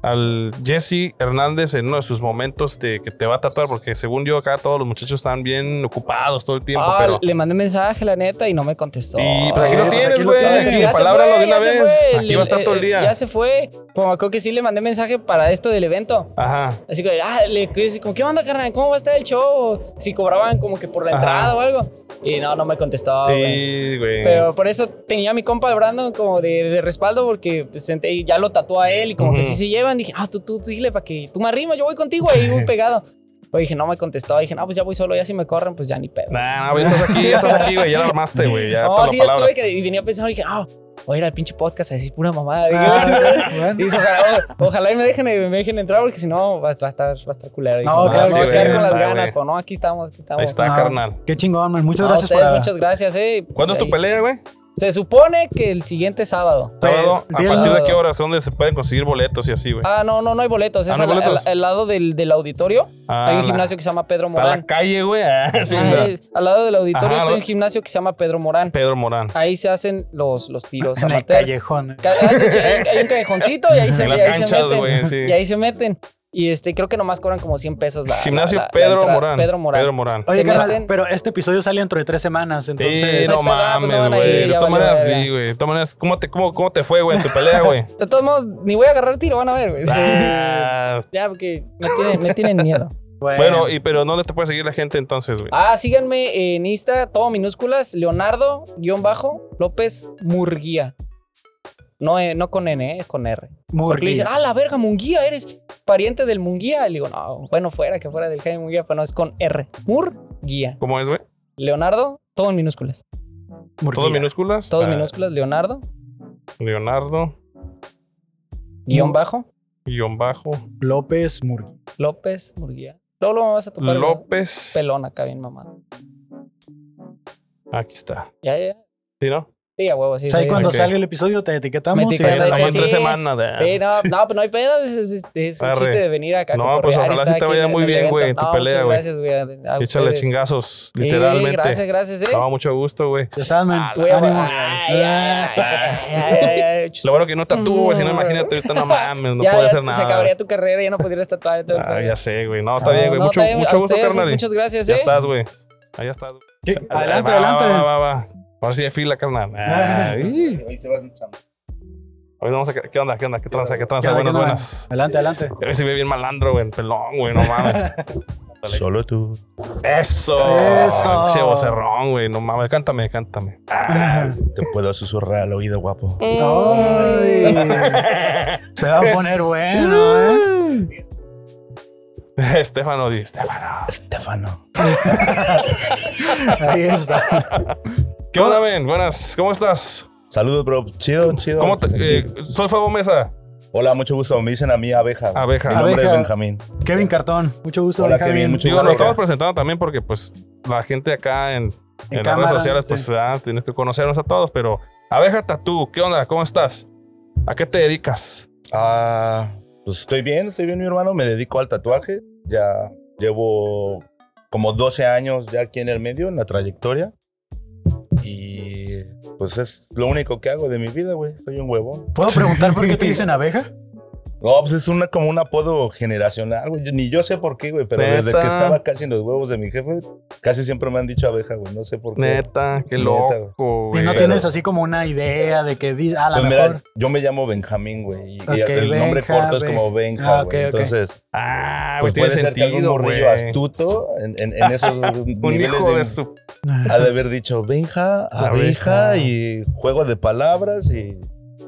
[SPEAKER 3] al Jesse Hernández en uno de sus momentos de que te va a tatuar, porque según yo, acá todos los muchachos están bien ocupados todo el tiempo.
[SPEAKER 1] Ah,
[SPEAKER 3] pero.
[SPEAKER 1] le mandé mensaje, la neta, y no me contestó.
[SPEAKER 3] Y pues aquí
[SPEAKER 2] Ah,
[SPEAKER 3] lo
[SPEAKER 2] aquí
[SPEAKER 3] tienes,
[SPEAKER 2] lo
[SPEAKER 3] güey.
[SPEAKER 2] tienes.
[SPEAKER 1] Ya se
[SPEAKER 3] Palábralo
[SPEAKER 1] fue,
[SPEAKER 3] de una
[SPEAKER 1] ya se
[SPEAKER 3] vez.
[SPEAKER 1] fue.
[SPEAKER 3] Aquí va a estar
[SPEAKER 1] El-
[SPEAKER 3] todo el
[SPEAKER 1] el- Ya
[SPEAKER 3] día.
[SPEAKER 1] se fue. Pues me acuerdo que sí le mandé mensaje para esto del evento.
[SPEAKER 3] Ajá.
[SPEAKER 1] Así que, ah, le dice, como, ¿qué onda, carnal? ¿Cómo va a estar el show? Si cobraban como que por la
[SPEAKER 3] Ajá.
[SPEAKER 1] entrada o algo. Y no, no me contestó, Ah, güey.
[SPEAKER 3] Sí, güey.
[SPEAKER 1] Pero por eso tenía a mi compa Brandon como de, de respaldo porque pues, senté y ya lo tatuó a él y como que
[SPEAKER 3] Ujú.
[SPEAKER 1] sí se llevan. Dije, no, tú, tú, tú dile para que tú me arrimas, yo voy contigo ahí,
[SPEAKER 3] *laughs*
[SPEAKER 1] muy pegado. Pues dije, no me contestó. Dije, no, pues ya voy solo, ya si me corren, pues ya ni pedo.
[SPEAKER 3] Nah, no, ya estás aquí, ya estás aquí, güey. Ya la armaste, güey. Ya
[SPEAKER 1] no,
[SPEAKER 3] todas
[SPEAKER 1] sí,
[SPEAKER 3] las
[SPEAKER 1] yo
[SPEAKER 3] palabras.
[SPEAKER 1] estuve que, y venía pensando, dije, ah, voy a ir al pinche podcast a decir pura mamada. Dije,
[SPEAKER 2] Ah,
[SPEAKER 1] *laughs*
[SPEAKER 2] bueno.
[SPEAKER 1] Y dice, ojalá, ojalá y me dejen, eh, me dejen entrar porque si no va, va a estar, va a estar culero. Dije,
[SPEAKER 2] No, claro,
[SPEAKER 1] me
[SPEAKER 2] sí,
[SPEAKER 1] voy a quedar
[SPEAKER 2] güey,
[SPEAKER 1] con
[SPEAKER 3] está,
[SPEAKER 1] las ganas.
[SPEAKER 3] güey.
[SPEAKER 1] Pues no, aquí estamos, aquí estamos.
[SPEAKER 3] Ahí está,
[SPEAKER 2] No.
[SPEAKER 3] carnal.
[SPEAKER 2] Qué chingón, man. Muchas
[SPEAKER 1] No,
[SPEAKER 2] gracias
[SPEAKER 1] ustedes,
[SPEAKER 2] por.
[SPEAKER 1] muchas gracias, eh.
[SPEAKER 3] ¿Cuándo es tu
[SPEAKER 1] Ahí.
[SPEAKER 3] pelea, güey?
[SPEAKER 1] Se supone que el siguiente sábado.
[SPEAKER 3] Sábado.
[SPEAKER 2] Día
[SPEAKER 3] ¿A partir de
[SPEAKER 1] sábado.
[SPEAKER 3] qué horas? ¿Dónde se pueden conseguir boletos y así, güey?
[SPEAKER 1] Ah, no, no, no hay boletos.
[SPEAKER 3] Ah,
[SPEAKER 1] Es
[SPEAKER 3] ¿no hay
[SPEAKER 1] al,
[SPEAKER 3] boletos?
[SPEAKER 1] al- al lado del, del auditorio.
[SPEAKER 3] Ah,
[SPEAKER 1] hay un
[SPEAKER 3] la-
[SPEAKER 1] gimnasio que se llama Pedro
[SPEAKER 3] Está la
[SPEAKER 1] Morán.
[SPEAKER 3] calle, güey. Ah, *laughs* sí,
[SPEAKER 1] Ah,
[SPEAKER 3] güey.
[SPEAKER 1] eh, al lado del auditorio
[SPEAKER 3] Ajá,
[SPEAKER 1] está
[SPEAKER 3] lo-
[SPEAKER 1] un gimnasio que se llama Pedro Morán.
[SPEAKER 3] Pedro Morán.
[SPEAKER 1] Ahí se hacen los, los
[SPEAKER 3] *laughs*
[SPEAKER 1] tiros
[SPEAKER 2] En el
[SPEAKER 1] amateur.
[SPEAKER 2] callejón.
[SPEAKER 1] Ca- ah, de hecho, hay, hay un callejoncito y ahí se,
[SPEAKER 3] En
[SPEAKER 1] y
[SPEAKER 3] las
[SPEAKER 1] ahí se
[SPEAKER 3] canchas,
[SPEAKER 1] meten.
[SPEAKER 3] güey, sí.
[SPEAKER 1] Y ahí se meten. Y este, creo que nomás cobran como 100 pesos la.
[SPEAKER 3] Gimnasio
[SPEAKER 1] la- la- la
[SPEAKER 3] Pedro,
[SPEAKER 1] entrada.
[SPEAKER 3] Morán.
[SPEAKER 1] Pedro Morán.
[SPEAKER 3] Pedro Morán.
[SPEAKER 2] Oye,
[SPEAKER 1] Se
[SPEAKER 2] carnal,
[SPEAKER 1] meten.
[SPEAKER 2] pero este episodio sale dentro de tres semanas,
[SPEAKER 3] Sí,
[SPEAKER 2] entonces.
[SPEAKER 1] Pues,
[SPEAKER 3] no
[SPEAKER 1] ah, pues, no
[SPEAKER 3] mames,
[SPEAKER 1] van a
[SPEAKER 3] güey.
[SPEAKER 1] ir,
[SPEAKER 3] De
[SPEAKER 1] ya
[SPEAKER 3] todas
[SPEAKER 1] valió
[SPEAKER 3] maneras,
[SPEAKER 1] verga.
[SPEAKER 3] sí, güey. De todas maneras, ¿cómo te, cómo, cómo te fue, güey, en tu pelea,
[SPEAKER 1] *laughs*
[SPEAKER 3] güey?
[SPEAKER 1] De todos modos, ni voy a agarrar tiro, van a ver, güey.
[SPEAKER 3] Ah,
[SPEAKER 1] *laughs* Ya, porque me tienen, me tienen miedo.
[SPEAKER 3] Bueno, y, pero ¿dónde te puede seguir la gente entonces, güey?
[SPEAKER 1] Ah, síganme en Insta, todo minúsculas, Leonardo, guión bajo, López Murguía. No, eh, no con N, eh, es con R. Porque le dicen, ah, la verga, Munguía, eres pariente del Munguía. Y le digo, no, bueno, fuera, que fuera del Jaime Munguía, pero no, es con R. Murguía.
[SPEAKER 3] ¿Cómo es, güey?
[SPEAKER 1] Leonardo, todo en minúsculas.
[SPEAKER 3] ¿Todo en minúsculas?
[SPEAKER 1] Todo en
[SPEAKER 3] Ah,
[SPEAKER 1] minúsculas, Leonardo,
[SPEAKER 3] Leonardo,
[SPEAKER 1] guión bajo,
[SPEAKER 3] guión bajo,
[SPEAKER 2] López Murgui.
[SPEAKER 1] López Murguía. Luego lo vas a topar. güey.
[SPEAKER 3] López.
[SPEAKER 1] Pelón acá, bien mamado.
[SPEAKER 3] Aquí está.
[SPEAKER 1] Ya, ya.
[SPEAKER 3] ¿Sí, no?
[SPEAKER 1] Sí, a huevo, sí.
[SPEAKER 2] O sea, ahí
[SPEAKER 1] sí,
[SPEAKER 2] cuando
[SPEAKER 1] sí.
[SPEAKER 3] ok.
[SPEAKER 2] salga el episodio te etiquetamos.
[SPEAKER 1] Me
[SPEAKER 2] y-
[SPEAKER 1] etiquetas,
[SPEAKER 3] Como en
[SPEAKER 1] sí.
[SPEAKER 3] tres semanas. de-
[SPEAKER 1] Sí, no, no, pero no hay pedo, es, es- es- es un
[SPEAKER 3] Ah, Arre.
[SPEAKER 1] chiste de venir acá. a
[SPEAKER 3] No,
[SPEAKER 1] cotorrear
[SPEAKER 3] pues,
[SPEAKER 1] y
[SPEAKER 3] ojalá
[SPEAKER 1] estar
[SPEAKER 3] sí te
[SPEAKER 1] aquí
[SPEAKER 3] vaya
[SPEAKER 1] en-
[SPEAKER 3] muy
[SPEAKER 1] en el
[SPEAKER 3] bien, güey,
[SPEAKER 1] evento.
[SPEAKER 3] tu
[SPEAKER 1] No,
[SPEAKER 3] pelea,
[SPEAKER 1] muchas
[SPEAKER 3] güey.
[SPEAKER 1] Gracias, güey. a- a
[SPEAKER 3] Échale
[SPEAKER 1] ustedes.
[SPEAKER 3] chingazos,
[SPEAKER 1] Sí,
[SPEAKER 3] literalmente.
[SPEAKER 1] gracias, gracias, eh.
[SPEAKER 3] No, mucho gusto, güey.
[SPEAKER 2] Ya estás, man.
[SPEAKER 1] Tú ya-
[SPEAKER 2] Ánimo. Ah,
[SPEAKER 1] ay, ay, ay, ay, ay, ay,
[SPEAKER 3] Lo bueno que no tatúo, güey. Si no, imagínate, ahorita
[SPEAKER 1] *laughs*
[SPEAKER 3] no mames, no
[SPEAKER 1] ya,
[SPEAKER 3] puedo
[SPEAKER 1] ya
[SPEAKER 3] hacer
[SPEAKER 1] Se
[SPEAKER 3] nada.
[SPEAKER 1] acabaría tu carrera, ya no pudieras tatuar. todo el
[SPEAKER 3] Ah,
[SPEAKER 1] pedo.
[SPEAKER 3] ya sé, güey. No, está
[SPEAKER 1] No,
[SPEAKER 3] bien, güey.
[SPEAKER 1] no,
[SPEAKER 3] mucho,
[SPEAKER 1] está bien,
[SPEAKER 3] mucho
[SPEAKER 1] a
[SPEAKER 3] gusto,
[SPEAKER 1] ustedes,
[SPEAKER 3] carnal. y
[SPEAKER 1] Muchas gracias,
[SPEAKER 3] Ya
[SPEAKER 1] eh.
[SPEAKER 3] estás, güey. Allá estás. güey.
[SPEAKER 2] ¿Qué?
[SPEAKER 3] Se-
[SPEAKER 2] Adelante,
[SPEAKER 3] va,
[SPEAKER 2] adelante.
[SPEAKER 3] Va, va, va, va. Ahora sí hay fila, carnal.
[SPEAKER 2] *laughs* Ah.
[SPEAKER 3] Ay.
[SPEAKER 6] Ahí se va el chamo.
[SPEAKER 3] Hoy vamos a... ¿Qué onda? ¿Qué onda? ¿Qué tranza? ¿Qué
[SPEAKER 2] ¿Qué
[SPEAKER 3] tranza?
[SPEAKER 2] onda,
[SPEAKER 3] Buenas,
[SPEAKER 2] qué onda?
[SPEAKER 3] buenas.
[SPEAKER 2] Adelante, adelante.
[SPEAKER 3] Ya ves, se ve bien malandro, güey. El pelón, güey. No
[SPEAKER 2] *laughs*
[SPEAKER 3] mames.
[SPEAKER 6] Solo tú.
[SPEAKER 3] Eso.
[SPEAKER 2] Eso.
[SPEAKER 3] Che, vocerrón, güey. No mames.
[SPEAKER 2] *laughs*
[SPEAKER 3] Cántame, cántame. *laughs*
[SPEAKER 6] Te puedo susurrar al oído, guapo.
[SPEAKER 2] Ay. Se va a poner bueno, ¿eh?
[SPEAKER 3] Estefano, di. Estefano.
[SPEAKER 6] Estefano.
[SPEAKER 2] *laughs* Ahí está.
[SPEAKER 3] ¿Qué onda, men? Buenas. ¿Cómo estás?
[SPEAKER 6] Saludos, bro. Chido, chido.
[SPEAKER 3] ¿Cómo te- eh, soy Fabo Mesa.
[SPEAKER 6] Hola, mucho gusto. Me dicen a mí abeja.
[SPEAKER 3] Abeja.
[SPEAKER 6] Mi nombre
[SPEAKER 2] Abeja.
[SPEAKER 6] es Benjamín.
[SPEAKER 2] Kevin Cartón. Mucho gusto.
[SPEAKER 6] Hola,
[SPEAKER 2] Benjamín.
[SPEAKER 6] Kevin, mucho
[SPEAKER 3] Digo, nos
[SPEAKER 6] Abeja.
[SPEAKER 3] estamos presentando también porque, pues, la gente acá
[SPEAKER 2] En
[SPEAKER 3] en, en las redes
[SPEAKER 2] cámara,
[SPEAKER 3] sociales, pues,
[SPEAKER 2] sí.
[SPEAKER 3] ah, tienes que conocernos a todos. Pero, Abeja Tatú, ¿qué onda? ¿Cómo estás? ¿A qué te dedicas?
[SPEAKER 6] Ah, pues estoy bien, estoy bien, mi hermano. Me dedico al tatuaje. Ya llevo como 12 años ya aquí en el medio, en la trayectoria. Y pues es lo único que hago de mi vida, güey. Soy un huevón.
[SPEAKER 2] ¿Puedo preguntar por qué te dicen abeja?
[SPEAKER 6] No, pues es una, como un apodo generacional, güey. Yo- Ni yo sé por qué, güey, pero desde
[SPEAKER 3] Neta.
[SPEAKER 6] que estaba casi en los huevos de mi jefe, casi siempre me han dicho abeja, güey. No sé por qué.
[SPEAKER 3] Neta, qué
[SPEAKER 6] Neta,
[SPEAKER 3] loco,
[SPEAKER 2] Y
[SPEAKER 3] güey.
[SPEAKER 2] no
[SPEAKER 6] tiene-
[SPEAKER 2] tienes así como una idea de que di- a la
[SPEAKER 6] Pues
[SPEAKER 2] mejor.
[SPEAKER 6] mira, yo me llamo Benjamín, güey. Y, y
[SPEAKER 2] Ok,
[SPEAKER 6] el nombre
[SPEAKER 2] Benja,
[SPEAKER 6] corto es como Benja,
[SPEAKER 2] Ah, ok,
[SPEAKER 6] güey.
[SPEAKER 2] ok.
[SPEAKER 6] Entonces,
[SPEAKER 3] Ah, güey,
[SPEAKER 6] pues
[SPEAKER 3] tiene
[SPEAKER 6] puede ser que algún
[SPEAKER 3] sentido, güey.
[SPEAKER 6] morrillo astuto en, en- en esos
[SPEAKER 3] *laughs* Un
[SPEAKER 6] niveles
[SPEAKER 3] hijo
[SPEAKER 6] de,
[SPEAKER 3] de su...
[SPEAKER 6] ha de haber dicho Benja,
[SPEAKER 3] Abeja.
[SPEAKER 6] abeja y juego de palabras y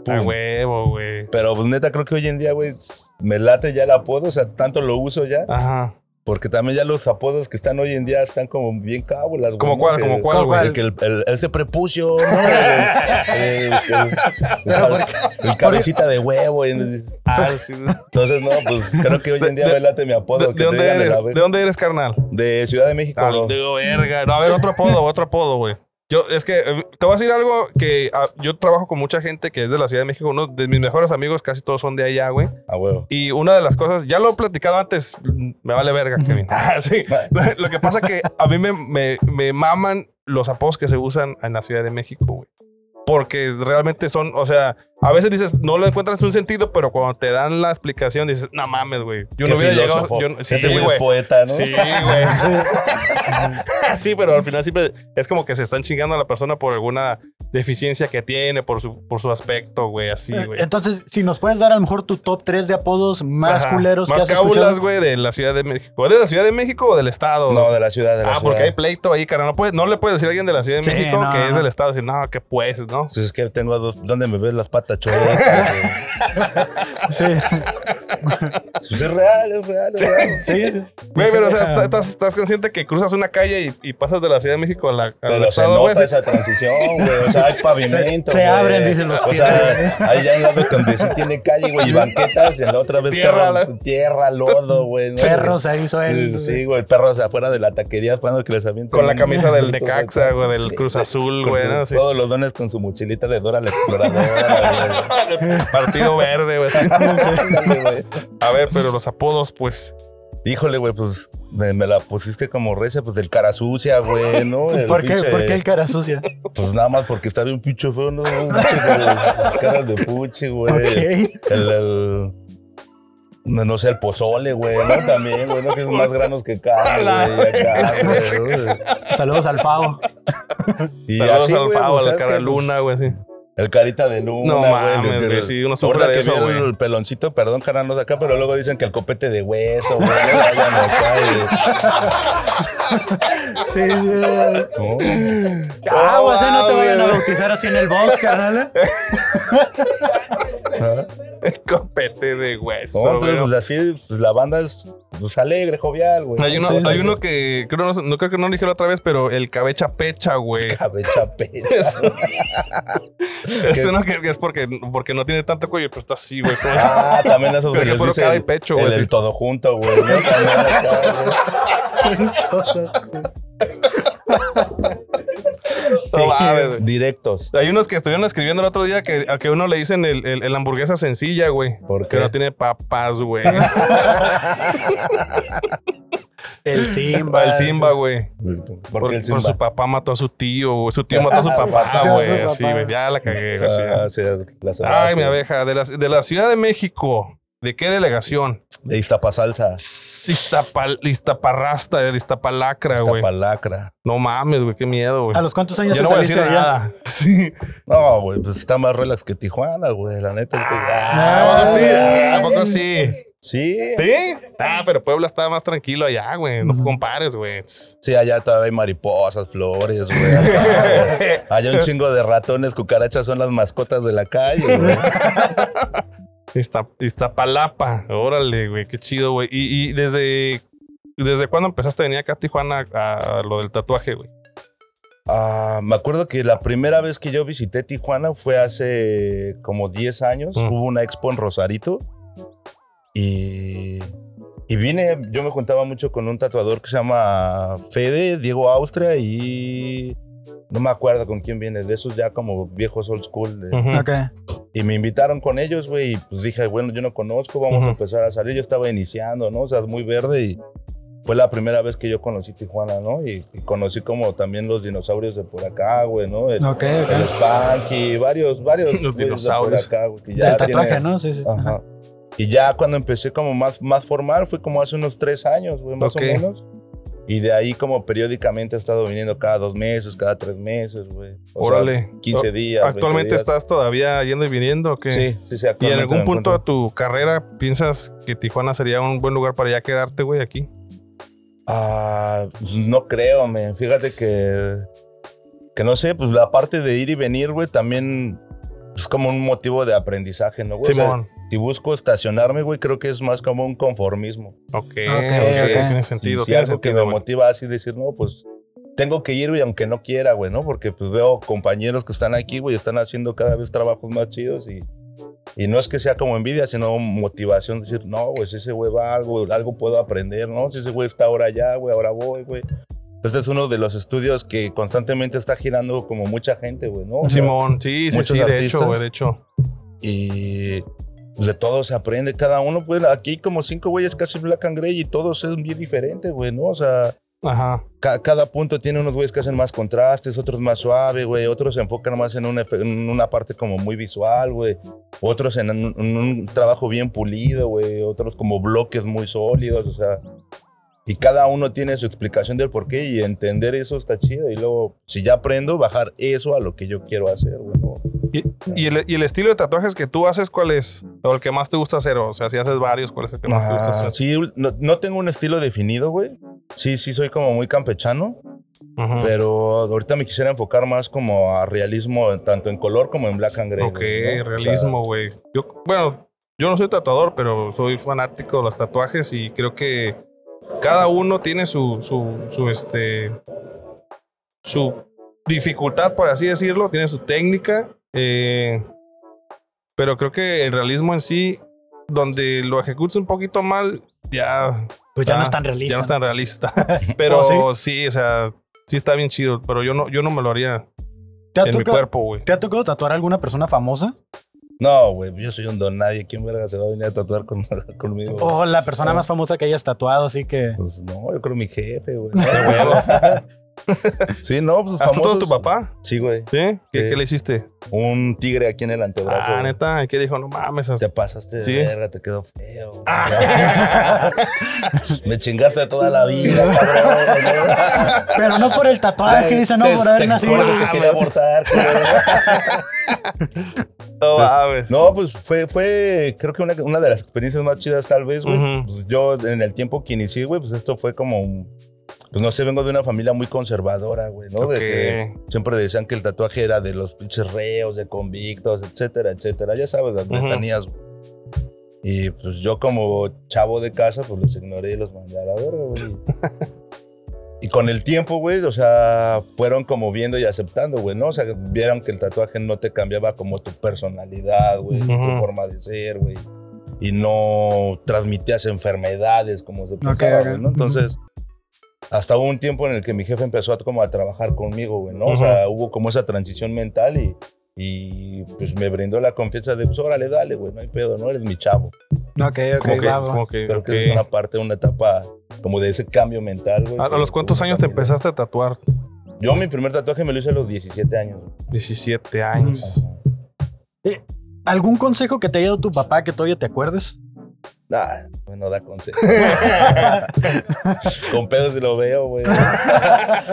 [SPEAKER 3] A
[SPEAKER 6] pum.
[SPEAKER 3] huevo, güey.
[SPEAKER 6] Pero pues neta creo que hoy en día, güey, me late ya el apodo, o sea, tanto lo uso ya,
[SPEAKER 3] Ajá.
[SPEAKER 6] porque también ya los apodos que están hoy en día están como bien cábulas, güey.
[SPEAKER 3] ¿Cómo
[SPEAKER 6] ¿no?
[SPEAKER 3] cuál?
[SPEAKER 6] Que-
[SPEAKER 3] ¿Cómo cuál,
[SPEAKER 6] de
[SPEAKER 3] güey?
[SPEAKER 6] que el, el- ese prepucio,
[SPEAKER 3] *laughs*
[SPEAKER 6] ¿no? el, el- el- el cabecita de huevo. y- Entonces,
[SPEAKER 3] Ah, sí. ¿De,
[SPEAKER 6] no, pues creo que hoy en
[SPEAKER 3] *laughs*
[SPEAKER 6] día
[SPEAKER 3] De-
[SPEAKER 6] me late mi
[SPEAKER 3] de
[SPEAKER 6] apodo. que te
[SPEAKER 3] dónde
[SPEAKER 6] digan el
[SPEAKER 3] eres?
[SPEAKER 6] abe-
[SPEAKER 3] ¿De dónde eres, carnal?
[SPEAKER 6] de Ciudad de México.
[SPEAKER 3] Ah,
[SPEAKER 6] bro.
[SPEAKER 3] digo, verga. No, a ver, otro apodo, otro apodo, güey. Yo, es que eh, te voy a decir algo que ah, yo trabajo con mucha gente que es de la Ciudad de México. Uno de mis mejores amigos, casi todos son de allá, güey.
[SPEAKER 6] A huevo.
[SPEAKER 3] Y una de las cosas, ya lo he platicado antes, mm, me vale verga, Kevin. *laughs* Ah, sí. *laughs* Lo- Lo que pasa que a mí me, me- me maman los apodos que se usan en la Ciudad de México, güey. Porque realmente son, o sea, a veces dices, no le encuentras un sentido, pero cuando te dan la explicación, dices, no mames, güey. Yo
[SPEAKER 6] Qué
[SPEAKER 3] no hubiera
[SPEAKER 6] filósofo.
[SPEAKER 3] llegado. yo no- sí,
[SPEAKER 6] Este güey
[SPEAKER 3] güey.
[SPEAKER 6] es poeta, ¿no?
[SPEAKER 3] Sí,
[SPEAKER 6] *laughs*
[SPEAKER 3] güey. sí, pero al final siempre es como que se están chingando a la persona por alguna deficiencia que tiene, por su, por su aspecto, güey, así,
[SPEAKER 2] Eh,
[SPEAKER 3] güey.
[SPEAKER 2] Entonces, si nos puedes dar a lo mejor tu top 3 de apodos más
[SPEAKER 3] Ajá.
[SPEAKER 2] culeros
[SPEAKER 3] Más
[SPEAKER 2] que has
[SPEAKER 3] cábulas,
[SPEAKER 2] escuchado.
[SPEAKER 3] güey, de la Ciudad de México. ¿Es de la Ciudad de México o del Estado?
[SPEAKER 6] No, de la ciudad, de la
[SPEAKER 3] ah,
[SPEAKER 6] ciudad.
[SPEAKER 3] porque hay pleito ahí, cara. No, puedes- no le puedes decir a alguien de la Ciudad de
[SPEAKER 2] Sí,
[SPEAKER 3] México
[SPEAKER 2] no.
[SPEAKER 3] que es del Estado. Decir, no, que pues, ¿no?
[SPEAKER 6] Pues es que tengo dos. ¿Dónde me ves las patas, choretas,
[SPEAKER 3] *laughs*
[SPEAKER 6] güey?
[SPEAKER 2] Sí,
[SPEAKER 6] Pues es real, es real. es real.
[SPEAKER 2] sí, sí.
[SPEAKER 3] Güey, pero
[SPEAKER 2] *laughs*
[SPEAKER 3] o sea, estás- estás, estás consciente que cruzas una calle y, y pasas de la Ciudad de México a la, al
[SPEAKER 6] Pero se
[SPEAKER 3] Estado, güey.
[SPEAKER 6] nota esa transición, güey. O
[SPEAKER 3] *laughs*
[SPEAKER 6] sea, hay pavimento.
[SPEAKER 2] Se- se
[SPEAKER 6] güey.
[SPEAKER 2] abren, dicen los
[SPEAKER 6] O sea, hay ya un lado donde sí tiene calle, güey, y banquetas. Y en la otra vez
[SPEAKER 3] Tierra,
[SPEAKER 6] tierra, tierra lodo, güey. ¿no?
[SPEAKER 2] *laughs* Perros ahí, sueltos.
[SPEAKER 6] Sí, güey, perros afuera de la taquería cuando que les avientan.
[SPEAKER 3] Con la
[SPEAKER 6] un-
[SPEAKER 3] camisa del
[SPEAKER 6] *laughs* un-
[SPEAKER 3] Necaxa, güey, del
[SPEAKER 6] Sí,
[SPEAKER 3] Cruz Azul,
[SPEAKER 6] con
[SPEAKER 3] güey. ¿no?
[SPEAKER 6] los-
[SPEAKER 3] Sí.
[SPEAKER 6] Todos los dones con su mochilita de Dora la exploradora,
[SPEAKER 3] *laughs*
[SPEAKER 6] güey.
[SPEAKER 3] Partido Verde, güey. sí.
[SPEAKER 6] Ándale, güey.
[SPEAKER 3] A ver, pero los apodos, pues.
[SPEAKER 6] Híjole, güey, pues me, me la pusiste como recia, pues del cara sucia, güey, ¿no? El
[SPEAKER 2] ¿Por qué?
[SPEAKER 6] pinche-
[SPEAKER 2] ¿Por qué el cara
[SPEAKER 3] *laughs*
[SPEAKER 2] sucia?
[SPEAKER 6] Pues nada más porque está bien pinche feo, ¿no? Un pinche con Las caras de puche, güey.
[SPEAKER 2] Ok.
[SPEAKER 6] El, el- No, no sé, el pozole, güey, ¿no? También, güey, ¿no? Que es más granos que
[SPEAKER 3] *laughs*
[SPEAKER 6] carne, güey. acá, güey, ¿no?
[SPEAKER 2] Saludos al pavo.
[SPEAKER 6] Y
[SPEAKER 3] Saludos
[SPEAKER 6] así,
[SPEAKER 3] al
[SPEAKER 6] güey,
[SPEAKER 3] Pavo,
[SPEAKER 6] pues,
[SPEAKER 3] a la
[SPEAKER 6] ¿sabes
[SPEAKER 3] cara
[SPEAKER 6] qué?
[SPEAKER 3] luna, güey, sí.
[SPEAKER 6] El carita de luna,
[SPEAKER 3] No
[SPEAKER 6] güey,
[SPEAKER 3] mames,
[SPEAKER 6] el- el-
[SPEAKER 3] güey, sí, uno sufre
[SPEAKER 6] Ahorita
[SPEAKER 3] de
[SPEAKER 6] que
[SPEAKER 3] eso,
[SPEAKER 6] vi el,
[SPEAKER 3] güey.
[SPEAKER 6] peloncito, perdón, carnal, no sé acá, pero luego dicen que el copete de hueso, güey. le vayan acá
[SPEAKER 2] Sí, sí.
[SPEAKER 6] y-
[SPEAKER 3] *laughs*
[SPEAKER 6] ¿no?
[SPEAKER 2] Ah,
[SPEAKER 3] Oh,
[SPEAKER 2] o sea, no te
[SPEAKER 3] wow,
[SPEAKER 2] vayan a
[SPEAKER 3] güey.
[SPEAKER 2] bautizar así en el box,
[SPEAKER 3] *laughs*
[SPEAKER 2] carnal.
[SPEAKER 3] *laughs* Copete de hueso.
[SPEAKER 6] No, entonces,
[SPEAKER 3] güey.
[SPEAKER 6] pues así, pues, la banda es pues, alegre, jovial, güey.
[SPEAKER 3] Hay uno,
[SPEAKER 6] Sí,
[SPEAKER 3] hay
[SPEAKER 6] sí.
[SPEAKER 3] uno que creo, no, no creo que no lo dije la otra vez, pero el cabecha pecha, güey.
[SPEAKER 6] *laughs* Cabeza pecha.
[SPEAKER 3] *laughs* Es uno que, que es porque, porque no tiene tanto cuello, pero está así,
[SPEAKER 6] *laughs*
[SPEAKER 3] güey. como-
[SPEAKER 6] Ah, también
[SPEAKER 3] Pero
[SPEAKER 6] eso se
[SPEAKER 3] que
[SPEAKER 6] les
[SPEAKER 3] puro
[SPEAKER 6] dice
[SPEAKER 3] cara y
[SPEAKER 6] el-
[SPEAKER 3] pecho,
[SPEAKER 6] el,
[SPEAKER 3] güey,
[SPEAKER 6] el
[SPEAKER 3] sí.
[SPEAKER 6] todo junto, güey.
[SPEAKER 3] *laughs*
[SPEAKER 6] ¿no? También acá, güey.
[SPEAKER 3] No mames, güey.
[SPEAKER 6] Directos.
[SPEAKER 3] Hay unos que estuvieron escribiendo el otro día que a que uno le dicen el, el- el hamburguesa sencilla, güey.
[SPEAKER 6] ¿Por
[SPEAKER 3] Que
[SPEAKER 6] qué?
[SPEAKER 3] no tiene papas,
[SPEAKER 6] *laughs*
[SPEAKER 3] güey.
[SPEAKER 2] El Simba.
[SPEAKER 3] el Simba, güey.
[SPEAKER 6] Porque
[SPEAKER 3] Por,
[SPEAKER 6] el
[SPEAKER 3] por
[SPEAKER 6] Simba.
[SPEAKER 3] su papá mató a su tío, güey. Su tío mató
[SPEAKER 6] *laughs*
[SPEAKER 3] a su papá,
[SPEAKER 6] Mató a su
[SPEAKER 3] güey. Así,
[SPEAKER 2] papá.
[SPEAKER 3] güey. Ya la cagué, güey.
[SPEAKER 6] Ah,
[SPEAKER 3] así.
[SPEAKER 6] sí, la sobraste.
[SPEAKER 3] Ay, mi abeja. De la, de la Ciudad de México. ¿De qué delegación?
[SPEAKER 6] De Iztapasalsa.
[SPEAKER 3] Iztapal, Iztaparrasta, el Iztapalacra, güey.
[SPEAKER 6] Iztapalacra.
[SPEAKER 3] No mames, güey. Qué miedo, güey.
[SPEAKER 2] ¿A los cuantos años te
[SPEAKER 3] Yo no voy a
[SPEAKER 2] saliste
[SPEAKER 3] decir
[SPEAKER 2] de allá?
[SPEAKER 3] nada. *laughs* Sí.
[SPEAKER 6] No, güey, pues está más relax que Tijuana, güey, la neta.
[SPEAKER 3] ¿A
[SPEAKER 6] Ah,
[SPEAKER 3] poco sí?
[SPEAKER 6] ah,
[SPEAKER 3] ¿A poco sí?
[SPEAKER 6] Sí.
[SPEAKER 3] ¿Sí? Ah, pero Puebla está más tranquilo allá, güey. No compares, güey.
[SPEAKER 6] Sí, allá todavía hay mariposas, flores, güey. acá, güey. Allá un chingo de ratones, cucarachas son las mascotas de la calle, güey.
[SPEAKER 3] Izta- Iztapalapa. Órale, güey. Qué chido, güey. ¿Y, y desde, desde cuándo empezaste a venir acá a Tijuana a, a lo del tatuaje, güey?
[SPEAKER 6] Ah, me acuerdo que la primera vez que yo visité Tijuana fue hace como 10 años.
[SPEAKER 3] Mm.
[SPEAKER 6] Hubo una expo en Rosarito. Y, y vine, yo me juntaba mucho con un tatuador que se llama Fede, Diego Austria y... No me acuerdo con quién viene, de esos ya como viejos old school. de-
[SPEAKER 3] Ujú.
[SPEAKER 2] Ok.
[SPEAKER 6] Y me invitaron con ellos, güey, y pues dije, bueno, yo no conozco, vamos
[SPEAKER 3] Ujú.
[SPEAKER 6] a empezar a salir. Yo estaba iniciando, ¿no? O sea, muy verde y fue la primera vez que yo conocí Tijuana, ¿no? Y, y conocí como también los dinosaurios de por acá, güey, ¿no? El,
[SPEAKER 2] Ok,
[SPEAKER 6] el
[SPEAKER 2] ok.
[SPEAKER 6] Spanky, varios, varios.
[SPEAKER 3] *laughs* Los
[SPEAKER 6] güeyes de por
[SPEAKER 3] dinosaurios.
[SPEAKER 6] acá, güey, que ya
[SPEAKER 2] Del tatuaje,
[SPEAKER 6] tiene-
[SPEAKER 2] ¿no? Sí, sí.
[SPEAKER 6] Ajá. Y ya cuando empecé como más, más formal fue como hace unos tres años, güey, más
[SPEAKER 3] Ok.
[SPEAKER 6] o menos. Y de ahí como periódicamente he estado viniendo cada dos meses, cada tres meses, güey. O sea,
[SPEAKER 3] Órale.
[SPEAKER 6] 15 días. 20
[SPEAKER 3] ¿Actualmente
[SPEAKER 6] días.
[SPEAKER 3] estás todavía yendo y viniendo o qué?
[SPEAKER 6] Sí, sí,
[SPEAKER 3] ¿Y
[SPEAKER 6] sí.
[SPEAKER 3] en
[SPEAKER 6] actualmente
[SPEAKER 3] algún
[SPEAKER 6] me
[SPEAKER 3] punto
[SPEAKER 6] encuentro-
[SPEAKER 3] de tu carrera piensas que Tijuana sería un buen lugar para ya quedarte, güey, aquí?
[SPEAKER 6] Ah, pues, no creo, me. Fíjate que. Que no sé, pues la parte de ir y venir, güey, también es como un motivo de aprendizaje, ¿no, güey? O sea,
[SPEAKER 3] Simón.
[SPEAKER 6] si busco estacionarme, güey, creo que es más como un conformismo.
[SPEAKER 3] Ok, ok,
[SPEAKER 2] ok.
[SPEAKER 3] tiene
[SPEAKER 6] Si-
[SPEAKER 3] sentido.
[SPEAKER 6] si
[SPEAKER 3] tiene
[SPEAKER 6] algo que
[SPEAKER 3] sentido,
[SPEAKER 6] me
[SPEAKER 3] güey.
[SPEAKER 6] motiva así decir, no, pues tengo que ir, güey, aunque no quiera, güey, ¿no? Porque pues veo compañeros que están aquí, güey, están haciendo cada vez trabajos más chidos y. Y no es que sea como envidia, sino motivación. Decir, no, güey, si ese güey va a algo, algo puedo aprender, ¿no? Si ese güey está ahora allá, güey, ahora voy, güey. Entonces es uno de los estudios que constantemente está girando como mucha gente, güey, ¿no? O sea,
[SPEAKER 3] Simón, sí, sí,
[SPEAKER 6] Muchos
[SPEAKER 3] sí, de
[SPEAKER 6] artistas.
[SPEAKER 3] hecho, güey, de hecho.
[SPEAKER 6] y pues de todo se aprende cada uno, pues aquí hay como cinco güeyes casi black and gray y todos es bien diferente, güey, ¿no? O sea,
[SPEAKER 3] Ajá.
[SPEAKER 6] ca- cada punto tiene unos güeyes que hacen más contrastes, otros más suave, güey, otros se enfocan más en una, efe- en una parte como muy visual, güey, otros en un, en un trabajo bien pulido, güey, otros como bloques muy sólidos, o sea, y cada uno tiene su explicación del por qué y entender eso está chido y luego, si ya aprendo, bajar eso a lo que yo quiero hacer, güey, ¿no?
[SPEAKER 3] Y, y el, y el estilo de tatuajes que tú haces, ¿cuál es? O el que más te gusta hacer, o sea, si haces varios, ¿cuál es el que más te gusta
[SPEAKER 6] Ah,
[SPEAKER 3] hacer?
[SPEAKER 6] sí, no, no tengo un estilo definido, güey. Sí, sí, soy como muy campechano, pues,
[SPEAKER 3] Ajá.
[SPEAKER 6] pero ahorita me quisiera enfocar más como a realismo, tanto en color como en black and gray.
[SPEAKER 3] Ok,
[SPEAKER 6] güey, ¿no?
[SPEAKER 3] realismo, güey. Yo, bueno, yo no soy tatuador, pero soy fanático de los tatuajes y creo que cada uno tiene su, su, su, este, su dificultad, por así decirlo, tiene su técnica, eh, pero creo que el realismo en sí, donde lo ejecutes un poquito mal, ya,
[SPEAKER 2] Pues ya
[SPEAKER 3] Ah,
[SPEAKER 2] no es tan
[SPEAKER 3] ya
[SPEAKER 2] realista.
[SPEAKER 3] no es tan
[SPEAKER 6] *laughs*
[SPEAKER 3] realista. *laughs* pero
[SPEAKER 2] ¿Oh,
[SPEAKER 3] sí? o sea, sí está bien chido, pero yo no, yo no me lo haría
[SPEAKER 2] ¿Te ha,
[SPEAKER 3] en mi
[SPEAKER 2] tocado-
[SPEAKER 3] cuerpo, güey.
[SPEAKER 2] ¿Te ha tocado tatuar a alguna persona famosa?
[SPEAKER 6] No, güey, yo soy un don nadie. ¿Quién verga se va a venir a tatuar con- *laughs* conmigo?
[SPEAKER 3] Oh,
[SPEAKER 2] O la persona más famosa que hayas tatuado, así que.
[SPEAKER 6] Pues no, yo creo mi jefe, güey. No, güey. *laughs* sí, no, pues
[SPEAKER 3] ¿Has tatuado
[SPEAKER 6] famoso.
[SPEAKER 3] a tu papá?
[SPEAKER 6] Sí, güey.
[SPEAKER 3] ¿Sí? ¿Qué,
[SPEAKER 6] Sí.
[SPEAKER 3] qué le hiciste?
[SPEAKER 6] Un tigre aquí en el antebrazo.
[SPEAKER 3] Ah,
[SPEAKER 6] güey.
[SPEAKER 3] neta, ¿y qué dijo? No mames. hasta-
[SPEAKER 6] Te pasaste de
[SPEAKER 3] Sí. Ah.
[SPEAKER 6] verga, te quedó feo. güey. *laughs* Me chingaste toda la vida, cabrón. ¿no?
[SPEAKER 2] *laughs* Pero no por el
[SPEAKER 3] *laughs*
[SPEAKER 2] tatuaje, dice, no
[SPEAKER 6] Te-
[SPEAKER 2] por
[SPEAKER 6] te-
[SPEAKER 2] haber
[SPEAKER 6] te
[SPEAKER 2] nacido.
[SPEAKER 6] acuerdas que quería abortar, cabrón.
[SPEAKER 3] No
[SPEAKER 6] Pues,
[SPEAKER 3] mames.
[SPEAKER 6] No, pues fue, fue creo que una, una de las experiencias más chidas tal vez, güey.
[SPEAKER 3] Ujú.
[SPEAKER 6] Pues, yo en el tiempo que inicié, güey, pues esto fue como, un- pues no sé, vengo de una familia muy conservadora, güey, ¿no?
[SPEAKER 3] Ok.
[SPEAKER 6] De que siempre decían que el tatuaje era de los pinches reos, de convictos, etcétera, etcétera. Ya sabes, las
[SPEAKER 3] Ujú.
[SPEAKER 6] letanías, güey. Y pues yo como chavo de casa, pues los ignoré y los mandé a la verga, güey. Y con el tiempo, güey, o sea, fueron como viendo y aceptando, güey, ¿no? O sea, vieron que el tatuaje no te cambiaba como tu personalidad, güey,
[SPEAKER 3] Ujú.
[SPEAKER 6] tu forma de ser, güey. Y no transmitías enfermedades como se pensaba,
[SPEAKER 2] ok.
[SPEAKER 6] güey, ¿no? Entonces, hasta hubo un tiempo en el que mi jefe empezó a, como a trabajar conmigo, güey, ¿no? O sea, hubo como esa transición mental y, y pues me brindó la confianza de, pues, órale, dale, güey, no hay pedo, ¿no? Eres mi chavo.
[SPEAKER 2] Ok, ok,
[SPEAKER 3] Como que,
[SPEAKER 2] va, va.
[SPEAKER 3] como que-
[SPEAKER 6] Creo
[SPEAKER 3] ok.
[SPEAKER 6] que es una parte, una etapa como de ese cambio mental, güey.
[SPEAKER 3] ¿A, a los cuántos años te
[SPEAKER 6] empezaste?
[SPEAKER 3] empezaste a tatuar?
[SPEAKER 6] Yo mi primer tatuaje me lo hice a los 17 años. güey.
[SPEAKER 3] 17
[SPEAKER 6] Mm.
[SPEAKER 3] años.
[SPEAKER 2] Eh, ¿Algún consejo que te haya dado tu papá que todavía te acuerdes?
[SPEAKER 6] Ah, no
[SPEAKER 3] *laughs*
[SPEAKER 6] da consejo. Con pedo si lo veo, güey.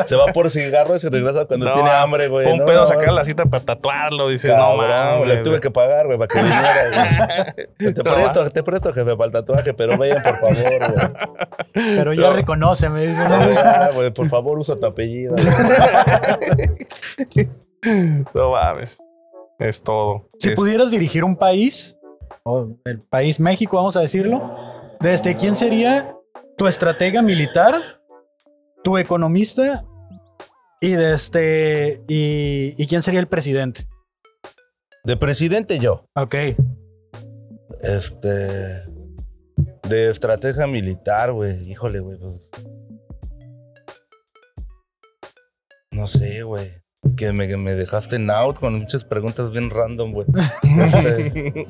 [SPEAKER 6] Se va por cigarro y se regresa cuando
[SPEAKER 3] No,
[SPEAKER 6] tiene hambre, güey.
[SPEAKER 3] Pon
[SPEAKER 6] No,
[SPEAKER 3] pedo
[SPEAKER 6] no,
[SPEAKER 3] sacar la cita para tatuarlo. Dices,
[SPEAKER 6] cabrón,
[SPEAKER 3] no mames.
[SPEAKER 6] Le tuve que pagar, güey, para que
[SPEAKER 3] *laughs*
[SPEAKER 6] viniera, güey. Te
[SPEAKER 3] No,
[SPEAKER 6] presto, te presto, jefe, para el tatuaje, pero vayan, por favor,
[SPEAKER 3] *laughs*
[SPEAKER 6] güey.
[SPEAKER 2] Pero ya
[SPEAKER 3] No.
[SPEAKER 2] reconóceme. dice, ¿no?
[SPEAKER 6] *laughs* Pero ya, güey. Por favor, usa tu apellido. güey.
[SPEAKER 3] No mames. Es todo.
[SPEAKER 2] Si
[SPEAKER 3] Es-
[SPEAKER 2] pudieras dirigir un país, o el país México, vamos a decirlo, ¿desde quién sería tu estratega militar, tu economista y desde y, y quién sería el presidente?
[SPEAKER 6] De presidente yo.
[SPEAKER 2] Ok.
[SPEAKER 6] Este. De estrategia militar, güey. Híjole, güey. pues. No sé, güey. Que me, que me dejaste en out con muchas preguntas bien random, güey. Este.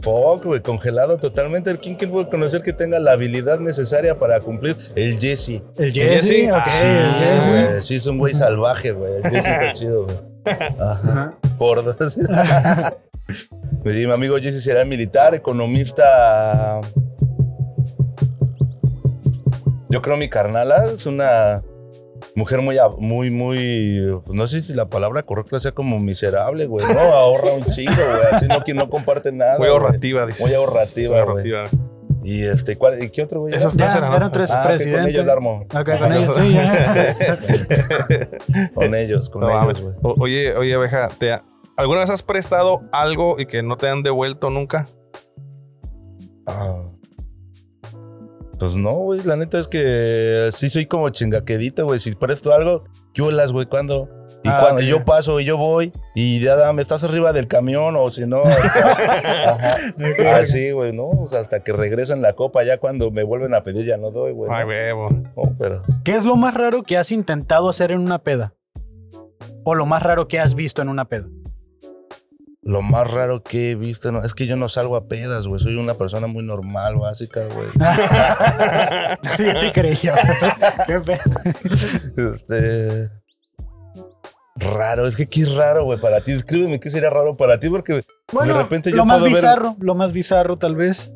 [SPEAKER 6] Fuck, güey. Congelado totalmente. ¿Quién, quién puede conocer que tenga la habilidad necesaria para cumplir? El Jesse.
[SPEAKER 2] El
[SPEAKER 3] Jesse?
[SPEAKER 2] Jesse, ok.
[SPEAKER 3] Ah,
[SPEAKER 2] el
[SPEAKER 3] sí,
[SPEAKER 2] Jesse.
[SPEAKER 6] Güey, sí, es un güey salvaje, güey. El Jesse está chido, güey. Ajá
[SPEAKER 2] Ajá.
[SPEAKER 6] por dos. *laughs* Pues sí, mi amigo Jesse será militar, economista. Yo creo mi carnala es una mujer muy, a- muy, muy. No sé si la palabra correcta sea como miserable, güey. No, ahorra un chingo, güey. Así no, que no comparte nada.
[SPEAKER 3] Muy
[SPEAKER 6] güey.
[SPEAKER 3] ahorrativa, dices.
[SPEAKER 6] Muy
[SPEAKER 3] Muy
[SPEAKER 6] ahorrativa, güey.
[SPEAKER 3] ahorrativa.
[SPEAKER 6] Y este, ¿cuál, ¿y qué otro, güey?
[SPEAKER 3] Esos
[SPEAKER 2] Ya,
[SPEAKER 6] era?
[SPEAKER 3] tres eran, ¿no?
[SPEAKER 2] eran tres
[SPEAKER 6] Ah, que
[SPEAKER 2] presidentes.
[SPEAKER 6] con ellos, Darmo.
[SPEAKER 2] Ok,
[SPEAKER 6] *laughs*
[SPEAKER 2] con ellos, sí, ya.
[SPEAKER 6] Con ellos, con
[SPEAKER 3] No
[SPEAKER 6] ellos,
[SPEAKER 3] mames.
[SPEAKER 6] güey.
[SPEAKER 3] O- Oye, oye, abeja, ¿te ha- ¿alguna vez has prestado algo y que no te han devuelto nunca?
[SPEAKER 6] Ah. Pues no, güey. eh, La neta es que sí soy como chingaquedito, güey. Si presto algo, ¿qué olas, güey? ¿Cuándo? Y Y
[SPEAKER 2] Ah,
[SPEAKER 6] cuando
[SPEAKER 2] ok.
[SPEAKER 6] yo paso y yo voy, y ya dame, estás arriba del camión o si no. ajá. Así, güey, ¿no? O sea, hasta que regresan la copa, ya cuando me vuelven a pedir, ya no doy, güey.
[SPEAKER 3] Ay,
[SPEAKER 6] ¿no?
[SPEAKER 3] huevo.
[SPEAKER 6] No, pero
[SPEAKER 2] ¿Qué es lo más raro que has intentado hacer en una peda? O lo más raro que has visto en una peda. *laughs*
[SPEAKER 6] lo más raro que he visto, no, es que yo no salgo a pedas, güey. Soy una persona muy normal, básica, güey.
[SPEAKER 2] Nadie te
[SPEAKER 6] *laughs*
[SPEAKER 2] creía. Qué pedo.
[SPEAKER 6] Este. Raro, es que qué es raro, güey, para ti. Escríbeme qué sería raro para ti, porque pues,
[SPEAKER 2] Bueno,
[SPEAKER 6] de repente
[SPEAKER 2] lo
[SPEAKER 6] yo
[SPEAKER 2] más
[SPEAKER 6] puedo ver.
[SPEAKER 2] bizarro, lo más bizarro tal vez.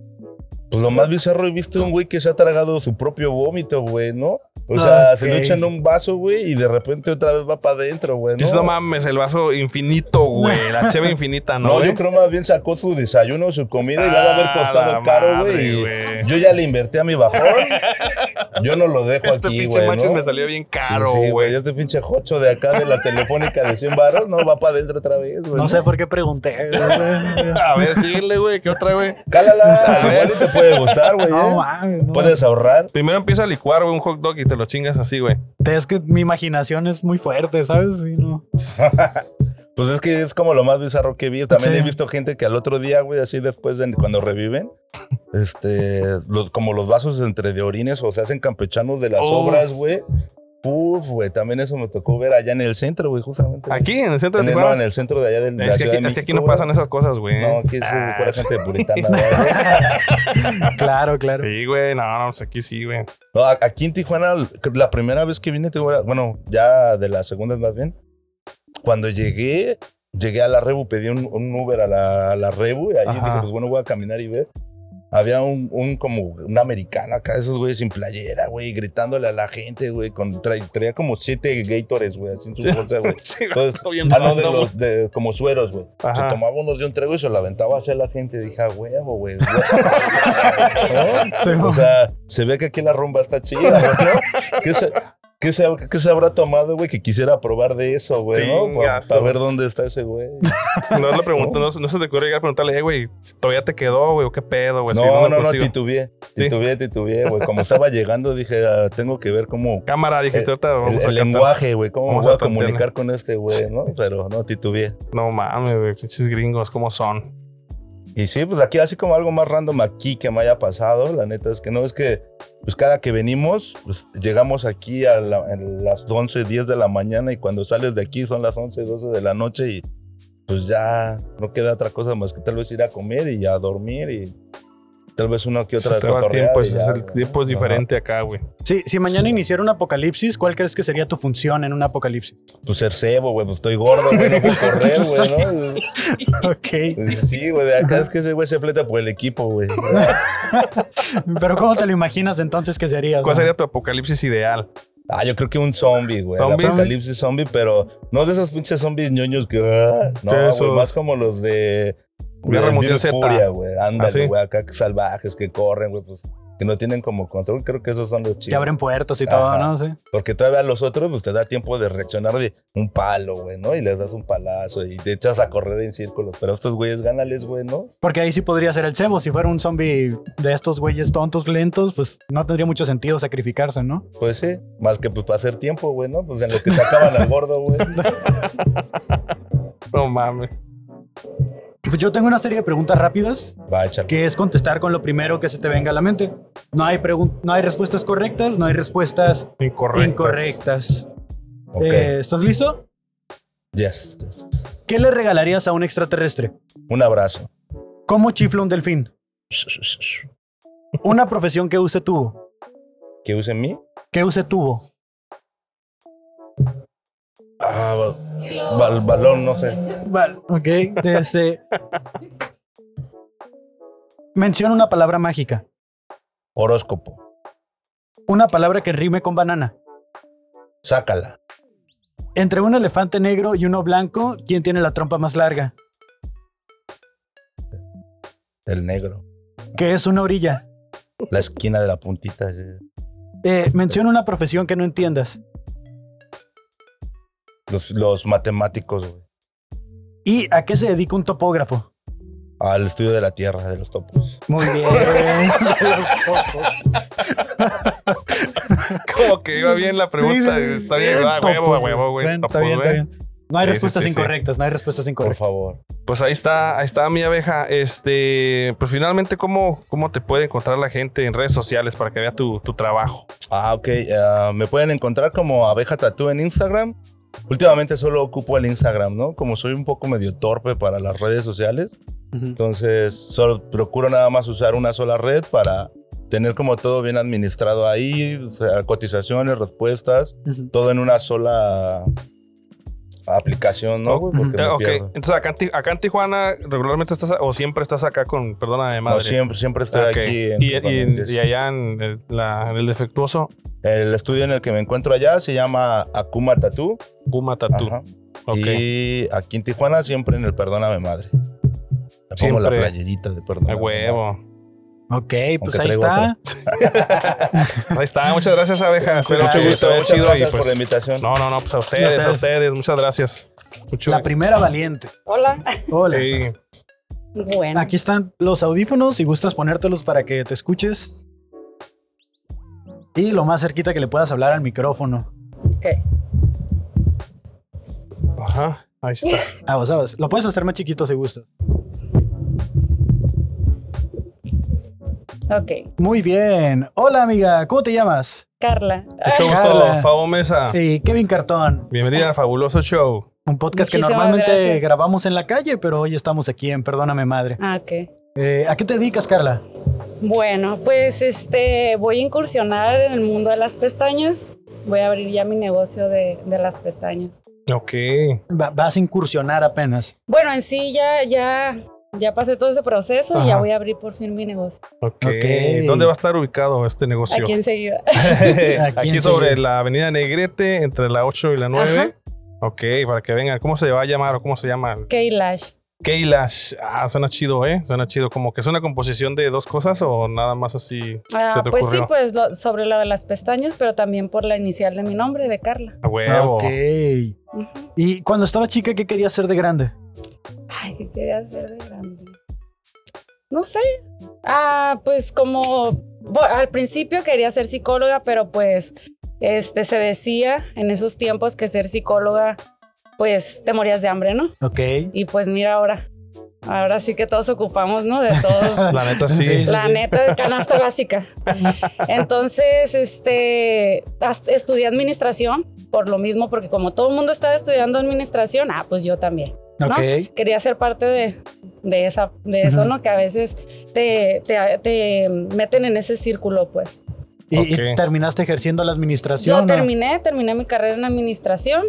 [SPEAKER 6] Pues lo más bizarro he visto un güey que se ha tragado su propio vómito, güey, ¿no? O sea,
[SPEAKER 3] Ah,
[SPEAKER 6] se lo
[SPEAKER 2] Ok.
[SPEAKER 6] echan en un vaso, güey, y de repente otra vez va para adentro, güey.
[SPEAKER 3] Dices,
[SPEAKER 6] ¿no?
[SPEAKER 3] no mames, el vaso infinito, güey. La cheve infinita, ¿no?
[SPEAKER 6] No,
[SPEAKER 3] güey?
[SPEAKER 6] yo creo más bien sacó su desayuno, su comida y le ha de haber
[SPEAKER 3] Ah,
[SPEAKER 6] costado
[SPEAKER 3] la
[SPEAKER 6] caro,
[SPEAKER 3] madre,
[SPEAKER 6] güey.
[SPEAKER 3] güey.
[SPEAKER 6] y Yo ya le invertí a mi bajón. yo no lo dejo
[SPEAKER 3] Este
[SPEAKER 6] aquí,
[SPEAKER 3] pinche
[SPEAKER 6] güey.
[SPEAKER 3] manches
[SPEAKER 6] ¿no?
[SPEAKER 3] me salió bien caro,
[SPEAKER 6] Sí,
[SPEAKER 3] güey.
[SPEAKER 6] Este pinche jocho de acá de la telefónica de 100 baros, no, va para adentro otra vez, güey.
[SPEAKER 2] No sé por qué
[SPEAKER 6] *laughs*
[SPEAKER 2] pregunté. güey.
[SPEAKER 3] a ver, síguele, güey. ¿Qué otra, güey? *laughs*
[SPEAKER 6] Cálala, igual y te puede gustar, güey.
[SPEAKER 2] No
[SPEAKER 6] ¿eh?
[SPEAKER 2] mames. no.
[SPEAKER 6] Puedes ahorrar.
[SPEAKER 3] Primero empieza a licuar, güey, un hot dog y te lo chingas así, güey.
[SPEAKER 2] Es que mi imaginación es muy fuerte, ¿sabes? Sí,
[SPEAKER 6] *laughs*
[SPEAKER 2] no.
[SPEAKER 6] Pues es que es como lo más bizarro que he visto. También
[SPEAKER 2] Sí.
[SPEAKER 6] he visto gente que al otro día, güey, así después de cuando reviven, este, los, como los vasos entre de orines o se hacen campechanos de las
[SPEAKER 3] Uf.
[SPEAKER 6] obras, güey. Puf, güey, también eso me tocó ver allá en el centro, güey, justamente. güey.
[SPEAKER 3] Aquí, en el centro
[SPEAKER 6] En
[SPEAKER 3] de
[SPEAKER 6] el, no, en
[SPEAKER 3] Tijuana.
[SPEAKER 6] el centro de allá del
[SPEAKER 3] Es que aquí, es que aquí no pasan esas cosas, güey.
[SPEAKER 6] No, aquí es
[SPEAKER 3] Ah,
[SPEAKER 6] pura gente
[SPEAKER 3] *laughs*
[SPEAKER 6] puritana. güey.
[SPEAKER 2] Claro, claro.
[SPEAKER 3] Sí, güey. No, no, pues aquí sí, güey. *laughs*
[SPEAKER 6] No, a- aquí en Tijuana, la primera vez que vine, te voy a- bueno, ya de las segundas más bien, cuando llegué, llegué a la Rebu, pedí un, un Uber a la, a la Rebu y ahí
[SPEAKER 3] Ajá.
[SPEAKER 6] dije, pues bueno, voy a caminar y ver. Había un, un como un americano acá, esos güeyes sin playera, güey, gritándole a la gente, güey, con, tra- traía como siete Gators, güey, así en su bolsa, güey.
[SPEAKER 3] Sí, güey.
[SPEAKER 6] Entonces,
[SPEAKER 3] Bien
[SPEAKER 6] ah, no, de
[SPEAKER 3] random.
[SPEAKER 6] los, de, como sueros, güey. Se
[SPEAKER 3] Ajá.
[SPEAKER 6] tomaba uno de un trago y se lo aventaba hacia la gente. Dije, a huevo,
[SPEAKER 3] *laughs*
[SPEAKER 6] güey. ¿No? O sea, se ve que aquí la rumba está chida, güey, ¿no? ¿Qué se, qué se- qué se habrá tomado, güey, que quisiera probar de eso, güey, ¿no? Para
[SPEAKER 3] Chingazo.
[SPEAKER 6] ver dónde está ese güey.
[SPEAKER 3] No le pregunto, no, no se te ocurre llegar a preguntarle, eh, güey, todavía te quedó, güey, o qué pedo, güey. Sí,
[SPEAKER 6] No, no,
[SPEAKER 3] pues,
[SPEAKER 6] no,
[SPEAKER 3] sí, güey.
[SPEAKER 6] titubeé. Titubeé, titubeé, güey. Como estaba llegando, dije, ah, tengo que ver cómo...
[SPEAKER 3] Cámara, dijiste, ahorita vamos
[SPEAKER 6] Eh, El,
[SPEAKER 3] a
[SPEAKER 6] el
[SPEAKER 3] cantar.
[SPEAKER 6] lenguaje, güey, cómo me
[SPEAKER 3] Vamos
[SPEAKER 6] voy
[SPEAKER 3] a
[SPEAKER 6] a comunicar
[SPEAKER 3] tratarle.
[SPEAKER 6] con este güey, ¿no? Pero no, titubeé.
[SPEAKER 3] No mames, güey, pinches gringos, ¿cómo son?
[SPEAKER 6] Y sí, pues aquí así como algo más random aquí que me haya pasado, la neta es que no, es que pues cada que venimos, pues llegamos aquí a, la- a las 11, 10 de la mañana y cuando sales de aquí son las 11, 12 de la noche y pues ya no queda otra cosa más que tal vez ir a comer y a dormir y tal vez una que otra
[SPEAKER 3] Se te va el
[SPEAKER 6] cotorreada
[SPEAKER 3] Pues, tiempo,
[SPEAKER 6] y
[SPEAKER 3] ese
[SPEAKER 6] ya,
[SPEAKER 3] es el
[SPEAKER 6] ¿no?
[SPEAKER 3] tiempo es
[SPEAKER 6] Ajá.
[SPEAKER 3] diferente acá, güey.
[SPEAKER 2] Sí, si mañana iniciara un apocalipsis, ¿cuál crees que sería tu función en un apocalipsis? *laughs*
[SPEAKER 6] Pues ser cebo, güey, pues estoy gordo, güey, no puedo correr, güey, ¿no? *laughs*
[SPEAKER 2] Ok.
[SPEAKER 6] Pues sí, güey, de acá es que ese güey se fleta por el equipo, güey.
[SPEAKER 2] Pero ¿cómo te lo imaginas entonces que serías?
[SPEAKER 3] ¿Cuál
[SPEAKER 2] no?
[SPEAKER 3] sería tu apocalipsis ideal?
[SPEAKER 6] Ah, yo creo que un zombie, güey. El
[SPEAKER 3] ¿Zombies?
[SPEAKER 6] apocalipsis zombie, pero no de esos pinches zombies ñoños que. ah, no,
[SPEAKER 3] ¿Qué
[SPEAKER 6] güey,
[SPEAKER 3] esos?
[SPEAKER 6] más como los de. güey,
[SPEAKER 3] Guerra
[SPEAKER 6] el
[SPEAKER 3] Mundial
[SPEAKER 6] virus
[SPEAKER 3] Z.
[SPEAKER 6] Furia, güey.
[SPEAKER 3] ¿Ah, sí?
[SPEAKER 6] Ándale, güey, acá que salvajes que corren, güey, pues que no tienen como control. Creo que esos son los
[SPEAKER 2] Te
[SPEAKER 6] chidos.
[SPEAKER 2] abren puertas y todo,
[SPEAKER 6] Ajá.
[SPEAKER 2] ¿no? Sí.
[SPEAKER 6] Porque todavía a los otros, pues te da tiempo de reaccionar de un palo, güey, ¿no? Y les das un palazo y te echas a correr en círculos. Pero a estos güeyes, gánales, güey, ¿no?
[SPEAKER 2] Porque ahí sí podría ser el cebo. Si fuera un zombie de estos güeyes tontos, lentos, pues no tendría mucho sentido sacrificarse, ¿no?
[SPEAKER 6] Pues sí, más que pues para hacer tiempo, güey, ¿no? Pues en lo que te acaban al gordo, güey.
[SPEAKER 3] No mames.
[SPEAKER 2] Pues yo tengo una serie de preguntas rápidas
[SPEAKER 6] Va, échale.
[SPEAKER 2] que es contestar con lo primero que se te venga a la mente. No hay, pregun- no hay respuestas correctas, no hay respuestas
[SPEAKER 3] Incorrecto. *laughs*
[SPEAKER 2] incorrectas.
[SPEAKER 6] Ok.
[SPEAKER 2] Eh, ¿Estás listo?
[SPEAKER 6] Yes.
[SPEAKER 2] ¿Qué le regalarías a un extraterrestre?
[SPEAKER 6] Un abrazo.
[SPEAKER 2] ¿Cómo chifla un delfín? Una profesión que use tubo.
[SPEAKER 6] ¿Que usen mí?
[SPEAKER 2] Que use tubo.
[SPEAKER 6] Ah, ba- bal- balón, no sé.
[SPEAKER 2] Vale, ok. Este, menciona una palabra mágica.
[SPEAKER 6] Horóscopo.
[SPEAKER 2] Una palabra que rime con banana.
[SPEAKER 6] Sácala.
[SPEAKER 2] Entre un elefante negro y uno blanco, ¿quién tiene la trompa más larga?
[SPEAKER 6] El negro.
[SPEAKER 2] ¿Qué es una orilla?
[SPEAKER 6] La esquina de la puntita. sí.
[SPEAKER 2] Eh, menciona una profesión que no entiendas.
[SPEAKER 6] Los, los matemáticos, güey.
[SPEAKER 2] ¿Y a qué se dedica un topógrafo?
[SPEAKER 6] Al estudio de la tierra, de
[SPEAKER 2] *laughs*
[SPEAKER 6] los topos.
[SPEAKER 3] *laughs*
[SPEAKER 2] Muy bien.
[SPEAKER 3] Como que iba bien la pregunta.
[SPEAKER 2] Sí, sí, sí.
[SPEAKER 3] está bien, ah,
[SPEAKER 2] Topos.
[SPEAKER 3] huevo, a huevo, güey.
[SPEAKER 2] Bueno, está
[SPEAKER 3] Topos,
[SPEAKER 6] pues.
[SPEAKER 2] bien, está
[SPEAKER 3] güey.
[SPEAKER 2] bien. No hay
[SPEAKER 3] Sí, sí,
[SPEAKER 2] respuestas
[SPEAKER 3] sí, sí.
[SPEAKER 2] incorrectas, no hay respuestas
[SPEAKER 6] Por
[SPEAKER 2] incorrectas.
[SPEAKER 6] favor.
[SPEAKER 3] Pues ahí está, ahí está mi abeja. Este, pues finalmente, ¿cómo, cómo te puede encontrar la gente en redes sociales para que vea tu, tu trabajo?
[SPEAKER 6] Ah, ok. ah, me pueden encontrar como abeja tatú en Instagram. Últimamente solo ocupo el Instagram, ¿no? Como soy un poco medio torpe para las redes sociales,
[SPEAKER 2] Ujú.
[SPEAKER 6] entonces solo procuro nada más usar una sola red para tener como todo bien administrado ahí, o sea, cotizaciones, respuestas,
[SPEAKER 2] Ujú.
[SPEAKER 6] todo en una sola aplicación,
[SPEAKER 2] Oh,
[SPEAKER 6] ¿no? güey? Porque
[SPEAKER 3] Eh,
[SPEAKER 6] me
[SPEAKER 3] ok,
[SPEAKER 6] pierdo.
[SPEAKER 3] entonces acá en, Ti- acá en Tijuana regularmente estás o siempre estás acá con, perdona de
[SPEAKER 6] No,
[SPEAKER 3] madre. Ah,
[SPEAKER 6] siempre, siempre estoy
[SPEAKER 3] Ok.
[SPEAKER 6] aquí. en
[SPEAKER 3] y, y-
[SPEAKER 6] Tijuana,
[SPEAKER 3] y allá en el, la- en el defectuoso
[SPEAKER 6] El estudio en el que me encuentro allá se llama Akuma Tattoo.
[SPEAKER 3] Guma Tattoo.
[SPEAKER 6] Ajá.
[SPEAKER 3] Ok.
[SPEAKER 6] Y aquí en Tijuana siempre en el Perdóname Madre. Le pongo la
[SPEAKER 3] Siempre. Ah,
[SPEAKER 6] playerita de Perdóname.
[SPEAKER 3] A huevo.
[SPEAKER 2] Ok, pues
[SPEAKER 6] Aunque
[SPEAKER 2] ahí
[SPEAKER 6] traigo
[SPEAKER 2] está.
[SPEAKER 3] Ahí está, muchas gracias, abeja.
[SPEAKER 6] Mucho
[SPEAKER 3] Espero que
[SPEAKER 6] gusto,
[SPEAKER 3] te haya
[SPEAKER 6] muchas
[SPEAKER 3] chido y,
[SPEAKER 6] gracias por
[SPEAKER 3] pues,
[SPEAKER 6] la invitación.
[SPEAKER 3] No, no, no, pues a ustedes,
[SPEAKER 2] ustedes.
[SPEAKER 3] a ustedes, muchas gracias. Mucho-
[SPEAKER 2] La primera valiente.
[SPEAKER 5] Hola. *laughs*
[SPEAKER 2] Hola.
[SPEAKER 3] Sí.
[SPEAKER 5] Bueno.
[SPEAKER 2] Aquí están los audífonos, si gustas ponértelos para que te escuches. Y lo más cerquita que le puedas hablar al micrófono.
[SPEAKER 5] ok.
[SPEAKER 3] Ajá, ahí
[SPEAKER 5] *laughs*
[SPEAKER 3] está.
[SPEAKER 2] Ah, vos sabes, lo puedes hacer más chiquito si gustas.
[SPEAKER 5] Ok.
[SPEAKER 2] Muy bien. Hola, amiga, ¿cómo te llamas?
[SPEAKER 5] Carla.
[SPEAKER 3] Mucho
[SPEAKER 2] Carla.
[SPEAKER 3] gusto, Fabo Mesa.
[SPEAKER 2] Eh, Kevin Cartón,
[SPEAKER 3] Bienvenida al fabuloso show.
[SPEAKER 2] un podcast que
[SPEAKER 5] Muchísimas
[SPEAKER 2] normalmente
[SPEAKER 5] gracias.
[SPEAKER 2] grabamos en la calle, pero hoy estamos aquí en Perdóname Madre.
[SPEAKER 5] Ah, ok.
[SPEAKER 2] Eh, ¿A qué te dedicas, Carla?
[SPEAKER 5] Bueno, pues este voy a incursionar en el mundo de las pestañas. Voy a abrir ya mi negocio de, de las pestañas.
[SPEAKER 3] Ok.
[SPEAKER 2] Va- vas a incursionar apenas.
[SPEAKER 5] Bueno, en sí ya, ya, ya pasé todo ese proceso y ya
[SPEAKER 3] Ajá.
[SPEAKER 5] voy a abrir por fin mi negocio.
[SPEAKER 3] Ok.
[SPEAKER 2] Ok.
[SPEAKER 3] ¿Dónde va a estar ubicado este negocio? *laughs*
[SPEAKER 5] Aquí enseguida.
[SPEAKER 2] Aquí
[SPEAKER 3] Aquí
[SPEAKER 2] en
[SPEAKER 3] sobre
[SPEAKER 2] Sevilla.
[SPEAKER 3] la avenida Negrete, entre la 8 y la 9.
[SPEAKER 5] Ajá.
[SPEAKER 3] Ok, para que vengan. ¿Cómo se va a llamar o cómo se llama?
[SPEAKER 5] K-Lash.
[SPEAKER 3] Kailash. Ah, suena chido, ¿eh? Suena chido. Como que es una composición de dos cosas o nada más así
[SPEAKER 5] Ah,
[SPEAKER 3] ¿Qué te
[SPEAKER 5] pues sí,
[SPEAKER 3] ocurrió?
[SPEAKER 5] pues lo- sobre la de las pestañas, pero también por la inicial de mi nombre, de Carla.
[SPEAKER 3] a huevo.
[SPEAKER 2] Ok.
[SPEAKER 5] Ujú.
[SPEAKER 2] ¿Y cuando estaba chica, qué querías ser de grande?
[SPEAKER 5] Ay, ¿qué quería hacer de grande? No sé. Ah, pues como bo- al principio quería ser psicóloga, pero pues este se decía en esos tiempos que ser psicóloga pues te morías de hambre, ¿no?
[SPEAKER 2] Ok.
[SPEAKER 5] Y pues mira ahora. Ahora sí que todos ocupamos, ¿no? De todo.
[SPEAKER 3] La neta sí.
[SPEAKER 2] Sí.
[SPEAKER 5] La neta, canasta básica. Entonces, este, as- estudié administración por lo mismo, porque como todo el mundo estaba estudiando administración, ah, pues yo también
[SPEAKER 2] Ok.
[SPEAKER 5] quería ser parte de, de esa, de eso,
[SPEAKER 2] Ujú.
[SPEAKER 5] ¿no? Que a veces te, te- te meten en ese círculo, pues.
[SPEAKER 2] ¿Y, y
[SPEAKER 3] Ok.
[SPEAKER 2] terminaste ejerciendo la
[SPEAKER 5] Yo
[SPEAKER 2] administración? Pues ¿no?
[SPEAKER 5] terminé, terminé mi carrera en administración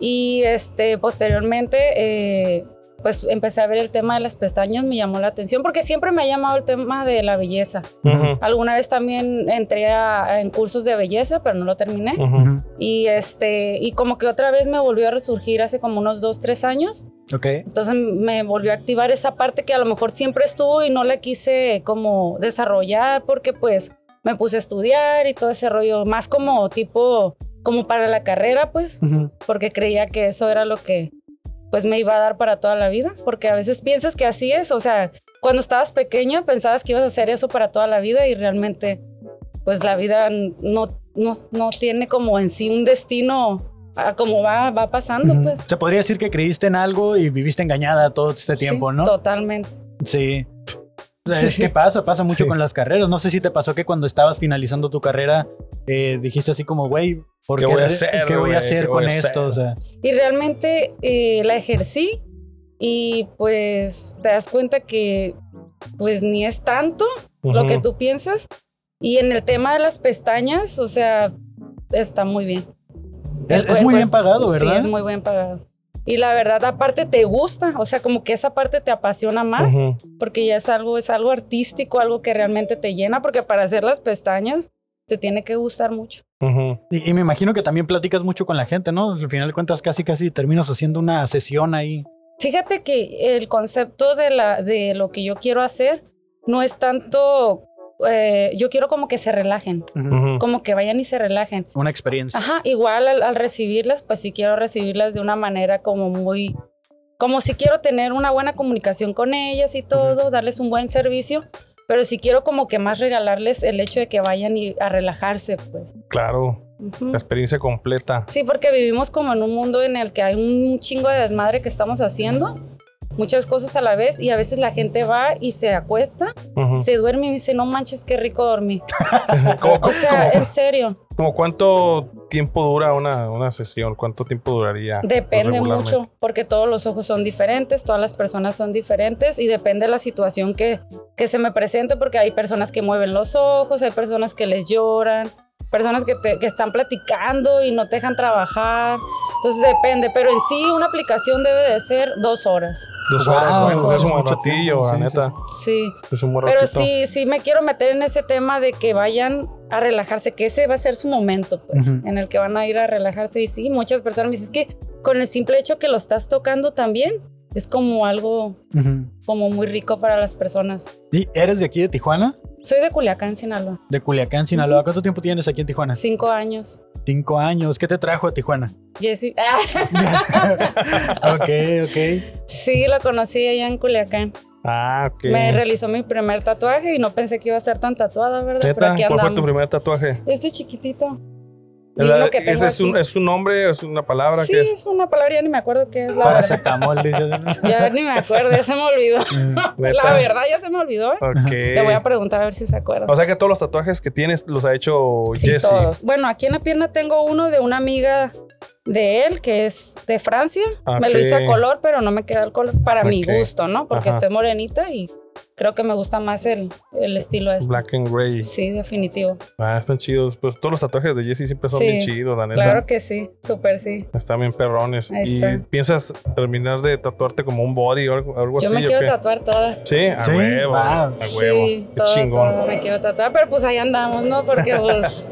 [SPEAKER 5] y este, posteriormente, eh, pues empecé a ver el tema de las pestañas, me llamó la atención, porque siempre me ha llamado el tema de la belleza.
[SPEAKER 3] Ujú,
[SPEAKER 5] Alguna vez también entré a- a- en cursos de belleza, pero no lo terminé.
[SPEAKER 3] ujú.
[SPEAKER 2] Ujú.
[SPEAKER 5] Y, este, y como que otra vez me volvió a resurgir hace como unos dos, tres años.
[SPEAKER 2] Ok.
[SPEAKER 5] Entonces me volvió a activar esa parte que a lo mejor siempre estuvo y no la quise como desarrollar porque pues me puse a estudiar y todo ese rollo, más como tipo, como para la carrera pues,
[SPEAKER 2] Ujú.
[SPEAKER 5] porque creía que eso era lo que pues me iba a dar para toda la vida, porque a veces piensas que así es, o sea, cuando estabas pequeña pensabas que ibas a hacer eso para toda la vida y realmente pues la vida no, no, no tiene como en sí un destino a como va, va pasando
[SPEAKER 2] Ujú.
[SPEAKER 5] pues.
[SPEAKER 2] Se podría decir que creíste en algo y viviste engañada todo este tiempo,
[SPEAKER 5] Sí,
[SPEAKER 2] ¿no?
[SPEAKER 5] Totalmente.
[SPEAKER 2] Sí. Es que pasa, pasa mucho
[SPEAKER 3] Sí.
[SPEAKER 2] con las carreras. No sé si te pasó que cuando estabas finalizando tu carrera eh, dijiste así como, güey, ¿por
[SPEAKER 3] ¿Qué
[SPEAKER 2] ¿qué,
[SPEAKER 3] voy a
[SPEAKER 2] re-
[SPEAKER 3] hacer,
[SPEAKER 2] ¿qué voy
[SPEAKER 3] güey?
[SPEAKER 2] a hacer
[SPEAKER 3] ¿Qué
[SPEAKER 2] con
[SPEAKER 3] voy a
[SPEAKER 2] esto?
[SPEAKER 3] hacer?
[SPEAKER 2] O sea,
[SPEAKER 5] Y realmente eh, la ejercí y pues te das cuenta que pues ni es tanto lo que
[SPEAKER 3] Ujú.
[SPEAKER 5] tú piensas. Y en el tema de las pestañas, o sea, está muy bien.
[SPEAKER 3] Eh,
[SPEAKER 2] es,
[SPEAKER 3] pues,
[SPEAKER 2] es muy bien pagado,
[SPEAKER 5] Sí,
[SPEAKER 2] ¿verdad?
[SPEAKER 5] es muy bien pagado. Y la verdad, aparte te gusta, o sea, como que esa parte te apasiona más,
[SPEAKER 3] Ujú.
[SPEAKER 5] porque ya es algo, es algo artístico, algo que realmente te llena, porque para hacer las pestañas te tiene que gustar mucho.
[SPEAKER 3] Ujú.
[SPEAKER 2] Y, y me imagino que también platicas mucho con la gente, ¿no? Al final de cuentas casi casi terminas haciendo una sesión ahí.
[SPEAKER 5] Fíjate que el concepto de, la, de lo que yo quiero hacer no es tanto, eh, yo quiero como que se relajen,
[SPEAKER 3] Ujú.
[SPEAKER 5] como que vayan y se relajen.
[SPEAKER 2] Una experiencia.
[SPEAKER 5] Ajá, igual al, al recibirlas, pues sí quiero recibirlas de una manera como muy, como si quiero tener una buena comunicación con ellas y todo, darles un buen servicio, pero sí quiero como que más regalarles el hecho de que vayan y a relajarse, pues.
[SPEAKER 3] Claro.
[SPEAKER 5] Ujú.
[SPEAKER 3] La experiencia completa.
[SPEAKER 5] Sí, porque vivimos como en un mundo en el que hay un chingo de desmadre que estamos haciendo, muchas cosas a la vez, y a veces la gente va y se acuesta,
[SPEAKER 3] Ujú.
[SPEAKER 5] se duerme y me dice, no manches, qué
[SPEAKER 3] *laughs*
[SPEAKER 5] rico dormí.
[SPEAKER 3] ¿Cómo,
[SPEAKER 5] O sea,
[SPEAKER 3] cómo-
[SPEAKER 5] en serio,
[SPEAKER 3] cómo cuánto tiempo dura una, una sesión? ¿Cuánto tiempo duraría? Pues,
[SPEAKER 5] depende
[SPEAKER 3] Ah, regularmente?
[SPEAKER 5] mucho, porque todos los ojos son diferentes, todas las personas son diferentes, y depende de la situación que, que se me presente, porque hay personas que mueven los ojos, hay personas que les lloran. Personas que, te- que están platicando y no te dejan trabajar. Entonces depende, pero en sí una aplicación debe de ser dos horas.
[SPEAKER 3] Dos
[SPEAKER 2] Wow,
[SPEAKER 3] horas.
[SPEAKER 2] eso
[SPEAKER 3] güey. Es
[SPEAKER 2] es
[SPEAKER 3] un buen
[SPEAKER 2] mucho
[SPEAKER 3] ratillo,
[SPEAKER 2] tiempo,
[SPEAKER 3] la
[SPEAKER 2] sí,
[SPEAKER 3] neta.
[SPEAKER 2] sí,
[SPEAKER 5] Sí.
[SPEAKER 3] Es un buen
[SPEAKER 5] Pero
[SPEAKER 3] ratito.
[SPEAKER 5] sí, sí me quiero meter en ese tema de que vayan a relajarse, que ese va a ser su momento, pues,
[SPEAKER 2] Ujú.
[SPEAKER 5] en el que van a ir a relajarse. Y sí, muchas personas me dicen, es que con el simple hecho que lo estás tocando también, es como algo
[SPEAKER 2] Ujú.
[SPEAKER 5] como muy rico para las personas.
[SPEAKER 2] ¿Y eres de aquí de Tijuana?
[SPEAKER 5] Soy de Culiacán, Sinaloa,
[SPEAKER 2] De Culiacán, Sinaloa. ¿Cuánto tiempo tienes aquí en
[SPEAKER 3] Ah.
[SPEAKER 2] Tijuana?
[SPEAKER 5] cinco años.
[SPEAKER 2] Cinco años. ¿Qué te trajo a Tijuana?
[SPEAKER 5] Jessy, *laughs* ah,
[SPEAKER 2] ok, ok.
[SPEAKER 5] sí, lo conocí allá en Culiacán.
[SPEAKER 3] Ah, ok.
[SPEAKER 5] Me realizó mi primer tatuaje y no pensé que iba a estar tan tatuada, ¿verdad? Pero
[SPEAKER 3] Neta,
[SPEAKER 5] aquí
[SPEAKER 3] ¿Cuál fue tu
[SPEAKER 5] andamos.
[SPEAKER 3] primer tatuaje?
[SPEAKER 5] Este chiquitito.
[SPEAKER 3] ¿Verdad?
[SPEAKER 5] Divino que tengo
[SPEAKER 3] ¿Ese es, un,
[SPEAKER 5] aquí.
[SPEAKER 3] ¿Es un nombre? ¿Es una palabra?
[SPEAKER 5] Sí,
[SPEAKER 3] que es?
[SPEAKER 5] es una palabra, ya ni me acuerdo qué
[SPEAKER 3] *laughs*
[SPEAKER 5] es *laughs* la verdad.
[SPEAKER 2] Paracetamol, dices.
[SPEAKER 5] Ya ni me acuerdo, ya se me olvidó.
[SPEAKER 3] *laughs* Neta.
[SPEAKER 5] La verdad, ya se me olvidó. Le voy a
[SPEAKER 3] Ok.
[SPEAKER 5] preguntar a ver si se acuerda.
[SPEAKER 3] O sea que todos los tatuajes que tienes los ha hecho
[SPEAKER 5] Sí,
[SPEAKER 3] Jesse.
[SPEAKER 5] todos. Bueno, aquí en la pierna tengo uno de una amiga de él que es de Francia. Me lo hice a color, pero no me queda el color para mi
[SPEAKER 3] Ok.
[SPEAKER 5] gusto, ¿no? Porque
[SPEAKER 3] Ajá.
[SPEAKER 5] estoy morenita y creo que me gusta más el, el estilo este.
[SPEAKER 3] Black and Grey.
[SPEAKER 5] Sí, definitivo.
[SPEAKER 3] Ah, están chidos. Pues todos los tatuajes de Jesse siempre son
[SPEAKER 5] Sí,
[SPEAKER 3] bien chidos, la neta.
[SPEAKER 5] Claro que sí, súper sí.
[SPEAKER 3] Están bien perrones.
[SPEAKER 5] Ahí
[SPEAKER 3] ¿Y
[SPEAKER 5] está.
[SPEAKER 3] piensas terminar de tatuarte como un body o algo, algo
[SPEAKER 5] Yo
[SPEAKER 3] así?
[SPEAKER 5] me
[SPEAKER 3] o
[SPEAKER 5] quiero
[SPEAKER 3] qué?
[SPEAKER 5] tatuar toda.
[SPEAKER 3] Sí, a
[SPEAKER 2] Sí,
[SPEAKER 3] huevo.
[SPEAKER 2] wow.
[SPEAKER 3] A huevo.
[SPEAKER 5] Sí,
[SPEAKER 3] Qué
[SPEAKER 5] todo,
[SPEAKER 3] chingón.
[SPEAKER 5] todo me quiero tatuar, pero pues ahí andamos, ¿no? Porque
[SPEAKER 3] *laughs*
[SPEAKER 5] pues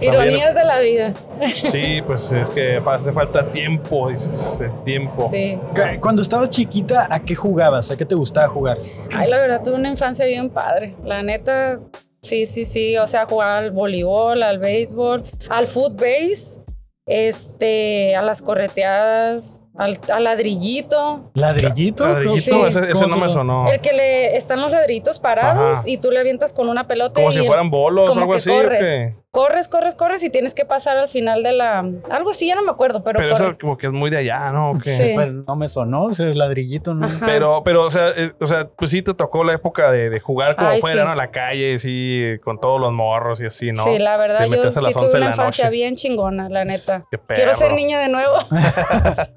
[SPEAKER 5] ironías de la vida.
[SPEAKER 3] Sí, pues es que fa- hace falta tiempo, dices, el tiempo.
[SPEAKER 5] Sí.
[SPEAKER 2] Cu- Cuando estabas chiquita, ¿a qué jugabas? ¿A qué te gustaba jugar?
[SPEAKER 5] Ay, la verdad, tuve una infancia bien padre. La neta, sí, sí, sí. O sea, jugaba al voleibol, al béisbol, al footbase, este, a las correteadas, al, al ladrillito.
[SPEAKER 2] ¿Ladrillito?
[SPEAKER 3] Ladrillito,
[SPEAKER 5] Sí.
[SPEAKER 3] ese, ese
[SPEAKER 2] ¿Cómo
[SPEAKER 3] no
[SPEAKER 2] es
[SPEAKER 3] me
[SPEAKER 2] eso?
[SPEAKER 3] sonó.
[SPEAKER 5] El que le están los ladrillitos parados
[SPEAKER 3] Ah. Ajá.
[SPEAKER 5] y tú le avientas con una pelota
[SPEAKER 3] Como
[SPEAKER 5] y
[SPEAKER 3] si
[SPEAKER 5] el-
[SPEAKER 3] fueran bolos o
[SPEAKER 5] como
[SPEAKER 3] algo
[SPEAKER 5] que
[SPEAKER 3] así. ¿o
[SPEAKER 5] corres.
[SPEAKER 3] qué?
[SPEAKER 5] corres, corres, corres y tienes que pasar al final de la. Algo así, ya no me acuerdo, pero.
[SPEAKER 3] Pero
[SPEAKER 5] corres.
[SPEAKER 3] eso como que es muy de allá, ¿no? ¿O qué?
[SPEAKER 5] Sí.
[SPEAKER 2] Pues no me sonó, ese ladrillito, ¿no?
[SPEAKER 5] Ajá.
[SPEAKER 3] Pero, pero, o sea, eh, o sea, pues sí te tocó la época de, de jugar como
[SPEAKER 5] Ay,
[SPEAKER 3] fuera,
[SPEAKER 5] sí.
[SPEAKER 3] ¿no? En la calle, sí, con todos los morros y así, ¿no?
[SPEAKER 5] Sí, la verdad,
[SPEAKER 3] Te
[SPEAKER 5] yo
[SPEAKER 3] metes a las 11
[SPEAKER 5] sí tuve
[SPEAKER 3] de
[SPEAKER 5] una
[SPEAKER 3] la
[SPEAKER 5] infancia
[SPEAKER 3] noche.
[SPEAKER 5] bien chingona, la neta.
[SPEAKER 3] Qué
[SPEAKER 5] Quiero ser
[SPEAKER 3] perro.
[SPEAKER 5] niña de
[SPEAKER 3] *laughs*
[SPEAKER 5] nuevo.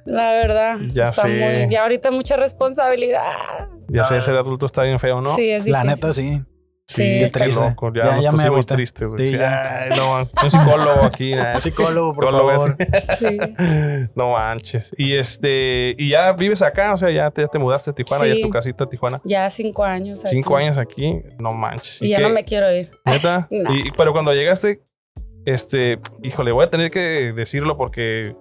[SPEAKER 5] la verdad.
[SPEAKER 3] Ya
[SPEAKER 5] está
[SPEAKER 3] sé.
[SPEAKER 5] muy. Y ahorita mucha responsabilidad.
[SPEAKER 3] Ya sé, ser adulto está bien feo, ¿no?
[SPEAKER 5] Sí, es difícil.
[SPEAKER 2] La neta, sí.
[SPEAKER 5] sí,
[SPEAKER 2] qué
[SPEAKER 5] está-
[SPEAKER 3] Qué
[SPEAKER 2] triste.
[SPEAKER 3] loco, ya,
[SPEAKER 2] Ya-
[SPEAKER 3] nos
[SPEAKER 2] ya me
[SPEAKER 3] pusimos
[SPEAKER 2] agüita.
[SPEAKER 3] tristes. güey.
[SPEAKER 2] Sí,
[SPEAKER 3] Sí,
[SPEAKER 2] ya.
[SPEAKER 3] ay, no, un
[SPEAKER 2] *laughs*
[SPEAKER 3] psicólogo aquí. eh". nah.
[SPEAKER 2] Psicólogo, por
[SPEAKER 3] Ah, Psicólogo,
[SPEAKER 2] favor.
[SPEAKER 5] sí.
[SPEAKER 3] *laughs* No manches. Y este, y ya vives acá, o sea, ya te, ya te mudaste a Tijuana, ya es
[SPEAKER 5] Sí.
[SPEAKER 3] tu casita a Tijuana.
[SPEAKER 5] Ya cinco años. aquí.
[SPEAKER 3] Cinco años aquí, no manches.
[SPEAKER 5] Y ya
[SPEAKER 3] qué?
[SPEAKER 5] no me quiero ir.
[SPEAKER 3] ¿Neta?
[SPEAKER 5] *laughs* No.
[SPEAKER 3] Y- y- pero cuando llegaste, este, híjole, voy a tener que decirlo porque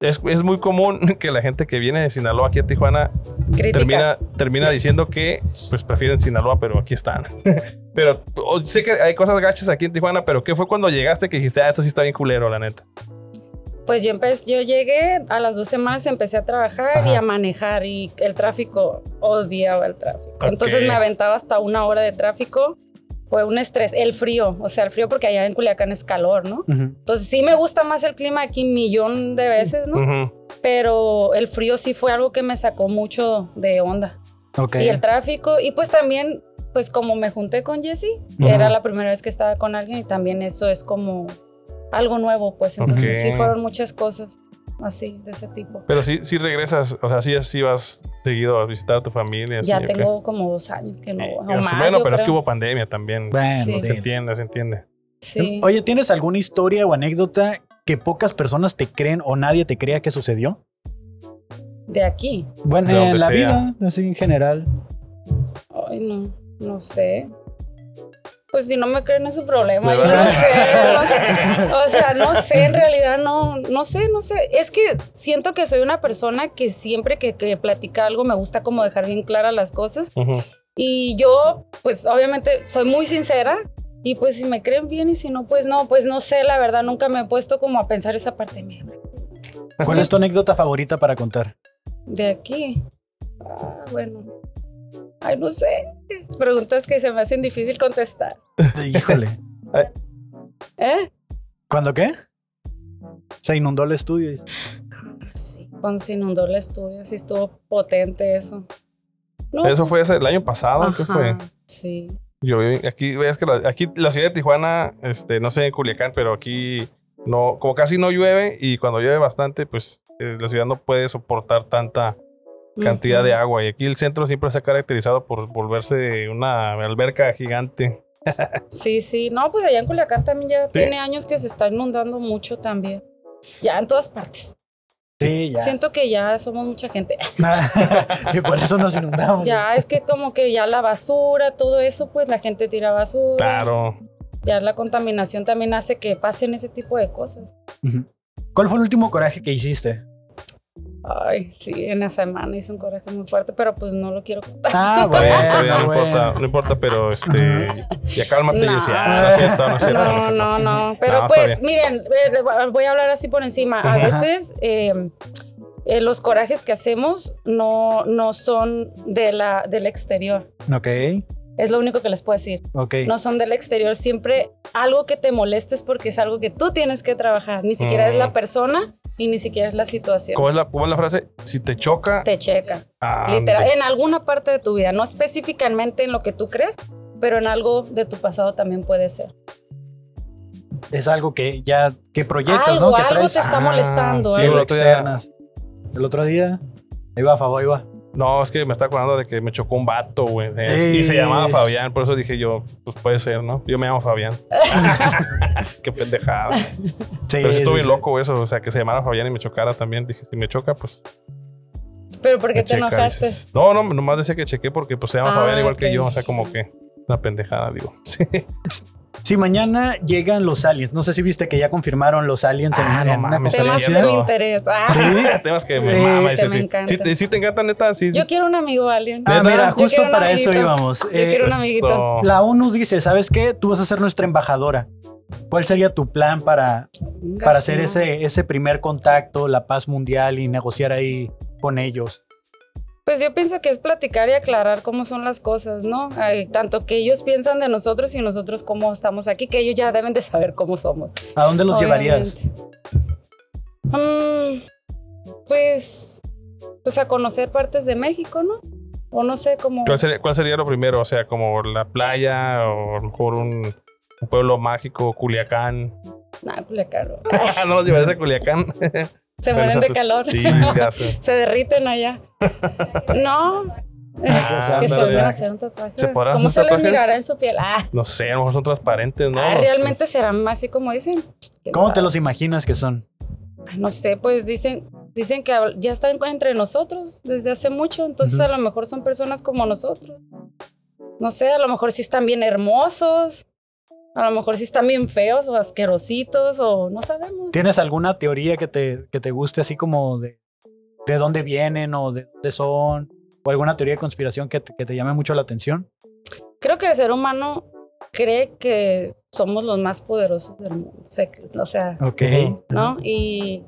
[SPEAKER 3] es, es muy común *laughs* que la gente que viene de Sinaloa aquí a Tijuana
[SPEAKER 5] Crítica.
[SPEAKER 3] termina, termina diciendo que pues prefieren Sinaloa, pero aquí
[SPEAKER 5] *laughs*
[SPEAKER 3] están. pero o- sé que hay cosas gachas aquí en Tijuana, pero ¿qué fue cuando llegaste que dijiste, ah, esto sí está bien culero, la neta?
[SPEAKER 5] Pues yo empecé, yo llegué a las dos semanas, empecé a trabajar y
[SPEAKER 3] Ajá.
[SPEAKER 5] a manejar y el tráfico, odiaba el tráfico.
[SPEAKER 3] Ok.
[SPEAKER 5] Entonces me aventaba hasta una hora de tráfico. Fue un estrés, el frío, o sea, el frío porque allá en Culiacán es calor, ¿no?
[SPEAKER 2] Ujú.
[SPEAKER 5] Entonces sí me gusta más el clima aquí millón de veces, ¿no?
[SPEAKER 3] Ujú.
[SPEAKER 5] Pero el frío sí fue algo que me sacó mucho de onda.
[SPEAKER 2] Ok.
[SPEAKER 5] Y el tráfico, y pues también, pues como me junté con Jesse,
[SPEAKER 2] Ujú.
[SPEAKER 5] era la primera vez que estaba con alguien y también eso es como algo nuevo, pues entonces
[SPEAKER 3] Ok.
[SPEAKER 5] sí fueron muchas cosas así, de ese tipo.
[SPEAKER 3] Pero sí, sí regresas, o sea, sí, sí vas seguido a visitar a tu familia.
[SPEAKER 5] ya
[SPEAKER 3] sí, ¿o qué?
[SPEAKER 5] tengo como dos años que no,
[SPEAKER 3] Eh,
[SPEAKER 5] o
[SPEAKER 3] o
[SPEAKER 5] más,
[SPEAKER 3] sea, bueno,
[SPEAKER 5] yo
[SPEAKER 3] pero es que
[SPEAKER 5] creo.
[SPEAKER 3] hubo pandemia también.
[SPEAKER 2] Bueno,
[SPEAKER 5] Sí.
[SPEAKER 3] Se
[SPEAKER 2] sí.
[SPEAKER 3] entiende, se entiende.
[SPEAKER 5] Sí.
[SPEAKER 2] Oye, ¿tienes alguna historia o anécdota que pocas personas te creen o nadie te crea que sucedió?
[SPEAKER 5] de aquí.
[SPEAKER 2] Bueno,
[SPEAKER 3] De donde
[SPEAKER 2] en la
[SPEAKER 3] sea.
[SPEAKER 2] vida, así en general.
[SPEAKER 5] Ay, no, no sé. Pues si no me creen es su problema, yo
[SPEAKER 3] ¿Verdad?
[SPEAKER 5] no
[SPEAKER 3] *laughs*
[SPEAKER 5] sé, no sé. O sea, no sé, en realidad no, no sé, no sé. Es que siento que soy una persona que siempre que, que platica algo me gusta como dejar bien claras las cosas.
[SPEAKER 3] Ujú.
[SPEAKER 5] Y yo, pues obviamente soy muy sincera. Y pues si me creen bien y si no, pues no, pues no sé, la verdad nunca me he puesto como a pensar esa parte mía.
[SPEAKER 2] ¿Cuál es tu anécdota favorita para
[SPEAKER 3] *laughs*
[SPEAKER 2] contar?
[SPEAKER 5] De aquí. Ah, bueno. Ay, no sé. Preguntas que se me hacen difícil contestar.
[SPEAKER 2] Híjole.
[SPEAKER 5] ¿Eh? *laughs*
[SPEAKER 2] ¿Cuándo qué? Se inundó el estudio.
[SPEAKER 5] Sí, cuando se inundó el estudio, sí estuvo potente eso. No, pues,
[SPEAKER 3] Eso fue hace- el año pasado, ¿qué fue?
[SPEAKER 5] ajá, Sí.
[SPEAKER 3] Yo vi- aquí, ves que la, aquí la ciudad de Tijuana, este, no sé en Culiacán, pero aquí no, como casi no llueve y cuando llueve bastante, pues eh, la ciudad no puede soportar tanta cantidad de
[SPEAKER 5] Ujú.
[SPEAKER 3] agua. Y aquí el centro siempre se ha caracterizado por volverse una alberca gigante.
[SPEAKER 5] Sí, sí. No, pues allá en Culiacán también ya
[SPEAKER 3] Sí.
[SPEAKER 5] tiene años que se está inundando mucho también. Ya en todas partes.
[SPEAKER 2] Sí, ya.
[SPEAKER 5] Siento que ya somos mucha gente.
[SPEAKER 2] *laughs* y por eso nos inundamos.
[SPEAKER 5] Ya es que como que ya la basura, todo eso, pues la gente tira basura.
[SPEAKER 3] Claro.
[SPEAKER 5] Ya la contaminación también hace que pasen ese tipo de cosas.
[SPEAKER 2] Ujú. ¿Cuál fue el último coraje que hiciste?
[SPEAKER 5] Ay, sí, en la semana hice un coraje muy fuerte, pero pues no lo quiero contar. *laughs*
[SPEAKER 2] Ah,
[SPEAKER 3] Bueno, está bien, no,
[SPEAKER 2] bueno,
[SPEAKER 3] Importa,
[SPEAKER 2] bueno.
[SPEAKER 3] no importa, pero este. Ya cálmate,
[SPEAKER 5] No.
[SPEAKER 3] Jessy. Ah, no es cierto, no es cierto.
[SPEAKER 5] No, no, no. Pero
[SPEAKER 3] está
[SPEAKER 5] pues, miren, eh, voy a hablar así por encima. A
[SPEAKER 2] Ajá.
[SPEAKER 5] veces eh, eh, los corajes que hacemos no, no son de la, del exterior.
[SPEAKER 2] Ok,
[SPEAKER 5] Es lo único que les puedo decir.
[SPEAKER 2] ok.
[SPEAKER 5] No son del exterior. Siempre algo que te molestes porque es algo que tú tienes que trabajar. Ni siquiera es
[SPEAKER 3] Mm.
[SPEAKER 5] la persona y ni siquiera es la situación.
[SPEAKER 3] ¿Cómo es, la, ¿Cómo es la frase? Si te choca,
[SPEAKER 5] Te checa.
[SPEAKER 3] ah,
[SPEAKER 5] Literal,
[SPEAKER 3] te-
[SPEAKER 5] en alguna parte de tu vida, no específicamente en lo que tú crees, pero en algo de tu pasado también puede ser.
[SPEAKER 2] Es algo que ya que proyectas,
[SPEAKER 5] algo,
[SPEAKER 2] ¿no? Que
[SPEAKER 5] algo te está
[SPEAKER 3] Ah,
[SPEAKER 5] molestando.
[SPEAKER 3] sí,
[SPEAKER 5] algo.
[SPEAKER 3] el otro día-
[SPEAKER 2] externas. El otro día. Ahí va, favor, ahí va.
[SPEAKER 3] No, es que me está acordando de que me chocó un vato, güey. eh,
[SPEAKER 2] Ey.
[SPEAKER 3] Y se llamaba Fabián, por eso dije yo, pues puede ser, ¿no? Yo me llamo Fabián. *laughs* Qué pendejada.
[SPEAKER 2] Sí,
[SPEAKER 3] Pero sí estuve
[SPEAKER 2] sí, sí.
[SPEAKER 3] loco eso, o sea, que se llamara Fabián y me chocara también. Dije, si me choca, pues.
[SPEAKER 5] Pero porque
[SPEAKER 3] me
[SPEAKER 5] te
[SPEAKER 3] checa,
[SPEAKER 5] enojaste.
[SPEAKER 3] dices. No, no, nomás decía que chequé porque pues se llama
[SPEAKER 5] Ah,
[SPEAKER 3] Fabián igual
[SPEAKER 5] ok.
[SPEAKER 3] que yo, o sea, como que una pendejada, digo. *laughs* Sí.
[SPEAKER 2] Sí, mañana llegan los aliens. No sé si viste que ya confirmaron los aliens en,
[SPEAKER 3] Ah,
[SPEAKER 2] en
[SPEAKER 3] no
[SPEAKER 2] una
[SPEAKER 3] mames,
[SPEAKER 2] conferencia.
[SPEAKER 5] Temas
[SPEAKER 3] sí,
[SPEAKER 5] de
[SPEAKER 3] no.
[SPEAKER 5] mi interés. Ah,
[SPEAKER 3] Temas que me
[SPEAKER 2] Sí.
[SPEAKER 3] mama
[SPEAKER 5] Que
[SPEAKER 3] ese,
[SPEAKER 5] me
[SPEAKER 3] sí.
[SPEAKER 5] encanta.
[SPEAKER 3] Sí, te, sí te encanta, neta, sí.
[SPEAKER 5] Yo quiero un amigo alien.
[SPEAKER 2] Ah,
[SPEAKER 3] ¿Neta?
[SPEAKER 2] mira,
[SPEAKER 5] Yo
[SPEAKER 2] justo
[SPEAKER 5] quiero un
[SPEAKER 2] para eso
[SPEAKER 5] amiguito.
[SPEAKER 2] íbamos.
[SPEAKER 5] Yo
[SPEAKER 2] Eh,
[SPEAKER 3] Pues,
[SPEAKER 5] quiero un amiguito.
[SPEAKER 3] Eso.
[SPEAKER 2] La ONU dice, ¿sabes qué? Tú vas a ser nuestra embajadora. ¿Cuál sería tu plan para,
[SPEAKER 5] Venga,
[SPEAKER 2] para
[SPEAKER 5] sí,
[SPEAKER 2] hacer
[SPEAKER 5] no.
[SPEAKER 2] ese, ese primer contacto, la paz mundial y negociar ahí con ellos?
[SPEAKER 5] Pues yo pienso que es platicar y aclarar cómo son las cosas, ¿no? Ay, tanto que ellos piensan de nosotros y nosotros cómo estamos aquí, que ellos ya deben de saber cómo somos.
[SPEAKER 2] ¿A dónde los llevarías?
[SPEAKER 5] Obviamente. Mm, pues, pues a conocer partes de México, ¿no? O no sé cómo.
[SPEAKER 3] ¿Cuál sería, cuál sería lo primero? O sea, como la playa o a lo mejor un, un pueblo mágico, Culiacán. *laughs* Ah,
[SPEAKER 5] Nah, Culiacán,
[SPEAKER 2] *laughs*
[SPEAKER 5] no.
[SPEAKER 3] no los llevaré a Culiacán.
[SPEAKER 5] Se mueren
[SPEAKER 3] esas-
[SPEAKER 5] de calor.
[SPEAKER 3] sí, ya sé.
[SPEAKER 5] Se derriten
[SPEAKER 3] *laughs*
[SPEAKER 5] allá. No,
[SPEAKER 3] Ah,
[SPEAKER 5] que se
[SPEAKER 3] ándale.
[SPEAKER 5] vuelvan a hacer un tatuaje.
[SPEAKER 3] ¿Se podrán
[SPEAKER 5] ¿Cómo se
[SPEAKER 3] hacer
[SPEAKER 5] les
[SPEAKER 3] tatuajes?
[SPEAKER 5] mirará en su piel? Ah,
[SPEAKER 3] No sé, a lo mejor son transparentes, ¿no? pues,
[SPEAKER 5] ah,
[SPEAKER 3] Los-
[SPEAKER 5] ¿realmente serán así como dicen? ¿Quién
[SPEAKER 2] ¿Cómo te
[SPEAKER 5] sabe?
[SPEAKER 2] los imaginas que son?
[SPEAKER 5] Ay, No sé, pues dicen, dicen que habl- ya están con- entre nosotros desde hace mucho, entonces
[SPEAKER 2] Ujú.
[SPEAKER 5] a lo mejor son personas como nosotros. No sé, a lo mejor sí están bien hermosos, a lo mejor sí están bien feos o asquerositos o no sabemos.
[SPEAKER 2] ¿Tienes alguna teoría que te, que te guste así como de, de dónde vienen o de dónde son? ¿O alguna teoría de conspiración que te, que te llame mucho la atención?
[SPEAKER 5] Creo que el ser humano cree que somos los más poderosos del mundo, se- o sea,
[SPEAKER 2] Ok.
[SPEAKER 3] Ujú.
[SPEAKER 5] ¿no? Y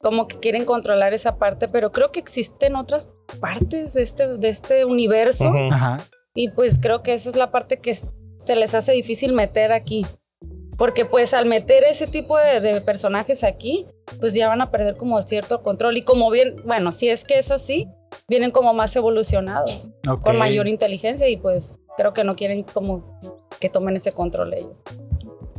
[SPEAKER 5] como que quieren controlar esa parte, pero creo que existen otras partes de este, de este universo.
[SPEAKER 3] Ujú.
[SPEAKER 2] Ajá.
[SPEAKER 5] Y pues creo que esa es la parte que s- se les hace difícil meter aquí. Porque pues al meter ese tipo de, de personajes aquí, pues ya van a perder como cierto control. Y como bien, bueno, si es que es así, vienen como más evolucionados,
[SPEAKER 2] ok.
[SPEAKER 5] con mayor inteligencia y pues creo que no quieren como que tomen ese control ellos.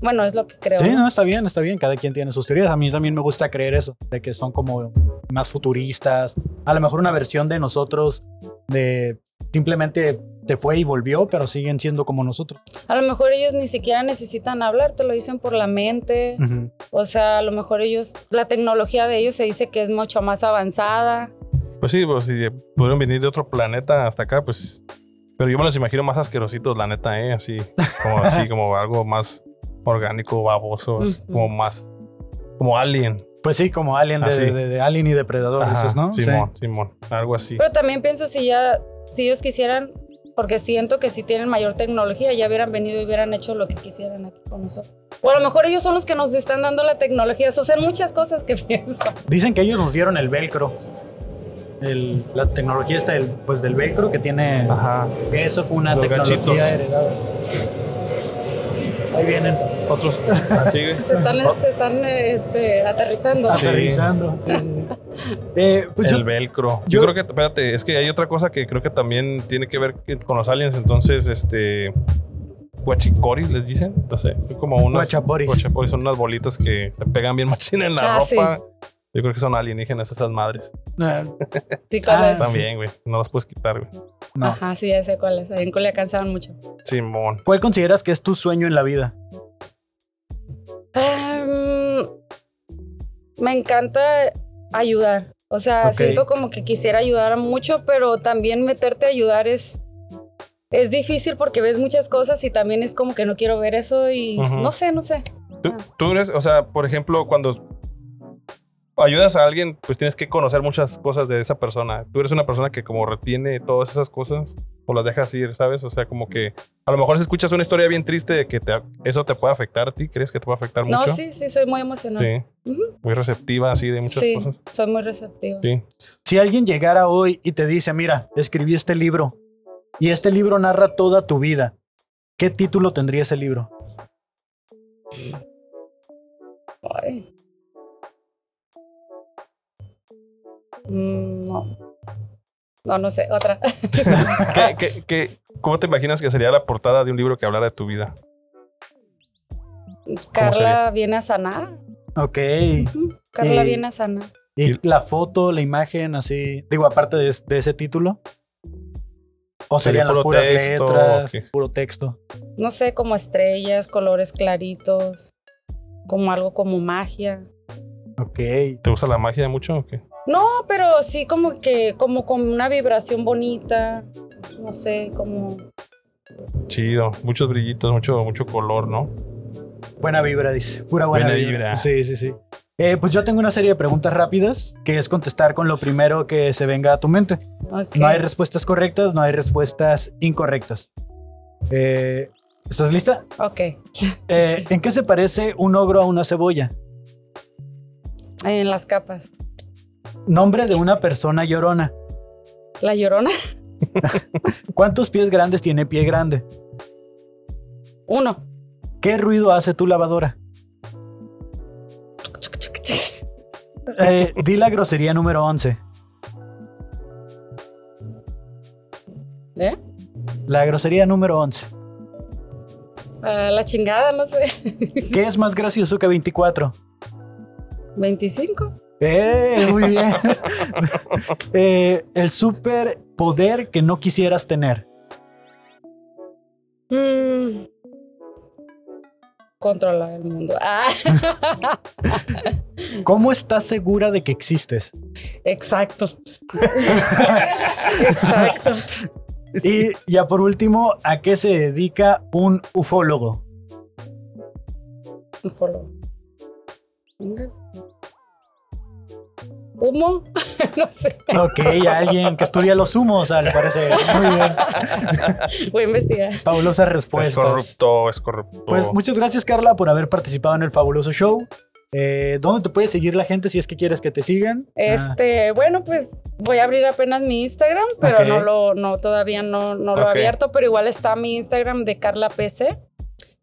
[SPEAKER 5] Bueno, es lo que creo.
[SPEAKER 2] Sí,
[SPEAKER 5] ¿no?
[SPEAKER 2] no, está bien, está bien. Cada quien tiene sus teorías. A mí también me gusta creer eso, de que son como más futuristas. A lo mejor una versión de nosotros, de simplemente se fue y volvió, pero siguen siendo como nosotros.
[SPEAKER 5] A lo mejor ellos ni siquiera necesitan hablar, te lo dicen por la mente.
[SPEAKER 2] Ujú.
[SPEAKER 5] O sea, a lo mejor ellos, la tecnología de ellos se dice que es mucho más avanzada.
[SPEAKER 3] Pues sí, pues si pudieron venir de otro planeta hasta acá, pues. Pero yo me los imagino más asquerositos, la neta, ¿eh? Así, como, así, como algo más orgánico, baboso, así,
[SPEAKER 5] Ujú.
[SPEAKER 3] como más. Como alien.
[SPEAKER 2] Pues sí, como Alien, de,
[SPEAKER 3] Ah, sí.
[SPEAKER 2] de- de Alien y Depredador,
[SPEAKER 3] Ajá,
[SPEAKER 2] dices, ¿no? Sí.
[SPEAKER 3] Simón, Simón. Algo así.
[SPEAKER 5] Pero también pienso si ya, si ellos quisieran, porque siento que si tienen mayor tecnología, ya hubieran venido y hubieran hecho lo que quisieran aquí con nosotros. O a lo mejor ellos son los que nos están dando la tecnología. Eso son muchas cosas que *laughs* pienso.
[SPEAKER 2] Dicen que ellos nos dieron el velcro. El- la tecnología está del, pues del velcro que tiene.
[SPEAKER 3] Ajá.
[SPEAKER 2] Eso fue una
[SPEAKER 3] Los
[SPEAKER 2] tecnología
[SPEAKER 3] ganchitos.
[SPEAKER 2] heredada. Ahí vienen.
[SPEAKER 3] Otros. Así, güey.
[SPEAKER 5] Se están, se están eh, este, aterrizando.
[SPEAKER 2] *laughs*
[SPEAKER 3] Sí.
[SPEAKER 2] Aterrizando. Sí, sí, sí. Eh, pues yo-
[SPEAKER 3] el velcro.
[SPEAKER 2] yo-
[SPEAKER 3] Yo, creo que, espérate, es que hay otra cosa que creo que también tiene que ver que- con los aliens. Entonces, este. Guachicoris les dicen. No sé. Son como unas.
[SPEAKER 2] Guachaporis.
[SPEAKER 3] guachaporis, son unas bolitas que se pegan bien *laughs* machina en la
[SPEAKER 5] Ah,
[SPEAKER 3] ropa.
[SPEAKER 5] sí.
[SPEAKER 3] Yo creo que son alienígenas esas madres.
[SPEAKER 2] Ah,
[SPEAKER 5] Sí, ¿cuál
[SPEAKER 2] Ah,
[SPEAKER 5] es?
[SPEAKER 3] También, güey. No las puedes quitar, güey.
[SPEAKER 2] no.
[SPEAKER 5] Ajá, sí, ya sé cuál es. Ahí en Culiacán se van mucho.
[SPEAKER 3] Simón.
[SPEAKER 2] ¿Cuál consideras que es tu sueño en la vida?
[SPEAKER 5] Em, me encanta ayudar. O sea,
[SPEAKER 2] Ok.
[SPEAKER 5] siento como que quisiera ayudar a mucho, pero también meterte a ayudar es, es difícil porque ves muchas cosas y también es como que no quiero ver eso y
[SPEAKER 3] Ujú.
[SPEAKER 5] no sé, no sé.
[SPEAKER 3] Tú, tú eres, o sea, por ejemplo, cuando ayudas a alguien, pues tienes que conocer muchas cosas de esa persona. Tú eres una persona que como retiene todas esas cosas o las dejas ir, ¿sabes? O sea, como que a lo mejor si escuchas una historia bien triste de que te- eso te puede afectar a ti, ¿crees que te puede afectar
[SPEAKER 5] No,
[SPEAKER 3] mucho?
[SPEAKER 5] sí, sí, soy muy emocional. Sí,
[SPEAKER 3] Sí. Muy receptiva así de muchas cosas.
[SPEAKER 5] soy muy receptiva.
[SPEAKER 3] Sí.
[SPEAKER 2] Si alguien llegara hoy y te dice, mira, escribí este libro y este libro narra toda tu vida, ¿qué título tendría ese libro?
[SPEAKER 5] Ay. Mm, no. No, no sé, otra. *laughs*
[SPEAKER 3] ¿Qué- qué- qué- cómo te imaginas que sería la portada de un libro que hablara de tu vida?
[SPEAKER 5] Carla viene a sanar.
[SPEAKER 2] Ok.
[SPEAKER 5] Ujú, Carla
[SPEAKER 2] Eh,
[SPEAKER 5] viene a sanar.
[SPEAKER 2] Y la foto, la imagen, así. Digo, aparte de, es- de ese título. O
[SPEAKER 3] Sería
[SPEAKER 2] serían las
[SPEAKER 3] puro
[SPEAKER 2] puras
[SPEAKER 3] texto,
[SPEAKER 2] letras,
[SPEAKER 3] ok.
[SPEAKER 2] puro texto.
[SPEAKER 5] no sé, como estrellas, colores claritos, como algo como magia.
[SPEAKER 2] Ok.
[SPEAKER 3] ¿Te gusta la magia mucho o qué?
[SPEAKER 5] No, pero sí como que, como con una vibración bonita, no sé, como...
[SPEAKER 3] Chido. Muchos brillitos, mucho, mucho color, ¿no?
[SPEAKER 2] Buena vibra, dice. Pura buena,
[SPEAKER 3] Buena
[SPEAKER 2] vibra.
[SPEAKER 3] vibra.
[SPEAKER 2] Sí, sí, sí. Eh, pues yo tengo una serie de preguntas rápidas que es contestar con lo primero que se venga a tu mente.
[SPEAKER 5] ok.
[SPEAKER 2] No hay respuestas correctas, no hay respuestas incorrectas. Eh, ¿Estás lista?
[SPEAKER 5] Ok.
[SPEAKER 2] Eh, ¿En qué se parece un ogro a una cebolla?
[SPEAKER 5] En las capas.
[SPEAKER 2] Nombre de una persona llorona.
[SPEAKER 5] La llorona. *laughs*
[SPEAKER 2] ¿Cuántos pies grandes tiene pie grande?
[SPEAKER 5] Uno.
[SPEAKER 2] ¿Qué ruido hace tu lavadora?
[SPEAKER 3] *laughs*
[SPEAKER 2] Eh, di la grosería número 11.
[SPEAKER 5] ¿Eh?
[SPEAKER 2] La grosería número 11.
[SPEAKER 5] Ah, la chingada, no sé.
[SPEAKER 2] ¿Qué es más gracioso que 24?
[SPEAKER 5] 25.
[SPEAKER 2] ¡Eh! Muy
[SPEAKER 3] *laughs*
[SPEAKER 2] bien. Eh, el superpoder que no quisieras tener.
[SPEAKER 5] Mm. Controlar el mundo. Ah, *laughs*
[SPEAKER 2] ¿Cómo estás segura de que existes?
[SPEAKER 5] exacto. *laughs* exacto.
[SPEAKER 2] Y ya por último, ¿a qué se dedica un ufólogo?
[SPEAKER 5] Un follow. Venga. Humo, *laughs* no sé.
[SPEAKER 2] Ok, alguien que estudia los humos, al parecer.
[SPEAKER 3] *laughs*
[SPEAKER 2] Muy bien.
[SPEAKER 5] Voy a investigar.
[SPEAKER 3] Ah.
[SPEAKER 2] Fabulosas
[SPEAKER 3] Es
[SPEAKER 2] respuestas.
[SPEAKER 3] corrupto, es corrupto.
[SPEAKER 2] Pues muchas gracias, Carla, por haber participado en el fabuloso show. Eh, ¿Dónde te puede seguir la gente si es que quieres que te sigan? Ah,
[SPEAKER 5] Este, bueno, pues voy a abrir apenas mi Instagram, pero
[SPEAKER 2] Ok.
[SPEAKER 5] no lo, no, todavía no, no lo
[SPEAKER 3] Ok.
[SPEAKER 5] he abierto, pero igual está mi Instagram de Carla PC.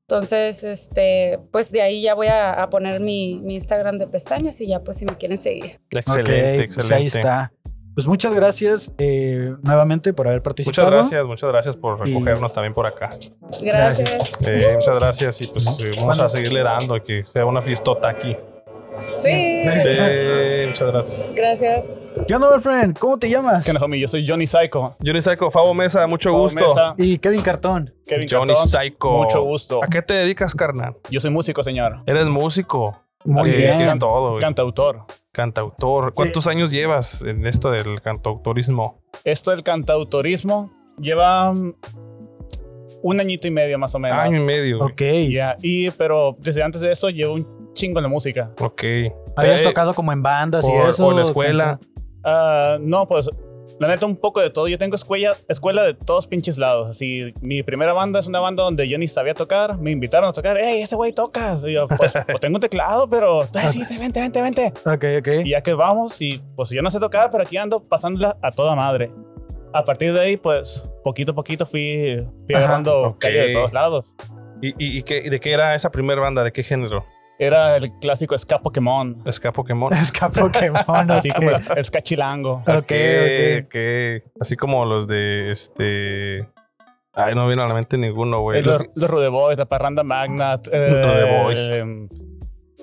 [SPEAKER 5] Entonces, este, pues de ahí ya voy a, a poner mi, mi Instagram de pestañas y ya pues si me quieren seguir.
[SPEAKER 3] Excelente,
[SPEAKER 2] ok, pues
[SPEAKER 3] excelente.
[SPEAKER 2] ahí está. Pues muchas gracias eh, nuevamente por haber
[SPEAKER 3] Muchas
[SPEAKER 2] participado.
[SPEAKER 3] gracias, muchas gracias por
[SPEAKER 2] Y-
[SPEAKER 3] recogernos también por acá.
[SPEAKER 5] Gracias.
[SPEAKER 3] Eh, muchas gracias y pues eh, vamos a seguirle dando que sea una
[SPEAKER 2] *laughs*
[SPEAKER 3] fiestota aquí.
[SPEAKER 5] Sí.
[SPEAKER 3] Sí, muchas gracias.
[SPEAKER 5] Gracias.
[SPEAKER 2] ¿Qué onda, my friend? ¿Cómo te llamas?
[SPEAKER 4] ¿Qué onda, homie? Yo soy Johnny Psycho.
[SPEAKER 3] Johnny Psycho, Fabo Mesa, mucho
[SPEAKER 4] Pablo
[SPEAKER 3] gusto.
[SPEAKER 4] Mesa,
[SPEAKER 2] Y Kevin Cartón.
[SPEAKER 4] Kevin
[SPEAKER 3] Johnny
[SPEAKER 4] Cartón,
[SPEAKER 3] Psycho.
[SPEAKER 4] Mucho gusto.
[SPEAKER 3] ¿A qué te dedicas, carnal?
[SPEAKER 4] Yo soy músico, señor.
[SPEAKER 3] Eres músico.
[SPEAKER 2] Muy
[SPEAKER 3] Así
[SPEAKER 2] bien.
[SPEAKER 3] Es todo, güey.
[SPEAKER 4] Cantautor.
[SPEAKER 3] Cantautor. ¿Cuántos años llevas en esto del cantautorismo?
[SPEAKER 4] Esto del cantautorismo lleva mm, un añito y medio más o menos.
[SPEAKER 3] Año y medio. güey.
[SPEAKER 2] Ok.
[SPEAKER 4] Ya, y pero desde antes de eso llevo un chingo en la música.
[SPEAKER 3] Ok.
[SPEAKER 2] ¿Habías
[SPEAKER 3] Eh,
[SPEAKER 2] tocado como en bandas
[SPEAKER 3] por-
[SPEAKER 2] y eso?
[SPEAKER 3] o en la escuela.
[SPEAKER 4] Ah, no, pues la neta un poco de todo. Yo tengo escuela, escuela de todos pinches lados. Así, mi primera banda es una banda donde yo ni sabía tocar. Me invitaron a tocar. ¡Ey, ese güey toca! Y yo, pues, pues, tengo un teclado, pero... "Ah, sí, vente, vente, vente!
[SPEAKER 2] Ok, ok.
[SPEAKER 4] Y ya que vamos, y pues yo no sé tocar, pero aquí ando pasándola a toda madre. A partir de ahí, pues poquito a poquito fui, fui
[SPEAKER 2] Ajá,
[SPEAKER 4] agarrando
[SPEAKER 3] ok.
[SPEAKER 4] calle de todos lados.
[SPEAKER 3] ¿Y ¿Y, y, y qué- de qué era esa primera banda? ¿De qué género?
[SPEAKER 4] Era el clásico ska Pokémon.
[SPEAKER 3] Ska
[SPEAKER 2] *laughs*
[SPEAKER 3] Pokémon.
[SPEAKER 2] Ska Pokémon.
[SPEAKER 3] *laughs*
[SPEAKER 4] Así
[SPEAKER 2] ok.
[SPEAKER 4] como es- el ska chilango.
[SPEAKER 2] Ok,
[SPEAKER 3] que,
[SPEAKER 2] ok.
[SPEAKER 3] que- así como los de este. Ay, no me viene a la mente ninguno, güey.
[SPEAKER 4] Eh,
[SPEAKER 3] pues, Los
[SPEAKER 4] los, los Rude Boys, la Parranda Magnat. eh,
[SPEAKER 3] Rude Boys.
[SPEAKER 4] em,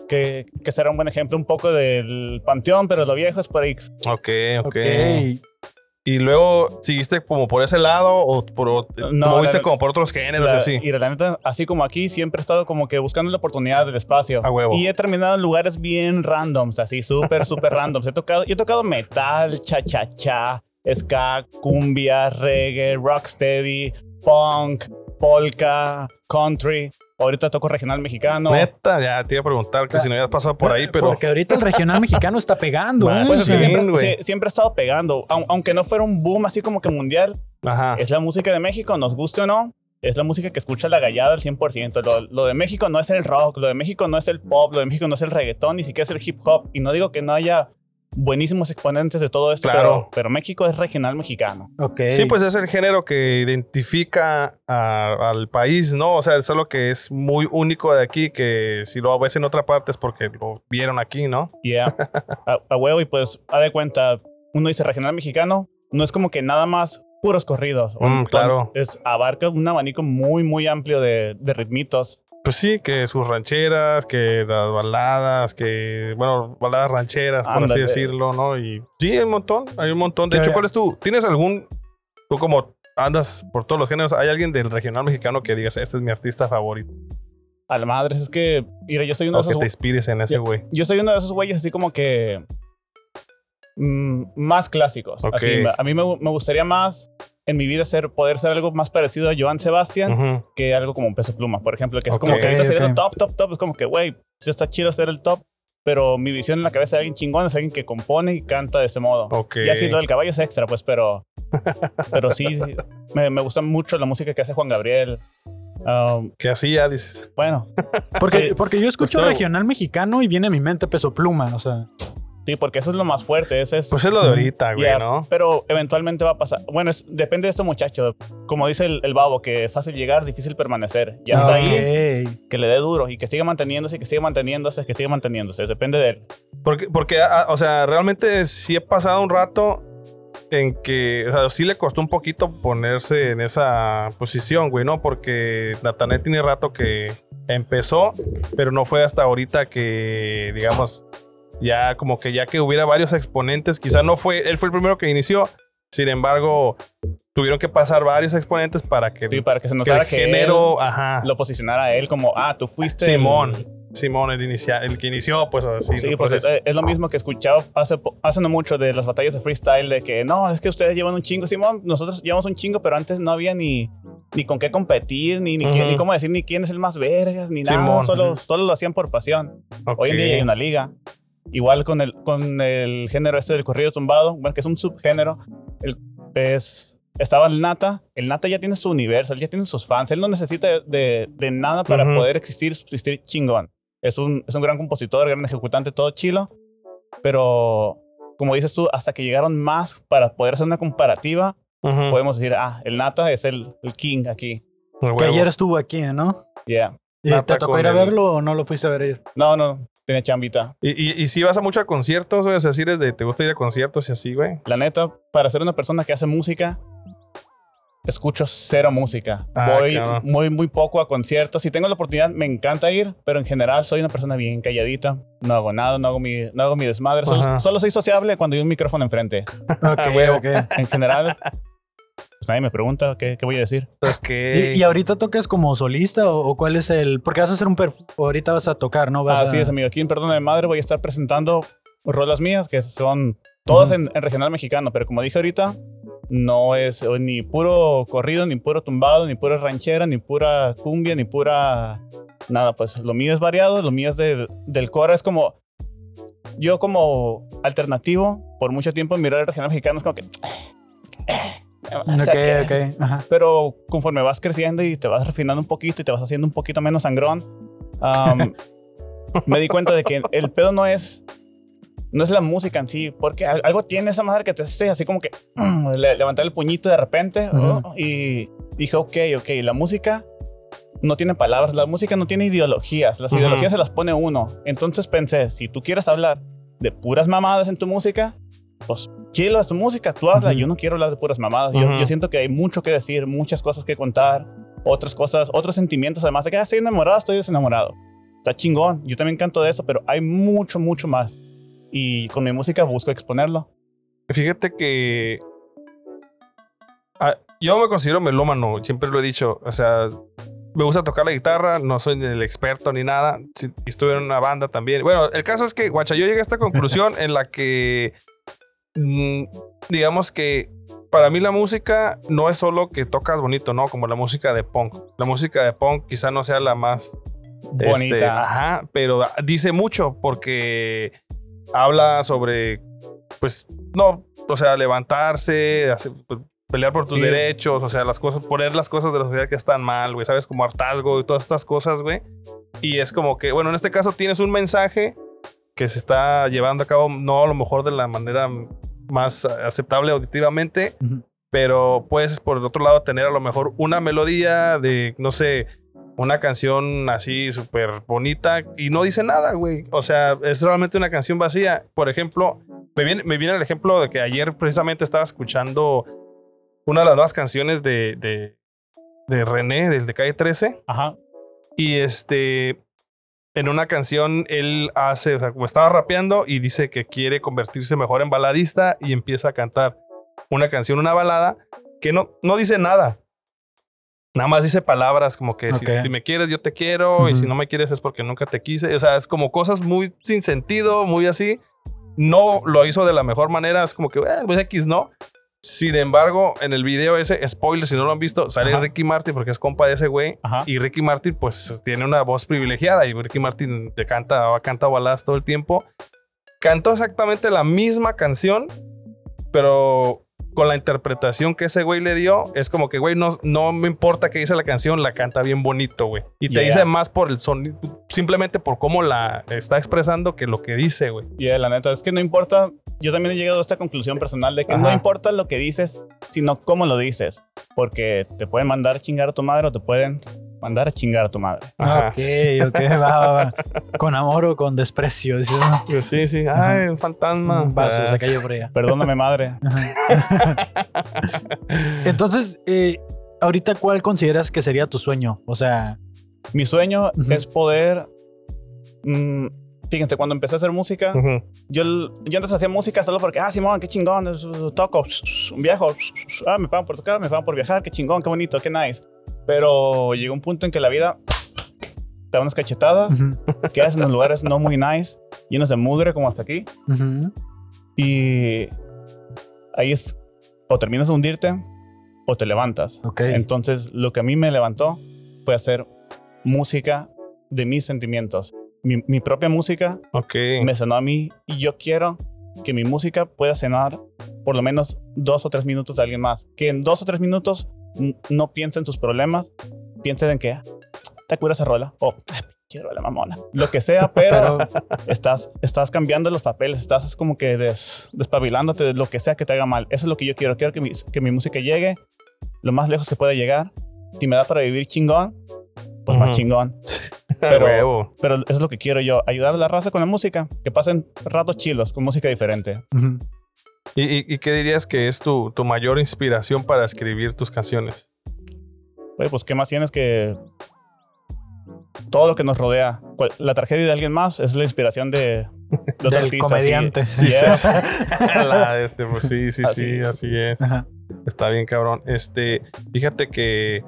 [SPEAKER 4] que, que será un buen ejemplo un poco del panteón, pero lo viejo es por ahí.
[SPEAKER 3] que- ok, ok.
[SPEAKER 2] Ok.
[SPEAKER 3] Y luego siguiste como por ese lado o por o te
[SPEAKER 4] No,
[SPEAKER 3] moviste
[SPEAKER 4] la-
[SPEAKER 3] como por otros géneros
[SPEAKER 4] La-
[SPEAKER 3] así.
[SPEAKER 4] Y la neta, así como aquí, siempre he estado como que buscando la oportunidad del espacio.
[SPEAKER 3] A huevo.
[SPEAKER 4] Y he terminado en lugares bien randoms, así súper,
[SPEAKER 3] *laughs*
[SPEAKER 4] súper randoms. He tocado, yo he tocado metal, cha-cha-cha, ska, cumbia, reggae, rocksteady, punk, polka, country. Ahorita toco regional mexicano.
[SPEAKER 3] Neta, ya te iba a preguntar que si no habías pasado por ahí, pero
[SPEAKER 2] Porque ahorita el regional mexicano está pegando.
[SPEAKER 3] Más.
[SPEAKER 2] ¿eh?
[SPEAKER 4] Pues es que
[SPEAKER 3] Sí,
[SPEAKER 4] siempre,
[SPEAKER 3] güey.
[SPEAKER 4] sí, siempre he estado pegando. Au- Aunque no fuera un boom así como que mundial,
[SPEAKER 3] ajá.
[SPEAKER 4] es la música de México, nos guste o no, es la música que escucha la gallada al 100%. Lo, lo de México no es el rock, lo de México no es el pop, lo de México no es el reggaetón, ni siquiera es el hip hop. Y no digo que no haya buenísimos exponentes de todo esto,
[SPEAKER 3] Claro.
[SPEAKER 4] pero, pero México es regional mexicano.
[SPEAKER 2] Ok.
[SPEAKER 3] Sí, pues es el género que identifica a- al país, ¿no? O sea, es algo que es muy único de aquí, que si lo ves en otra parte es porque lo vieron aquí, ¿no?
[SPEAKER 4] Yeah. A, a huevo, y pues, a de cuenta, uno dice regional mexicano, no es como que nada más puros corridos.
[SPEAKER 3] Mm,
[SPEAKER 4] Un-
[SPEAKER 3] claro.
[SPEAKER 4] Es, abarca un abanico muy, muy amplio de, de ritmitos.
[SPEAKER 3] Pues sí, que sus rancheras, que las baladas, que, bueno, baladas rancheras, por así
[SPEAKER 4] Ándale.
[SPEAKER 3] decirlo, ¿no? Y sí, hay un montón, hay un montón. De
[SPEAKER 2] Ya,
[SPEAKER 3] hecho,
[SPEAKER 2] ya.
[SPEAKER 3] ¿cuál es tu? ¿Tienes algún, tú como andas por todos los géneros, hay alguien del regional mexicano que digas, este es mi artista favorito?
[SPEAKER 4] A la madre, es que, mira, yo soy uno
[SPEAKER 3] o
[SPEAKER 4] de
[SPEAKER 3] que
[SPEAKER 4] esos
[SPEAKER 3] te inspires en ese güey.
[SPEAKER 4] yo soy uno de esos güeyes así como que mm, más clásicos.
[SPEAKER 3] Ok.
[SPEAKER 4] Así, a mí me, me gustaría más en mi vida ser, poder ser algo más parecido a Joan Sebastián
[SPEAKER 3] Ujú.
[SPEAKER 4] que algo como un peso pluma, por ejemplo, que es como
[SPEAKER 3] Ok,
[SPEAKER 4] que ahorita sería
[SPEAKER 2] ok.
[SPEAKER 4] el top, top, top. Es como que, güey, sí está chido ser el top, pero mi visión en la cabeza de alguien chingón es alguien que compone y canta de este modo.
[SPEAKER 3] Ok.
[SPEAKER 4] Y así lo del caballo es extra, pues, pero, pero
[SPEAKER 3] *laughs*
[SPEAKER 4] sí, me, me gusta mucho la música que hace Juan Gabriel. Ah,
[SPEAKER 3] ¿Qué hacía? Dices.
[SPEAKER 4] bueno,
[SPEAKER 2] Porque,
[SPEAKER 4] Sí.
[SPEAKER 2] porque yo escucho
[SPEAKER 4] Pues todo.
[SPEAKER 2] regional mexicano y viene a mi mente peso pluma, o sea.
[SPEAKER 4] sí, porque eso es lo más fuerte. Ese es,
[SPEAKER 3] Pues es lo de ahorita, güey,
[SPEAKER 4] Ya,
[SPEAKER 3] ¿no?
[SPEAKER 4] Pero eventualmente va a pasar. Bueno, es- depende de estos muchachos. Como dice el, el babo, que fácil llegar, difícil permanecer. Ya está ahí,
[SPEAKER 2] ahí.
[SPEAKER 4] que le dé duro y que siga manteniéndose, que siga manteniéndose, que siga manteniéndose. Depende de él.
[SPEAKER 3] Porque, porque a- a- o sea, realmente sí he pasado un rato en que, o sea, sí le costó un poquito ponerse en esa posición, güey, ¿no? Porque Natanet tiene rato que empezó, pero no fue hasta ahorita que, digamos, ya como que ya que hubiera varios exponentes, quizá no fue, él fue el primero que inició, sin embargo, tuvieron que pasar varios exponentes para que,
[SPEAKER 4] Sí, para que se
[SPEAKER 3] que el
[SPEAKER 4] notara que,
[SPEAKER 3] género, ajá,
[SPEAKER 4] él lo posicionara a él como, ah, tú fuiste. el-
[SPEAKER 3] Simón, Simón, el, inicia- el que inició, pues así.
[SPEAKER 4] Sí,
[SPEAKER 3] ¿no?
[SPEAKER 4] porque es,
[SPEAKER 3] Entonces,
[SPEAKER 4] es lo mismo que escuchaba hace, po- hace no mucho de las batallas de freestyle, de que no, es que ustedes llevan un chingo, Simón, nosotros llevamos un chingo, pero antes no había ni, ni con qué competir, ni, ni, quién-
[SPEAKER 3] Ujú.
[SPEAKER 4] ni cómo decir ni quién es el más vergas, ni nada,
[SPEAKER 3] Simón,
[SPEAKER 4] solo,
[SPEAKER 3] ujú.
[SPEAKER 4] solo lo hacían por pasión.
[SPEAKER 3] ok.
[SPEAKER 4] Hoy en día hay una liga. Igual con el, con el género este del corrido tumbado, bueno, que es un subgénero. El, es, estaba el Nata. El Nata ya tiene su universo, él ya tiene sus fans. Él no necesita de, de nada para
[SPEAKER 3] Ujú.
[SPEAKER 4] poder existir, subsistir chingón. Es un, es un gran compositor, gran ejecutante, todo chilo. Pero, como dices tú, hasta que llegaron más para poder hacer una comparativa,
[SPEAKER 3] Ujú.
[SPEAKER 4] podemos decir, ah, el Nata es el, el king aquí.
[SPEAKER 3] Al
[SPEAKER 2] Que
[SPEAKER 3] huevo.
[SPEAKER 2] ayer estuvo aquí, ¿no?
[SPEAKER 4] Yeah.
[SPEAKER 2] ¿Y
[SPEAKER 3] Nata
[SPEAKER 2] ¿Te tocó
[SPEAKER 3] con
[SPEAKER 2] ir a
[SPEAKER 3] el-
[SPEAKER 2] verlo o no lo fuiste a ver ir?
[SPEAKER 4] No, no, tiene chambita.
[SPEAKER 3] Y, y, y si vas a mucho a conciertos, güey, o sea, si eres de, te gusta ir a conciertos y así, güey.
[SPEAKER 4] La neta, para ser una persona que hace música, escucho cero música.
[SPEAKER 3] Ah,
[SPEAKER 4] Voy
[SPEAKER 3] claro.
[SPEAKER 4] muy, muy poco a conciertos. Si tengo la oportunidad, me encanta ir, pero en general soy una persona bien calladita. No hago nada, no hago mi, no hago mi desmadre.
[SPEAKER 3] Ajá.
[SPEAKER 4] Solo, solo soy sociable cuando hay un micrófono enfrente.
[SPEAKER 2] Ok,
[SPEAKER 3] huevo.
[SPEAKER 2] ok.
[SPEAKER 4] En
[SPEAKER 3] *laughs*
[SPEAKER 4] general, pues nadie me pregunta qué, qué voy a decir.
[SPEAKER 3] Ok.
[SPEAKER 2] ¿Y, y ahorita tocas como solista o, o cuál es el...? Porque vas a hacer un... perf- Ahorita vas a tocar, ¿no? Vas
[SPEAKER 4] Así
[SPEAKER 2] a-
[SPEAKER 4] Ah, es, amigo. Aquí en Perdón de Madre voy a estar presentando rolas mías que son todas en, en regional mexicano, pero como dije ahorita, no es ni puro corrido, ni puro tumbado, ni pura ranchera, ni pura cumbia, ni pura nada. Pues lo mío es variado, lo mío es de- del coro. Es como yo, como alternativo, por mucho tiempo mirar el regional mexicano es como que.
[SPEAKER 2] Ok, ok. Ajá.
[SPEAKER 4] Pero conforme vas creciendo y te vas refinando un poquito y te vas haciendo un poquito menos sangrón,
[SPEAKER 2] *laughs*
[SPEAKER 4] am, me di cuenta de que el pedo no es no es la música en sí, porque al- algo tiene esa madre que te hace así como que *clears throat* mm, le- levantar el puñito de repente
[SPEAKER 2] Ujú.
[SPEAKER 4] oh, y dije, ok, ok, la música no tiene palabras, la música no tiene ideologías, las
[SPEAKER 3] Ujú.
[SPEAKER 4] ideologías se las pone uno. Entonces pensé, si tú quieres hablar de puras mamadas en tu música, pues chilo, es tu música, tú hazla.
[SPEAKER 2] Ujú.
[SPEAKER 4] Yo no quiero hablar de puras mamadas. Yo-
[SPEAKER 3] Ujú.
[SPEAKER 4] yo, siento que hay mucho que decir, muchas cosas que contar, otras cosas, otros sentimientos, además de que "Ah, estoy enamorado, estoy desenamorado. Está chingón, yo también canto de eso, pero hay mucho, mucho más. Y con mi música busco exponerlo.
[SPEAKER 3] Fíjate que ah, yo me considero melómano, siempre lo he dicho. O sea, me gusta tocar la guitarra, no soy ni el experto ni nada. Sí, Estuve en una banda también. Bueno, el caso es que, guacha, yo llegué a esta conclusión en la que, mm, digamos que para mí la música no es solo que tocas bonito, ¿no? Como la música de punk. La música de punk quizá no sea la más este,
[SPEAKER 4] Bonita.
[SPEAKER 3] ajá, pero da- dice mucho porque habla sobre, pues, no, o sea, levantarse, hacer- pues, pelear por tus
[SPEAKER 4] Sí.
[SPEAKER 3] derechos, o sea, las cosas, poner las cosas de la sociedad que están mal, güey, ¿sabes? Como hartazgo y todas estas cosas, güey. Y es como que, bueno, en este caso tienes un mensaje que se está llevando a cabo, no a lo mejor de la manera más aceptable auditivamente,
[SPEAKER 2] Ujú.
[SPEAKER 3] pero puedes por el otro lado tener a lo mejor una melodía de, no sé, una canción así súper bonita y no dice nada, güey. O sea, es realmente una canción vacía. Por ejemplo, me viene, me viene el ejemplo de que ayer precisamente estaba escuchando una de las nuevas canciones de, de, de René, del de Calle 13.
[SPEAKER 4] Ajá.
[SPEAKER 3] Y este, en una canción él hace, o sea, como estaba rapeando y dice que quiere convertirse mejor en baladista y empieza a cantar una canción, una balada, que no, no dice nada. Nada más dice palabras como que si-
[SPEAKER 2] Ok.
[SPEAKER 3] si, me quieres, yo te quiero, y si
[SPEAKER 2] Ujú.
[SPEAKER 3] no me quieres es porque nunca te quise. O sea, es como cosas muy sin sentido, muy así. No lo hizo de la mejor manera, es como que, eh, pues X no. Sin embargo, en el video ese, spoiler, si no lo han visto, sale
[SPEAKER 4] Ajá.
[SPEAKER 3] Ricky Martin porque es compa de ese güey.
[SPEAKER 4] Ajá.
[SPEAKER 3] Y Ricky Martin, pues, tiene una voz privilegiada. Y Ricky Martin te canta, canta baladas todo el tiempo. Cantó exactamente la misma canción, pero con la interpretación que ese güey le dio, es como que, güey, no, no me importa qué dice la canción, la canta bien bonito, güey. Y
[SPEAKER 4] Yeah.
[SPEAKER 3] te dice más por el sonido, simplemente por cómo la está expresando que lo que dice, güey.
[SPEAKER 4] Y eh, la neta, es que no importa, yo también he llegado a esta conclusión personal de que no
[SPEAKER 3] Ajá.
[SPEAKER 4] importa lo que dices, sino cómo lo dices, porque te pueden mandar a chingar a tu madre o te pueden mandar a chingar a tu madre.
[SPEAKER 3] Ajá.
[SPEAKER 2] Ok, ok, va, va, va. Con amor o con desprecio. dices, "Ah,
[SPEAKER 3] Pues Sí, sí. Ay, un fantasma.
[SPEAKER 2] un vaso
[SPEAKER 3] Ah,
[SPEAKER 2] se cayó por allá.
[SPEAKER 4] Perdóname, *laughs* madre.
[SPEAKER 2] Entonces, eh, ahorita, ¿cuál consideras que sería tu sueño? O sea,
[SPEAKER 4] Mi sueño
[SPEAKER 2] Ujú.
[SPEAKER 4] es poder. mm, fíjense, cuando empecé a hacer música,
[SPEAKER 3] ujú.
[SPEAKER 4] yo, yo antes hacía música solo porque, ah, Simón, qué chingón, es- es- toco, un viajo, ah, me pagan por tocar, me pagan por viajar, qué chingón, qué bonito, qué nice. Pero llegó un punto en que la vida te da unas cachetadas,
[SPEAKER 2] ujú,
[SPEAKER 4] quedas en los lugares no muy nice, llenos de mugre como hasta aquí.
[SPEAKER 2] ujú,
[SPEAKER 4] Y ahí es, o terminas de hundirte o te levantas.
[SPEAKER 2] ok.
[SPEAKER 4] Entonces, lo que a mí me levantó fue hacer música de mis sentimientos. Mi, mi propia música
[SPEAKER 3] Ok.
[SPEAKER 4] me sanó a mí y yo quiero que mi música pueda sanar por lo menos dos o tres minutos de alguien más. Que en dos o tres minutos n- no piensen en sus problemas, piensen en que "Ah, te cura esa rola o quiero la mamona, lo que sea, pero,
[SPEAKER 2] Pero,
[SPEAKER 4] estás, estás cambiando los papeles, estás como que des- despabilándote de lo que sea que te haga mal. Eso es lo que yo quiero. Quiero que mi, que mi música llegue lo más lejos que pueda llegar. Si me da para vivir chingón, pues más
[SPEAKER 3] Ujú.
[SPEAKER 4] chingón.
[SPEAKER 3] Pero,
[SPEAKER 4] Pero- Pero eso es lo que quiero yo, ayudar a la raza con la música, que pasen ratos chilos con música diferente.
[SPEAKER 2] ujú.
[SPEAKER 3] ¿Y, y, y qué dirías que es tu, tu mayor inspiración para escribir tus canciones?
[SPEAKER 4] Oye, pues qué más tienes que todo lo que nos rodea. Cual- La tragedia de alguien más es la inspiración de, de otro
[SPEAKER 2] Del
[SPEAKER 4] artista, sí.
[SPEAKER 2] comediante. *laughs*
[SPEAKER 4] Yeah.
[SPEAKER 3] *laughs* La, este, pues sí, sí,
[SPEAKER 4] Así
[SPEAKER 3] sí,
[SPEAKER 4] es.
[SPEAKER 3] así es.
[SPEAKER 2] Ajá.
[SPEAKER 3] Está bien, cabrón. Este, fíjate que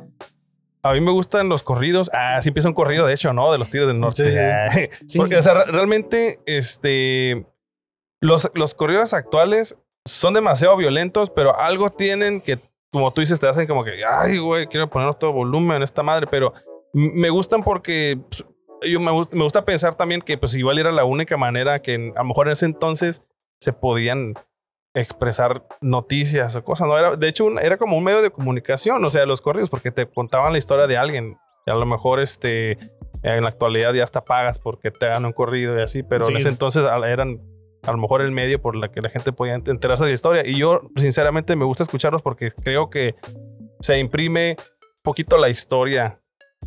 [SPEAKER 3] a mí me gustan los corridos. Ah, sí empieza un corrido, de hecho, ¿no? De los tiros del norte. *laughs*
[SPEAKER 1] Sí.
[SPEAKER 3] Porque, o sea, re- realmente, este, los, los corridos actuales son demasiado violentos, pero algo tienen que, como tú dices, te hacen como que, ay, güey, quiero ponernos todo volumen en esta madre, pero m- me gustan porque pues, yo me, gust- me gusta pensar también que, pues, igual era la única manera que en- a lo mejor en ese entonces se podían expresar noticias o cosas, ¿no? Era, de hecho, un- era como un medio de comunicación, o sea, los corridos, porque te contaban la historia de alguien. Y a lo mejor, este, en la actualidad ya hasta pagas porque te hagan un corrido y así, pero en
[SPEAKER 4] Sí.
[SPEAKER 3] ese entonces al- eran a lo mejor el medio por la que la gente podía ent- enterarse de la historia. Y yo, sinceramente, me gusta escucharlos porque creo que se imprime poquito la historia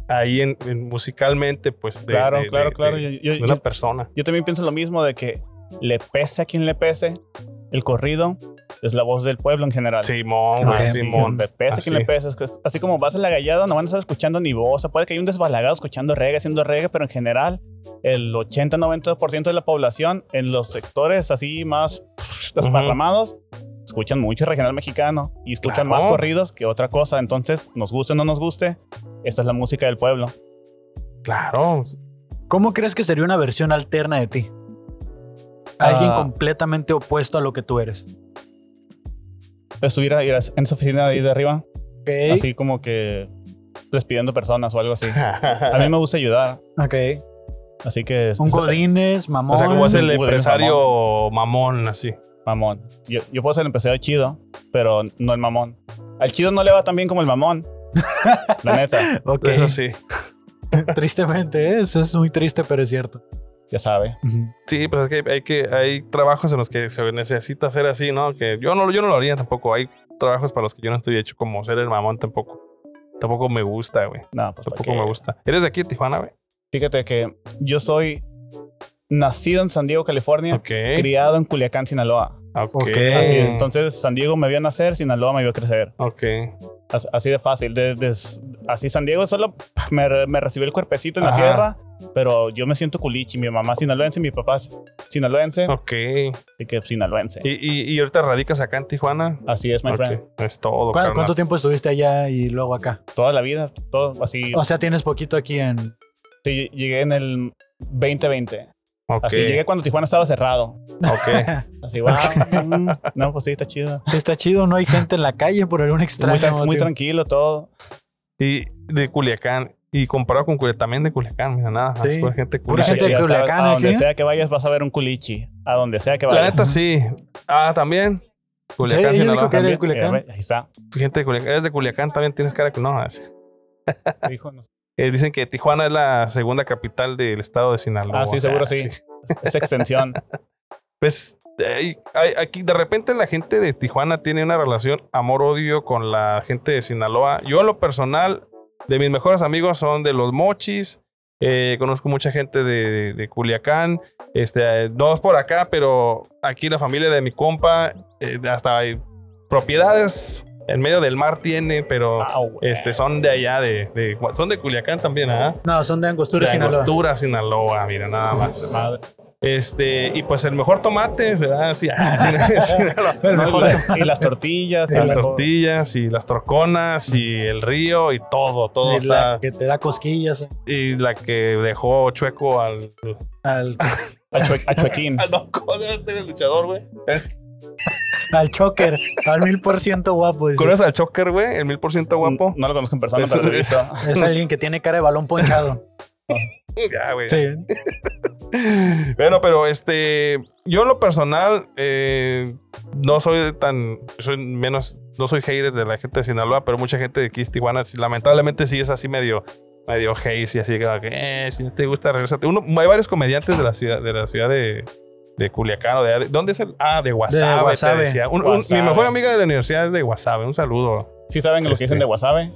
[SPEAKER 3] ahí en, en musicalmente, pues, de,
[SPEAKER 4] claro,
[SPEAKER 3] de-
[SPEAKER 4] claro,
[SPEAKER 3] de-
[SPEAKER 4] claro.
[SPEAKER 3] de-
[SPEAKER 4] Yo- yo-
[SPEAKER 3] de una
[SPEAKER 4] yo-
[SPEAKER 3] persona.
[SPEAKER 4] Yo también pienso lo mismo de que le pese a quien le pese, el corrido es la voz del pueblo en general.
[SPEAKER 3] Simón,
[SPEAKER 2] Ok.
[SPEAKER 3] güey,
[SPEAKER 4] Simón,
[SPEAKER 2] *laughs*
[SPEAKER 3] Simón.
[SPEAKER 4] le pese a quien
[SPEAKER 3] Así.
[SPEAKER 4] le pese. Es que- Así como vas a la gallada, no van a estar escuchando ni voz. O sea, puede que hay un desbalagado escuchando reggae, haciendo reggae, pero en general, el 80-90% de la población en los sectores así más pff, desparramados escuchan mucho regional mexicano y escuchan
[SPEAKER 3] Claro.
[SPEAKER 4] más corridos que otra cosa. Entonces, nos guste o no nos guste, esta es la música del pueblo.
[SPEAKER 3] Claro.
[SPEAKER 2] ¿Cómo crees que sería una versión alterna de ti? Alguien
[SPEAKER 4] Ah.
[SPEAKER 2] completamente opuesto a lo que tú eres.
[SPEAKER 4] Estuviera ir a- en esa oficina de ahí de arriba, así como que despidiendo personas o algo así. A
[SPEAKER 3] *laughs*
[SPEAKER 4] mí me gusta ayudar,
[SPEAKER 2] Ok.
[SPEAKER 4] así que...
[SPEAKER 2] Un Godínez, mamón.
[SPEAKER 3] O sea, como es el
[SPEAKER 4] Godín,
[SPEAKER 3] empresario mamón, así.
[SPEAKER 4] Mamón. Yo, yo puedo ser el empresario chido, pero no el mamón. Al chido no le va tan bien como el mamón.
[SPEAKER 3] *laughs*
[SPEAKER 4] La neta,
[SPEAKER 2] Ok.
[SPEAKER 3] Eso sí.
[SPEAKER 2] *laughs* Tristemente, ¿eh? eso es muy triste, pero es cierto.
[SPEAKER 4] ya sabe.
[SPEAKER 2] Ujú.
[SPEAKER 3] Sí, pero es que hay que hay trabajos en los que se necesita hacer así, ¿no? Que yo no yo no lo haría tampoco. Hay trabajos para los que yo no estoy hecho como ser el mamón tampoco. Tampoco me gusta, güey.
[SPEAKER 4] No, pues ¿para
[SPEAKER 3] Tampoco
[SPEAKER 4] qué?
[SPEAKER 3] me gusta. ¿Eres de aquí de Tijuana, güey?
[SPEAKER 4] Fíjate que yo soy nacido en San Diego, California,
[SPEAKER 3] Ok.
[SPEAKER 4] criado en Culiacán, Sinaloa.
[SPEAKER 3] Ok.
[SPEAKER 2] Ok.
[SPEAKER 4] Así,
[SPEAKER 2] Eh.
[SPEAKER 4] entonces San Diego me vio nacer, Sinaloa me vio crecer.
[SPEAKER 3] Ok.
[SPEAKER 4] As- Así de fácil. de- des- así San Diego solo *laughs* me, re- me recibió el cuerpecito en la
[SPEAKER 3] Ajá.
[SPEAKER 4] tierra, pero yo me siento culichi. Mi mamá es sinaloense, mi papá es sinaloense,
[SPEAKER 3] Ok.
[SPEAKER 4] así que sinaloense.
[SPEAKER 3] ¿Y, y, y ahorita radicas acá en Tijuana?
[SPEAKER 4] Así es, my
[SPEAKER 3] Ok.
[SPEAKER 4] friend.
[SPEAKER 3] Es todo,
[SPEAKER 2] ¿Cu-
[SPEAKER 3] carnal.
[SPEAKER 2] ¿Cuánto tiempo estuviste allá y luego acá?
[SPEAKER 4] Toda la vida, todo así.
[SPEAKER 2] O sea, tienes poquito aquí en.
[SPEAKER 4] Sí, llegué en el 2020.
[SPEAKER 3] Ok.
[SPEAKER 4] Así llegué cuando Tijuana estaba cerrado.
[SPEAKER 3] *laughs* Ok.
[SPEAKER 4] Así, wow. mm, *laughs* no, pues sí, está chido.
[SPEAKER 2] Sí, Está chido, no hay gente en la calle por algún extraño.
[SPEAKER 4] Muy, tran- muy
[SPEAKER 2] motivo.
[SPEAKER 4] tranquilo todo.
[SPEAKER 3] y de Culiacán. Y comparado con Culiacán, también de Culiacán, mira nada. más,
[SPEAKER 2] Sí.
[SPEAKER 3] pura gente
[SPEAKER 2] Pura
[SPEAKER 3] culichi.
[SPEAKER 2] gente de
[SPEAKER 4] Ya sabes,
[SPEAKER 2] Culiacán
[SPEAKER 4] a donde
[SPEAKER 2] aquí.
[SPEAKER 4] sea que vayas vas a ver un culichi. A donde sea que
[SPEAKER 3] La
[SPEAKER 4] vayas.
[SPEAKER 3] neta sí. Ah, también. Culiacán,
[SPEAKER 2] Sí, yo digo
[SPEAKER 3] Sinaloa.
[SPEAKER 2] que era de
[SPEAKER 3] también.
[SPEAKER 2] Culiacán.
[SPEAKER 4] Eh, ahí está.
[SPEAKER 3] Gente de Culiacán. Eres de Culiacán, también tienes cara que no. así.
[SPEAKER 4] Hijo, no.
[SPEAKER 3] Eh, dicen que Tijuana es la segunda capital del estado de Sinaloa.
[SPEAKER 4] Ah, sí, seguro sí. Esta extensión.
[SPEAKER 3] Pues ay, ay, aquí de repente la gente de Tijuana tiene una relación amor-odio con la gente de Sinaloa. Yo en lo personal, de mis mejores amigos son de los mochis. Eh, conozco mucha gente de, de Culiacán. Este, eh, no es por acá, pero aquí la familia de mi compa, eh, hasta hay propiedades en medio del mar tiene, pero
[SPEAKER 4] Ah, güey.
[SPEAKER 3] este, son de allá, de, de- son de Culiacán también, ¿ah?
[SPEAKER 2] No, son de Angostura,
[SPEAKER 3] de
[SPEAKER 2] Sinaloa.
[SPEAKER 3] Angostura, Sinaloa, mira, nada más.
[SPEAKER 4] Madre.
[SPEAKER 3] Este, y pues el mejor tomate se da así, *laughs*
[SPEAKER 2] *laughs*
[SPEAKER 3] sin- Sinaloa.
[SPEAKER 4] No, y la- y las tortillas.
[SPEAKER 3] Y
[SPEAKER 4] y
[SPEAKER 3] las
[SPEAKER 4] todo.
[SPEAKER 3] tortillas y las troconas y el río y todo, todo
[SPEAKER 2] Y la
[SPEAKER 3] está.
[SPEAKER 2] que te da cosquillas eh,
[SPEAKER 3] y la que dejó chueco al.
[SPEAKER 2] al,
[SPEAKER 4] A, chue- a chuequín.
[SPEAKER 3] al no, ¿cómo se llama este luchador, güey?
[SPEAKER 2] al choker, al mil por ciento guapo. dices.
[SPEAKER 3] ¿Conoces al choker, güey? El mil por ciento
[SPEAKER 2] Mm,
[SPEAKER 3] guapo.
[SPEAKER 4] No lo conozco en persona,
[SPEAKER 3] Eso-
[SPEAKER 4] pero lo he visto.
[SPEAKER 2] Es alguien que tiene cara de balón
[SPEAKER 3] *laughs*
[SPEAKER 2] ponchado. mm.
[SPEAKER 3] Ya, güey.
[SPEAKER 2] Sí.
[SPEAKER 3] Bueno, pero este. Yo en lo personal, eh, no soy tan. Soy menos. No soy hater de la gente de Sinaloa, pero mucha gente de aquí, de Tijuana, sí, lamentablemente sí es así medio. Medio hazy, así como que eh, si no te gusta, regresate. Uno, hay varios comediantes de la ciudad de, la ciudad de, de Culiacán. o de, ¿Dónde es el? Ah, de Guasave. te
[SPEAKER 2] Guasave.
[SPEAKER 3] decía. Un- un-
[SPEAKER 4] Guasave.
[SPEAKER 3] mi mejor amiga de la universidad es de Guasave. Un saludo.
[SPEAKER 4] Sí saben lo que dicen
[SPEAKER 3] Este.
[SPEAKER 4] de wasabe.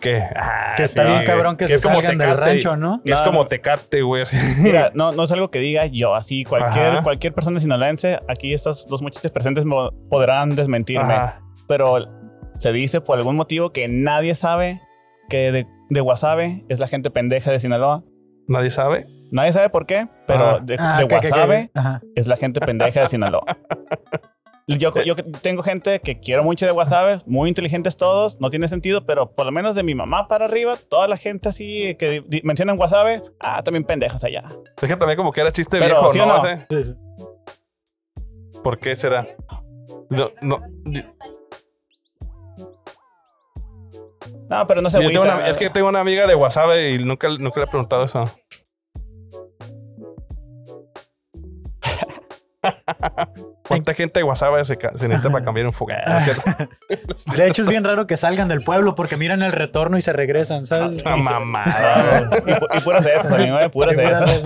[SPEAKER 3] Que, ah,
[SPEAKER 2] que está
[SPEAKER 3] sí,
[SPEAKER 2] bien
[SPEAKER 3] güey.
[SPEAKER 2] cabrón que, se
[SPEAKER 3] es como
[SPEAKER 2] salgan del
[SPEAKER 3] Tecate,
[SPEAKER 2] rancho, ¿no?
[SPEAKER 3] que es
[SPEAKER 4] No,
[SPEAKER 3] como
[SPEAKER 4] no.
[SPEAKER 3] tecate, güey. así. *laughs*
[SPEAKER 4] Mira, no, no es algo que diga yo, así cualquier,
[SPEAKER 3] Ajá.
[SPEAKER 4] cualquier persona sinaloense, aquí estas dos muchachas presentes mo- podrán desmentirme,
[SPEAKER 3] Ajá.
[SPEAKER 4] pero se dice por algún motivo que nadie sabe que de, de Guasave es la gente pendeja de Sinaloa.
[SPEAKER 3] Nadie sabe.
[SPEAKER 4] Nadie sabe por qué, pero
[SPEAKER 3] Ah.
[SPEAKER 4] de,
[SPEAKER 2] Ah,
[SPEAKER 4] de
[SPEAKER 2] que- que- que-
[SPEAKER 4] Guasave
[SPEAKER 2] ajá.
[SPEAKER 4] es la gente pendeja de
[SPEAKER 3] *laughs*
[SPEAKER 4] Sinaloa. Yo, yo tengo gente que quiero mucho de Guasave, muy inteligentes todos, no tiene sentido, pero por lo menos de mi mamá para arriba, toda la gente así que di- mencionan Guasave, ah, también pendejas allá.
[SPEAKER 3] Es que también como que era chiste
[SPEAKER 4] Pero,
[SPEAKER 3] viejo,
[SPEAKER 4] ¿sí o
[SPEAKER 3] ¿no?
[SPEAKER 4] no?
[SPEAKER 3] Ese-
[SPEAKER 2] Sí, sí.
[SPEAKER 3] ¿Por qué será? No, no. Yo-
[SPEAKER 4] No, pero no se
[SPEAKER 3] yo tengo
[SPEAKER 4] agüita.
[SPEAKER 3] una- es que tengo una amiga de Wasabe y nunca, nunca le he preguntado eso. ¿Cuánta gente de Wasabe se, ca- se necesita
[SPEAKER 2] *laughs*
[SPEAKER 3] para cambiar un fogón?
[SPEAKER 2] De hecho, es bien raro que salgan del pueblo porque miran el retorno y se regresan, ¿sabes?
[SPEAKER 3] Una mamada.
[SPEAKER 4] Ah, y, pu- y puras de esas, amigo, eh, puras de esas.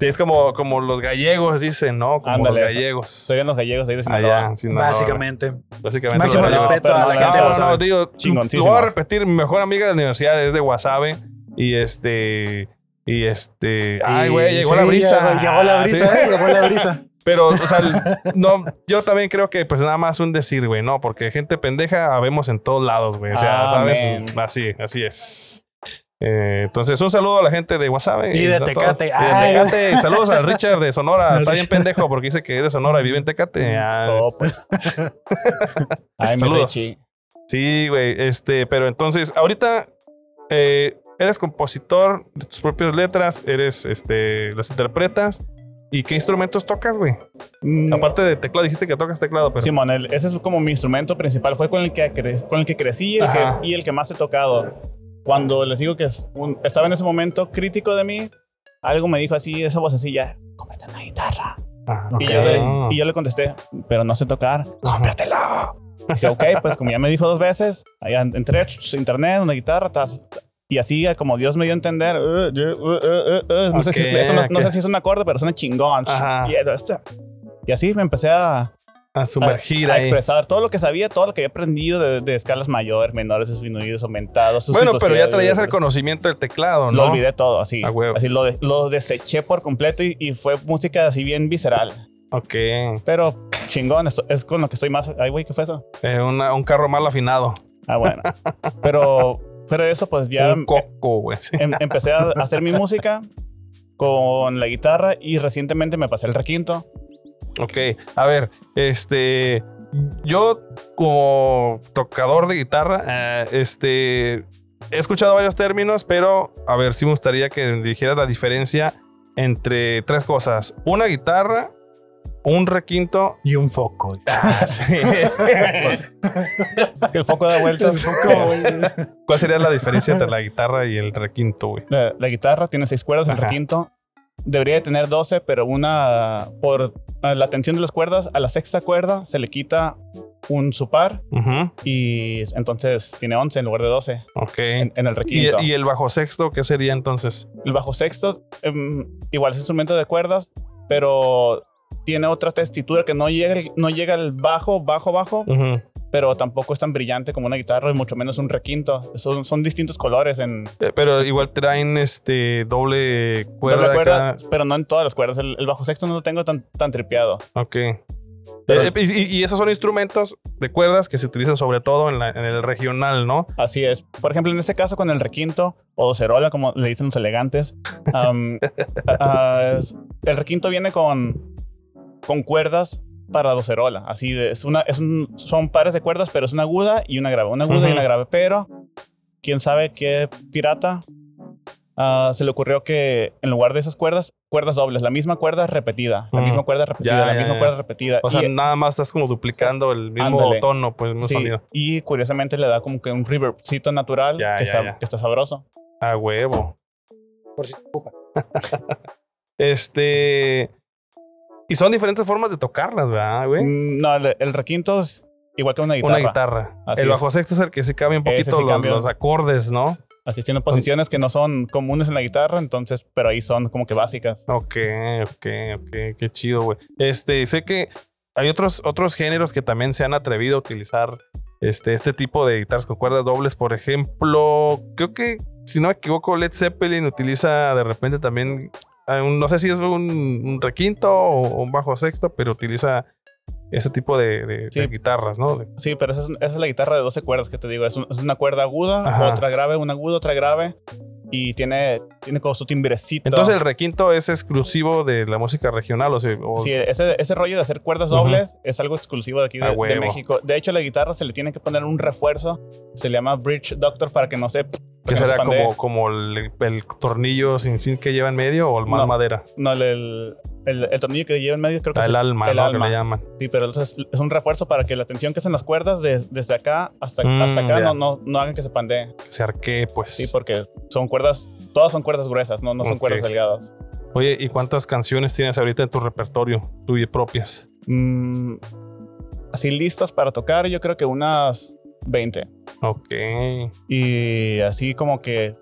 [SPEAKER 3] Sí, es como, como los gallegos dicen, ¿no? Como
[SPEAKER 4] Ándale,
[SPEAKER 3] los
[SPEAKER 4] eso.
[SPEAKER 3] gallegos.
[SPEAKER 4] Se ven los gallegos ahí de Sinaloa.
[SPEAKER 3] Allá, sí, no, no,
[SPEAKER 2] Básicamente.
[SPEAKER 3] básicamente
[SPEAKER 2] Máximo
[SPEAKER 3] los gallegos.
[SPEAKER 2] respeto a la
[SPEAKER 3] No,
[SPEAKER 2] gente de
[SPEAKER 3] no, no,
[SPEAKER 2] Wasabe.
[SPEAKER 3] digo, lo voy a
[SPEAKER 4] Chingoncísimos.
[SPEAKER 3] repetir, mi mejor amiga de la universidad es de Wasabe Y este. Y este. ay,
[SPEAKER 2] Sí,
[SPEAKER 3] güey, llegó
[SPEAKER 2] sí,
[SPEAKER 3] la brisa. Ah,
[SPEAKER 2] ya, güey, Llegó la brisa,
[SPEAKER 3] Sí.
[SPEAKER 2] eh, llegó la
[SPEAKER 3] *laughs*
[SPEAKER 2] brisa.
[SPEAKER 3] Pero, o sea, el- no, yo también creo que, pues nada más un decir, güey, no, porque gente pendeja ah, vemos en todos lados, güey. O sea,
[SPEAKER 4] Ah,
[SPEAKER 3] ¿sabes?
[SPEAKER 4] man.
[SPEAKER 3] Así, así es. Eh, entonces, un saludo a la gente de WhatsApp.
[SPEAKER 2] Y de Tecate.
[SPEAKER 3] Y de
[SPEAKER 2] Ay.
[SPEAKER 3] Tecate.
[SPEAKER 2] *laughs*
[SPEAKER 3] Saludos al Richard de Sonora.
[SPEAKER 2] Al
[SPEAKER 3] Está bien
[SPEAKER 2] Richard. Mm,
[SPEAKER 3] pendejo porque dice que es de Sonora y vive en Tecate. Ah,
[SPEAKER 4] Oh, pues. Ay, mi
[SPEAKER 3] Saludos.
[SPEAKER 4] Richie.
[SPEAKER 3] Sí, güey. Este, pero entonces, ahorita eh, eres compositor de tus propias letras, eres, este, las interpretas. ¿Y qué instrumentos tocas, güey?
[SPEAKER 4] Mm,
[SPEAKER 3] Aparte de teclado, dijiste que tocas teclado, pero.
[SPEAKER 4] Simón, el- ese es como mi instrumento principal. Fue con el que, cre- con el que crecí y el que,
[SPEAKER 3] Ajá.
[SPEAKER 4] y el que más he tocado. Cuando les digo que es un- estaba en ese momento crítico de mí, algo me dijo así, esa vocecilla, cómprate una guitarra.
[SPEAKER 3] Ah,
[SPEAKER 4] Y, yo
[SPEAKER 3] ok.
[SPEAKER 4] le, y yo le contesté, pero no sé tocar, cómpratela. Dije, ok, pues como ya me dijo dos veces, ahí an- entré ch- ch- internet, una guitarra, tas- y así eh, como Dios me dio a entender, uh, yo, uh, uh, uh, uh, no, sé si,
[SPEAKER 3] Ok,
[SPEAKER 4] esto no, no
[SPEAKER 3] ok.
[SPEAKER 4] sé si es un acorde, pero suena chingón.
[SPEAKER 3] Ajá.
[SPEAKER 4] Y era esta. Y así me empecé a,
[SPEAKER 3] Ah, A sumergir
[SPEAKER 4] a
[SPEAKER 3] ahí.
[SPEAKER 4] expresar todo lo que sabía, todo lo que había aprendido de, de escalas mayores, menores, disminuidos, aumentados.
[SPEAKER 3] Bueno, pero ya
[SPEAKER 4] sustituidos,
[SPEAKER 3] traías
[SPEAKER 4] y-
[SPEAKER 3] el conocimiento del teclado, ¿no?
[SPEAKER 4] Lo olvidé todo, así.
[SPEAKER 3] A huevo.
[SPEAKER 4] Así lo, de- lo deseché por completo y, y fue música así bien visceral.
[SPEAKER 3] Ok.
[SPEAKER 4] Pero chingón, esto- es con lo que estoy más. Ay, güey, ¿qué fue eso?
[SPEAKER 3] Eh, una- un carro mal afinado.
[SPEAKER 4] Ah, bueno. Pero, pero eso, pues ya
[SPEAKER 3] un coco, güey. sí.
[SPEAKER 4] em- empecé a hacer mi música con la guitarra y recientemente me pasé el requinto.
[SPEAKER 3] Ok. A ver, este. Yo, como tocador de guitarra, eh, este. He escuchado varios términos, pero a ver, sí me gustaría que dijeras la diferencia entre tres cosas: una guitarra, un requinto. *laughs*
[SPEAKER 2] Y un foco.
[SPEAKER 4] El foco Eh, da vueltas.
[SPEAKER 3] ¿Cuál sería la diferencia entre la guitarra y el requinto, güey?
[SPEAKER 4] La, la guitarra tiene seis cuerdas, el
[SPEAKER 3] Ajá.
[SPEAKER 4] requinto debería de tener 12, pero una por ah, la tensión de las cuerdas a la sexta cuerda se le quita un supar
[SPEAKER 3] Ujú,
[SPEAKER 4] y entonces tiene 11 en lugar de 12
[SPEAKER 3] Ok.
[SPEAKER 4] en, en el
[SPEAKER 3] ¿Y,
[SPEAKER 4] requinto.
[SPEAKER 3] y el bajo sexto qué sería entonces?
[SPEAKER 4] El bajo sexto em, igual es instrumento de cuerdas, pero tiene otra textura que no llega el- no llega al bajo, bajo, bajo,
[SPEAKER 3] Ujú.
[SPEAKER 4] pero tampoco es tan brillante como una guitarra y mucho menos un requinto. Son, son distintos colores en
[SPEAKER 3] Eh, Pero igual traen este doble cuerda.
[SPEAKER 4] doble cuerda,
[SPEAKER 3] acá.
[SPEAKER 4] pero no en todas las cuerdas. El, el bajo sexto no lo tengo tan, tan tripeado.
[SPEAKER 3] Ok.
[SPEAKER 4] Pero-
[SPEAKER 3] Eh, y, y- y esos son instrumentos de cuerdas que se utilizan sobre todo en, la- en el regional, ¿no?
[SPEAKER 4] Así es. Por ejemplo, en este caso con el requinto o docerola, como le dicen los elegantes,
[SPEAKER 3] *laughs*
[SPEAKER 4] am, ah, es- el requinto viene con, con cuerdas para docerola. Así de- es una, es un- son pares de cuerdas, pero es una aguda y una grave. Una aguda y
[SPEAKER 3] Ujú.
[SPEAKER 4] una grave. Pero quién sabe qué pirata ah, se le ocurrió que en lugar de esas cuerdas, cuerdas dobles, la misma cuerda repetida, la
[SPEAKER 3] Mm.
[SPEAKER 4] misma cuerda repetida,
[SPEAKER 3] Ya,
[SPEAKER 4] la
[SPEAKER 3] ya,
[SPEAKER 4] misma
[SPEAKER 3] ya.
[SPEAKER 4] cuerda repetida.
[SPEAKER 3] O sea,
[SPEAKER 4] Y-
[SPEAKER 3] nada más estás como duplicando el mismo
[SPEAKER 4] Ándale.
[SPEAKER 3] tono, pues, el mismo
[SPEAKER 4] sí,
[SPEAKER 3] sonido.
[SPEAKER 4] y curiosamente le da como que un reverbcito natural
[SPEAKER 3] Ya,
[SPEAKER 4] que,
[SPEAKER 3] ya,
[SPEAKER 4] está,
[SPEAKER 3] ya.
[SPEAKER 4] que está sabroso.
[SPEAKER 3] A huevo. *laughs* Este. Y son diferentes formas de tocarlas, ¿verdad, güey?
[SPEAKER 4] Mm, No, el, el requinto es igual que una guitarra.
[SPEAKER 3] Una guitarra.
[SPEAKER 4] Así
[SPEAKER 3] el
[SPEAKER 4] es.
[SPEAKER 3] bajo sexto es el que se cambia un
[SPEAKER 4] Ese
[SPEAKER 3] poquito
[SPEAKER 4] sí
[SPEAKER 3] los,
[SPEAKER 4] cambia.
[SPEAKER 3] los acordes, ¿no?
[SPEAKER 4] Así tiene posiciones que no son comunes en la guitarra, entonces, pero ahí son como que básicas.
[SPEAKER 3] Ok, ok, ok, qué chido, güey. Este, sé que hay otros, otros géneros que también se han atrevido a utilizar este, este tipo de guitarras con cuerdas dobles. Por ejemplo, creo que, si no me equivoco, Led Zeppelin utiliza de repente también, eh, un- no sé si es un, un requinto o un bajo sexto, pero utiliza ese tipo de, de-
[SPEAKER 4] Sí.
[SPEAKER 3] de guitarras, ¿no? De-
[SPEAKER 4] Sí, pero esa es, esa es la guitarra de 12 cuerdas que te digo. Es, un- es una cuerda aguda,
[SPEAKER 3] Ajá.
[SPEAKER 4] otra grave, una aguda, otra grave. Y tiene, tiene como su timbrecito.
[SPEAKER 3] Entonces el requinto es exclusivo de la música regional, o sea, o-
[SPEAKER 4] Sí, ese, ese rollo de hacer cuerdas
[SPEAKER 3] Ujú.
[SPEAKER 4] dobles es algo exclusivo de aquí de,
[SPEAKER 3] A
[SPEAKER 4] de
[SPEAKER 3] huevo.
[SPEAKER 4] México. De hecho, a la guitarra se le tiene que poner un refuerzo. Se le llama Bridge Doctor para que no se...
[SPEAKER 3] que
[SPEAKER 4] para no se
[SPEAKER 3] será
[SPEAKER 4] pandee.
[SPEAKER 3] como, como el, el tornillo sin fin que lleva en medio o el más
[SPEAKER 4] No.
[SPEAKER 3] madera.
[SPEAKER 4] No, el, el, el- el tornillo que lleva en medio creo que
[SPEAKER 3] Ah,
[SPEAKER 4] es
[SPEAKER 3] el alma,
[SPEAKER 4] el
[SPEAKER 3] ¿no?
[SPEAKER 4] alma.
[SPEAKER 3] Que le llaman.
[SPEAKER 4] Sí, pero eso es, es un refuerzo para que la tensión que hacen las cuerdas de- desde acá hasta,
[SPEAKER 3] Mm,
[SPEAKER 4] hasta acá
[SPEAKER 3] ya.
[SPEAKER 4] no, no, no hagan que se pandee.
[SPEAKER 3] Que se arquee, pues.
[SPEAKER 4] Sí, porque son cuerdas, todas son cuerdas gruesas, no, no son
[SPEAKER 3] Ok.
[SPEAKER 4] cuerdas delgadas.
[SPEAKER 3] Oye, ¿y cuántas canciones tienes ahorita en tu repertorio? Tuyas propias.
[SPEAKER 4] Mm, así listas para tocar, yo creo que unas 20.
[SPEAKER 3] Ok.
[SPEAKER 4] Y así como que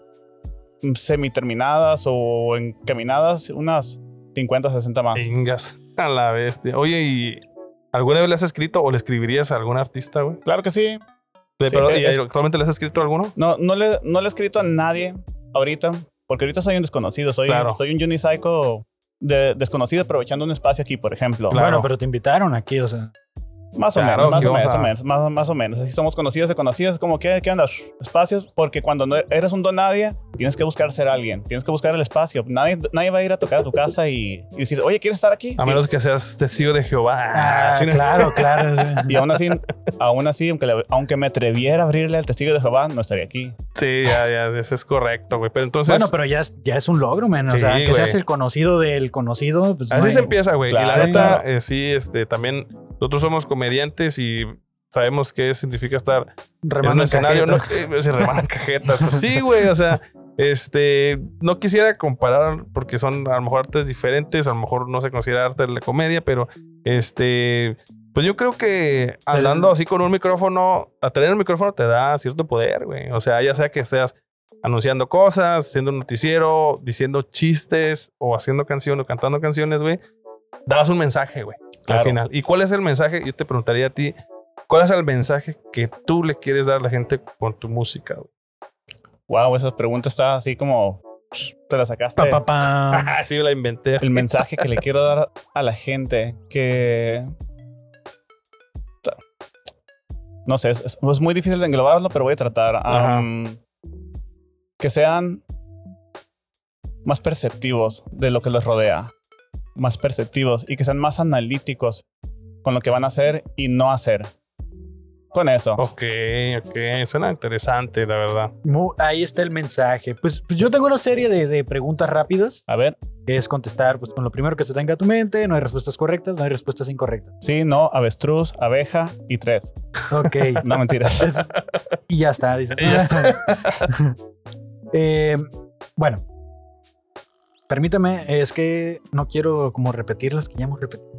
[SPEAKER 4] mm, semi-terminadas o encaminadas, unas 50, 60 más.
[SPEAKER 3] Vengas *laughs* a la bestia. Oye, ¿y alguna vez le has escrito o le escribirías a algún artista, güey?
[SPEAKER 4] Claro que sí.
[SPEAKER 3] Le- pero, ¿y
[SPEAKER 4] es-
[SPEAKER 3] ¿Actualmente le has escrito a alguno?
[SPEAKER 4] No, no, le, no le he escrito a nadie, ahorita, porque ahorita soy un desconocido, soy,
[SPEAKER 3] Claro.
[SPEAKER 4] soy un unicycle de- desconocido aprovechando un espacio aquí, por ejemplo.
[SPEAKER 2] Bueno, pero te invitaron aquí, o sea.
[SPEAKER 4] Más
[SPEAKER 3] Claro,
[SPEAKER 4] o menos, más
[SPEAKER 3] que
[SPEAKER 4] o
[SPEAKER 3] vamos
[SPEAKER 4] menos,
[SPEAKER 3] a-
[SPEAKER 4] menos, más, más o menos. Así somos conocidos de conocidas, como que, ¿qué onda? Espacios, porque cuando no eres un don nadie, tienes que buscar ser alguien, tienes que buscar el espacio. Nadie, nadie va a ir a tocar a tu casa y, y decir, oye, ¿quieres estar aquí?
[SPEAKER 3] A
[SPEAKER 4] Sí.
[SPEAKER 3] menos que seas testigo de Jehová.
[SPEAKER 2] Ah,
[SPEAKER 3] Así no-
[SPEAKER 2] claro, claro.
[SPEAKER 3] *laughs*
[SPEAKER 2] o sea.
[SPEAKER 4] Y aún así, aún así aunque, le- aunque me atreviera a abrirle al testigo de Jehová, no estaría aquí.
[SPEAKER 3] Sí, ya, ya, eso es correcto, güey. Pero entonces,
[SPEAKER 2] bueno, pero ya es, ya es un logro, man. O
[SPEAKER 3] Sí,
[SPEAKER 2] sea, que seas
[SPEAKER 3] güey.
[SPEAKER 2] el conocido del conocido. pues, no
[SPEAKER 3] así
[SPEAKER 2] hay-
[SPEAKER 3] se empieza, güey. y la
[SPEAKER 4] Claro,
[SPEAKER 3] neta,
[SPEAKER 4] claro.
[SPEAKER 3] eh, sí, este, también nosotros somos comediantes y sabemos qué significa estar en un
[SPEAKER 2] remando en
[SPEAKER 3] escenario,
[SPEAKER 2] cajeta.
[SPEAKER 3] ¿no? Eh, se reman cajetas. Pues sí, güey, o sea, este, no quisiera comparar porque son a lo mejor artes diferentes, a lo mejor no se considera arte la comedia, pero este, pues yo creo que hablando así con un micrófono, a tener un micrófono te da cierto poder, güey. O sea, ya sea que estés anunciando cosas, haciendo un noticiero, diciendo chistes o haciendo canciones o cantando canciones, güey, dabas un mensaje, güey,
[SPEAKER 4] Claro.
[SPEAKER 3] al final. ¿Y cuál es el mensaje? Yo te preguntaría a ti, ¿Cuál es el mensaje que tú le quieres dar a la gente con tu música? güey?
[SPEAKER 4] Wow, esa pregunta está así como, te la sacaste.
[SPEAKER 2] Pa, pa, pa.
[SPEAKER 3] Ah, *laughs* sí, la inventé.
[SPEAKER 4] el mensaje que le quiero dar a la gente que no sé, es, es- es muy difícil de englobarlo, pero voy a tratar
[SPEAKER 3] Ajá.
[SPEAKER 4] Am, que sean más perceptivos de lo que les rodea, más perceptivos y que sean más analíticos con lo que van a hacer y no hacer. Con eso.
[SPEAKER 3] Ok, ok. Suena interesante, la verdad.
[SPEAKER 2] Mu- Ahí está el mensaje. Pues, pues yo tengo una serie de, de preguntas rápidas,
[SPEAKER 4] A ver,
[SPEAKER 2] que es contestar pues, con lo primero que se tenga a tu mente. No hay respuestas correctas, no hay respuestas incorrectas.
[SPEAKER 4] sí, no, avestruz, abeja y tres.
[SPEAKER 2] *laughs* Ok.
[SPEAKER 4] No mentiras.
[SPEAKER 3] *laughs*
[SPEAKER 2] Es- y ya está, dice. *laughs* Eh, bueno. Permítame, es que no quiero como repetir las que ya hemos repetido.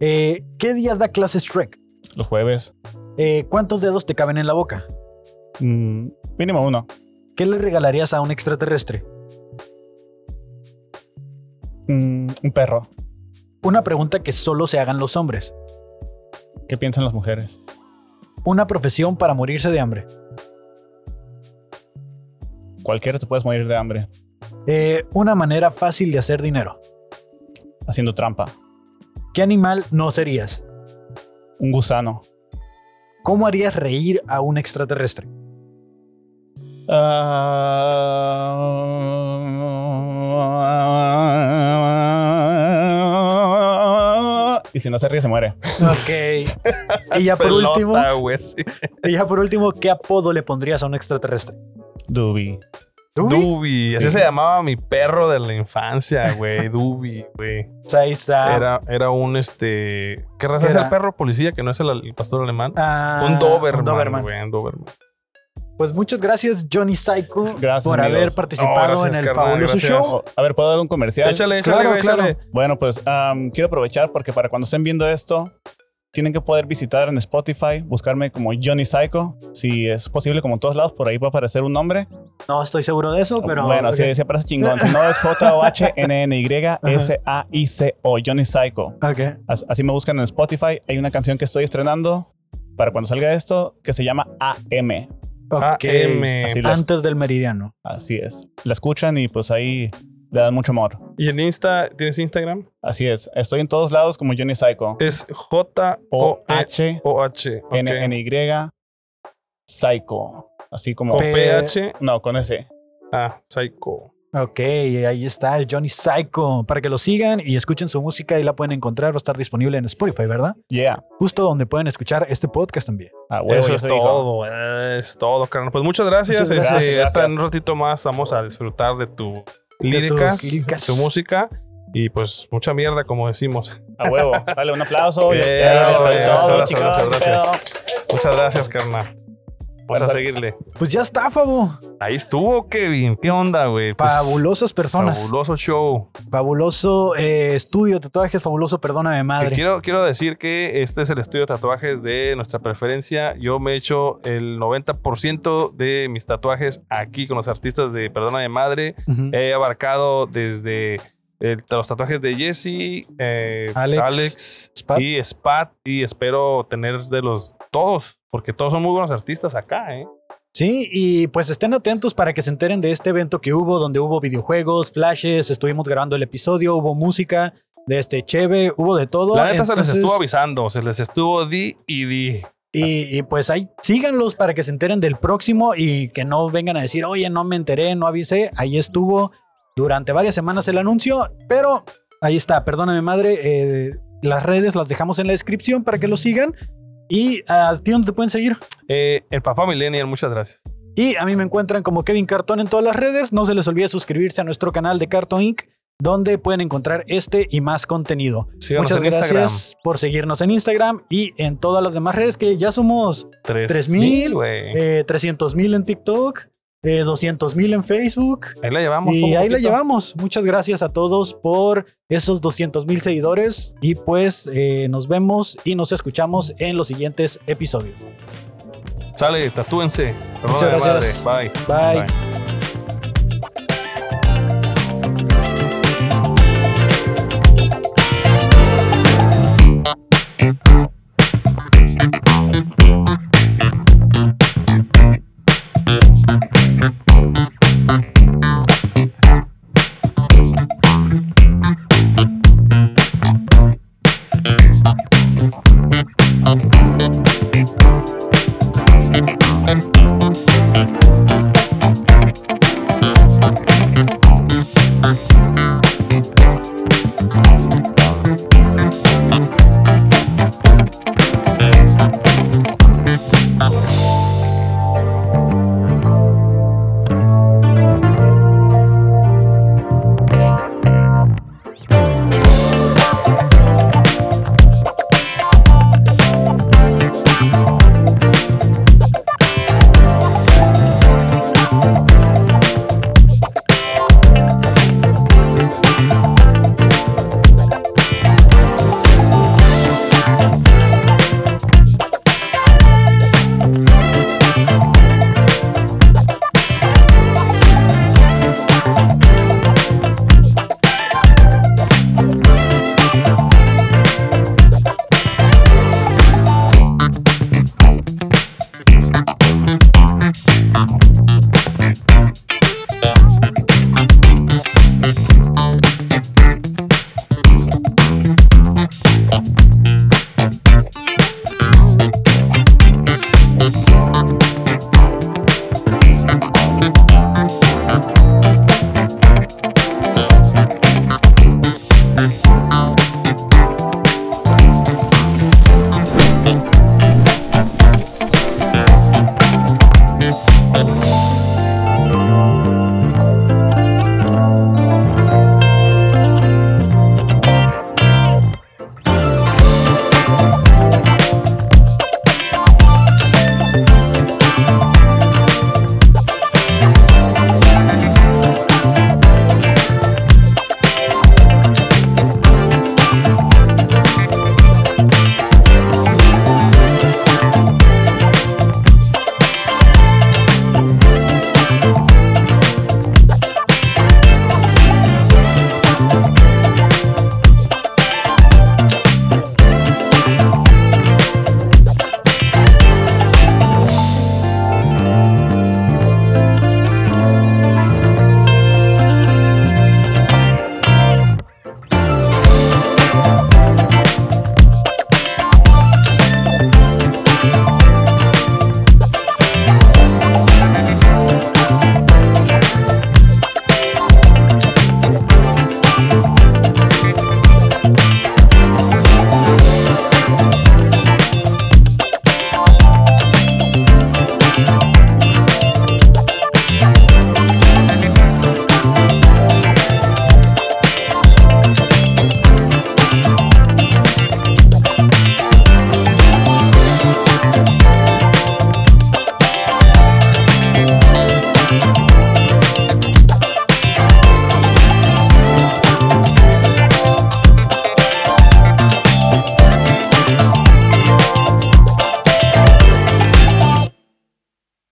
[SPEAKER 2] Eh, ¿Qué día da clases Shrek?
[SPEAKER 4] Los jueves.
[SPEAKER 2] Eh, ¿Cuántos dedos te caben en la boca?
[SPEAKER 4] mm, mínimo uno.
[SPEAKER 2] ¿Qué le regalarías a un extraterrestre?
[SPEAKER 4] Mm, un perro.
[SPEAKER 2] Una pregunta que solo se hagan los hombres.
[SPEAKER 4] ¿Qué piensan las mujeres?
[SPEAKER 2] Una profesión para morirse de hambre.
[SPEAKER 4] Cualquiera te puedes morir de hambre
[SPEAKER 2] Eh, una manera fácil de hacer dinero.
[SPEAKER 4] haciendo trampa.
[SPEAKER 2] ¿Qué animal no serías?
[SPEAKER 4] Un gusano.
[SPEAKER 2] ¿Cómo harías reír a un
[SPEAKER 3] *laughs*
[SPEAKER 2] extraterrestre?
[SPEAKER 4] Ah. Y si no se ríe, se muere.
[SPEAKER 2] Ok. y ya por
[SPEAKER 3] Pelota,
[SPEAKER 2] último,
[SPEAKER 3] güey, sí.
[SPEAKER 2] Y ya por último, ¿qué apodo le pondrías a un extraterrestre?
[SPEAKER 4] Dubi.
[SPEAKER 3] Dubi. Así
[SPEAKER 4] Sí.
[SPEAKER 3] se llamaba mi perro de la infancia,
[SPEAKER 2] *laughs*
[SPEAKER 3] güey. Dubi, güey.
[SPEAKER 2] O sea, ahí está.
[SPEAKER 3] Era, era un este. ¿Qué raza
[SPEAKER 2] Ah. ¿Qué
[SPEAKER 3] es el
[SPEAKER 2] era?
[SPEAKER 3] perro policía que no es el, el pastor alemán?
[SPEAKER 2] Ah,
[SPEAKER 3] un Doberman.
[SPEAKER 2] un Doberman.
[SPEAKER 3] güey, un Doberman.
[SPEAKER 2] Pues muchas gracias, Johnny Psycho,
[SPEAKER 4] Gracias,
[SPEAKER 2] por
[SPEAKER 4] amigos.
[SPEAKER 2] haber participado
[SPEAKER 3] No, gracias,
[SPEAKER 2] en el
[SPEAKER 3] carnal,
[SPEAKER 2] fabuloso
[SPEAKER 3] gracias.
[SPEAKER 2] show.
[SPEAKER 4] Oh, a ver, ¿puedo dar un comercial?
[SPEAKER 3] Échale, échale,
[SPEAKER 2] claro,
[SPEAKER 3] güey,
[SPEAKER 2] claro.
[SPEAKER 3] échale.
[SPEAKER 4] Bueno, pues am, quiero aprovechar porque para cuando estén viendo esto, tienen que poder visitar en Spotify, buscarme como Johnny Psycho. Si es posible, como en todos lados, por ahí va a aparecer un nombre.
[SPEAKER 2] No estoy seguro de eso, pero.
[SPEAKER 4] bueno,
[SPEAKER 2] ok.
[SPEAKER 4] si sí, sí aparece chingón. Si no, es J-O-H-N-N-Y-S-A-I-C-O, Johnny Psycho.
[SPEAKER 2] Ok.
[SPEAKER 4] As- Así me buscan en Spotify. Hay una canción que estoy estrenando para cuando salga esto que se llama AM.
[SPEAKER 2] ok.
[SPEAKER 3] Ah, AM.
[SPEAKER 4] Así, la, es-
[SPEAKER 2] Antes del meridiano.
[SPEAKER 4] así es. La escuchan y pues ahí le dan mucho amor.
[SPEAKER 3] ¿Y en Insta? ¿Tienes Instagram?
[SPEAKER 4] Así es. Estoy en todos lados como Johnny Psycho.
[SPEAKER 3] Es J O H
[SPEAKER 4] O-H-N-N-Y
[SPEAKER 3] O H. ok.
[SPEAKER 4] Psycho. Así como.
[SPEAKER 3] O P H.
[SPEAKER 4] No, con ese.
[SPEAKER 3] Ah, Psycho.
[SPEAKER 2] Ok, ahí está el Johnny Psycho. Para que lo sigan y escuchen su música y la pueden encontrar. Va a estar disponible en Spotify, ¿verdad?
[SPEAKER 4] Yeah.
[SPEAKER 2] Justo donde pueden escuchar este podcast también.
[SPEAKER 4] Ah, huevo,
[SPEAKER 3] Eso
[SPEAKER 4] ya
[SPEAKER 3] es
[SPEAKER 4] se dijo.
[SPEAKER 3] todo, eh, es todo, carnal. Pues muchas gracias.
[SPEAKER 2] Muchas
[SPEAKER 3] este,
[SPEAKER 4] gracias.
[SPEAKER 3] hasta en
[SPEAKER 4] Gracias.
[SPEAKER 3] un ratito más vamos a disfrutar de tu
[SPEAKER 2] De tus
[SPEAKER 3] líricas,
[SPEAKER 2] líricas.
[SPEAKER 3] tu música y pues mucha mierda, como decimos.
[SPEAKER 4] A huevo. Dale un aplauso.
[SPEAKER 3] Bien,
[SPEAKER 4] Ya, ya, ya,
[SPEAKER 3] bien,
[SPEAKER 4] todo,
[SPEAKER 3] abrazo,
[SPEAKER 4] chicos,
[SPEAKER 3] muchas
[SPEAKER 4] qué
[SPEAKER 3] gracias.
[SPEAKER 4] pedo.
[SPEAKER 3] Muchas gracias, carnal. Vamos a
[SPEAKER 4] Gracias.
[SPEAKER 3] seguirle.
[SPEAKER 2] Pues ya está, Fabu.
[SPEAKER 3] Ahí estuvo, Kevin. ¿Qué onda, güey? Pues,
[SPEAKER 2] Fabulosas personas.
[SPEAKER 3] Fabuloso show.
[SPEAKER 2] Fabuloso eh, estudio, tatuajes, fabuloso, perdóname
[SPEAKER 3] Que
[SPEAKER 2] madre.
[SPEAKER 3] Quiero, quiero decir que este es el estudio de tatuajes de nuestra preferencia. Yo me he hecho el 90% de mis tatuajes aquí con los artistas de Perdóname Madre.
[SPEAKER 2] Ujú.
[SPEAKER 3] He abarcado desde el- los tatuajes de Jesse, eh,
[SPEAKER 2] Alex,
[SPEAKER 3] Alex,
[SPEAKER 2] Spat.
[SPEAKER 3] y Spat. Y espero tener de los todos, porque todos son muy buenos artistas acá, ¿eh?
[SPEAKER 2] Sí, y pues estén atentos para que se enteren de este evento que hubo, donde hubo videojuegos, flashes, estuvimos grabando el episodio, hubo música de este Cheve, hubo de todo.
[SPEAKER 3] La neta se les
[SPEAKER 2] Entonces,
[SPEAKER 3] estuvo avisando, se les estuvo di y di.
[SPEAKER 2] y, y pues ahí síganlos para que se enteren del próximo y que no vengan a decir, oye, no me enteré, no avisé. Ahí estuvo durante varias semanas el anuncio, pero ahí está, perdóname madre, eh, las redes las dejamos en la descripción para que lo sigan. ¿Y a ti dónde te pueden seguir?
[SPEAKER 3] Eh, el papá Millennial, muchas gracias.
[SPEAKER 2] Y a mí me encuentran como Kevin Cartón en todas las redes. No se les olvide suscribirse a nuestro canal de Cartón Inc., donde pueden encontrar este y más contenido.
[SPEAKER 3] Síganos
[SPEAKER 2] Muchas
[SPEAKER 3] en
[SPEAKER 2] gracias
[SPEAKER 3] Instagram.
[SPEAKER 2] por seguirnos en Instagram y en todas las demás redes, que ya somos 3000,
[SPEAKER 3] 3000, güey.
[SPEAKER 2] eh, 300 mil en TikTok, eh, 200 mil en Facebook.
[SPEAKER 3] Ahí la llevamos.
[SPEAKER 2] y
[SPEAKER 3] poco a
[SPEAKER 2] ahí la
[SPEAKER 3] poquito.
[SPEAKER 2] llevamos. Muchas gracias a todos por esos 200 mil seguidores. Y pues eh, nos vemos y nos escuchamos en los siguientes episodios.
[SPEAKER 3] Sale, tatúense.
[SPEAKER 2] Muchas
[SPEAKER 3] Perdóname,
[SPEAKER 2] gracias.
[SPEAKER 3] madre.
[SPEAKER 2] Bye.
[SPEAKER 3] Bye.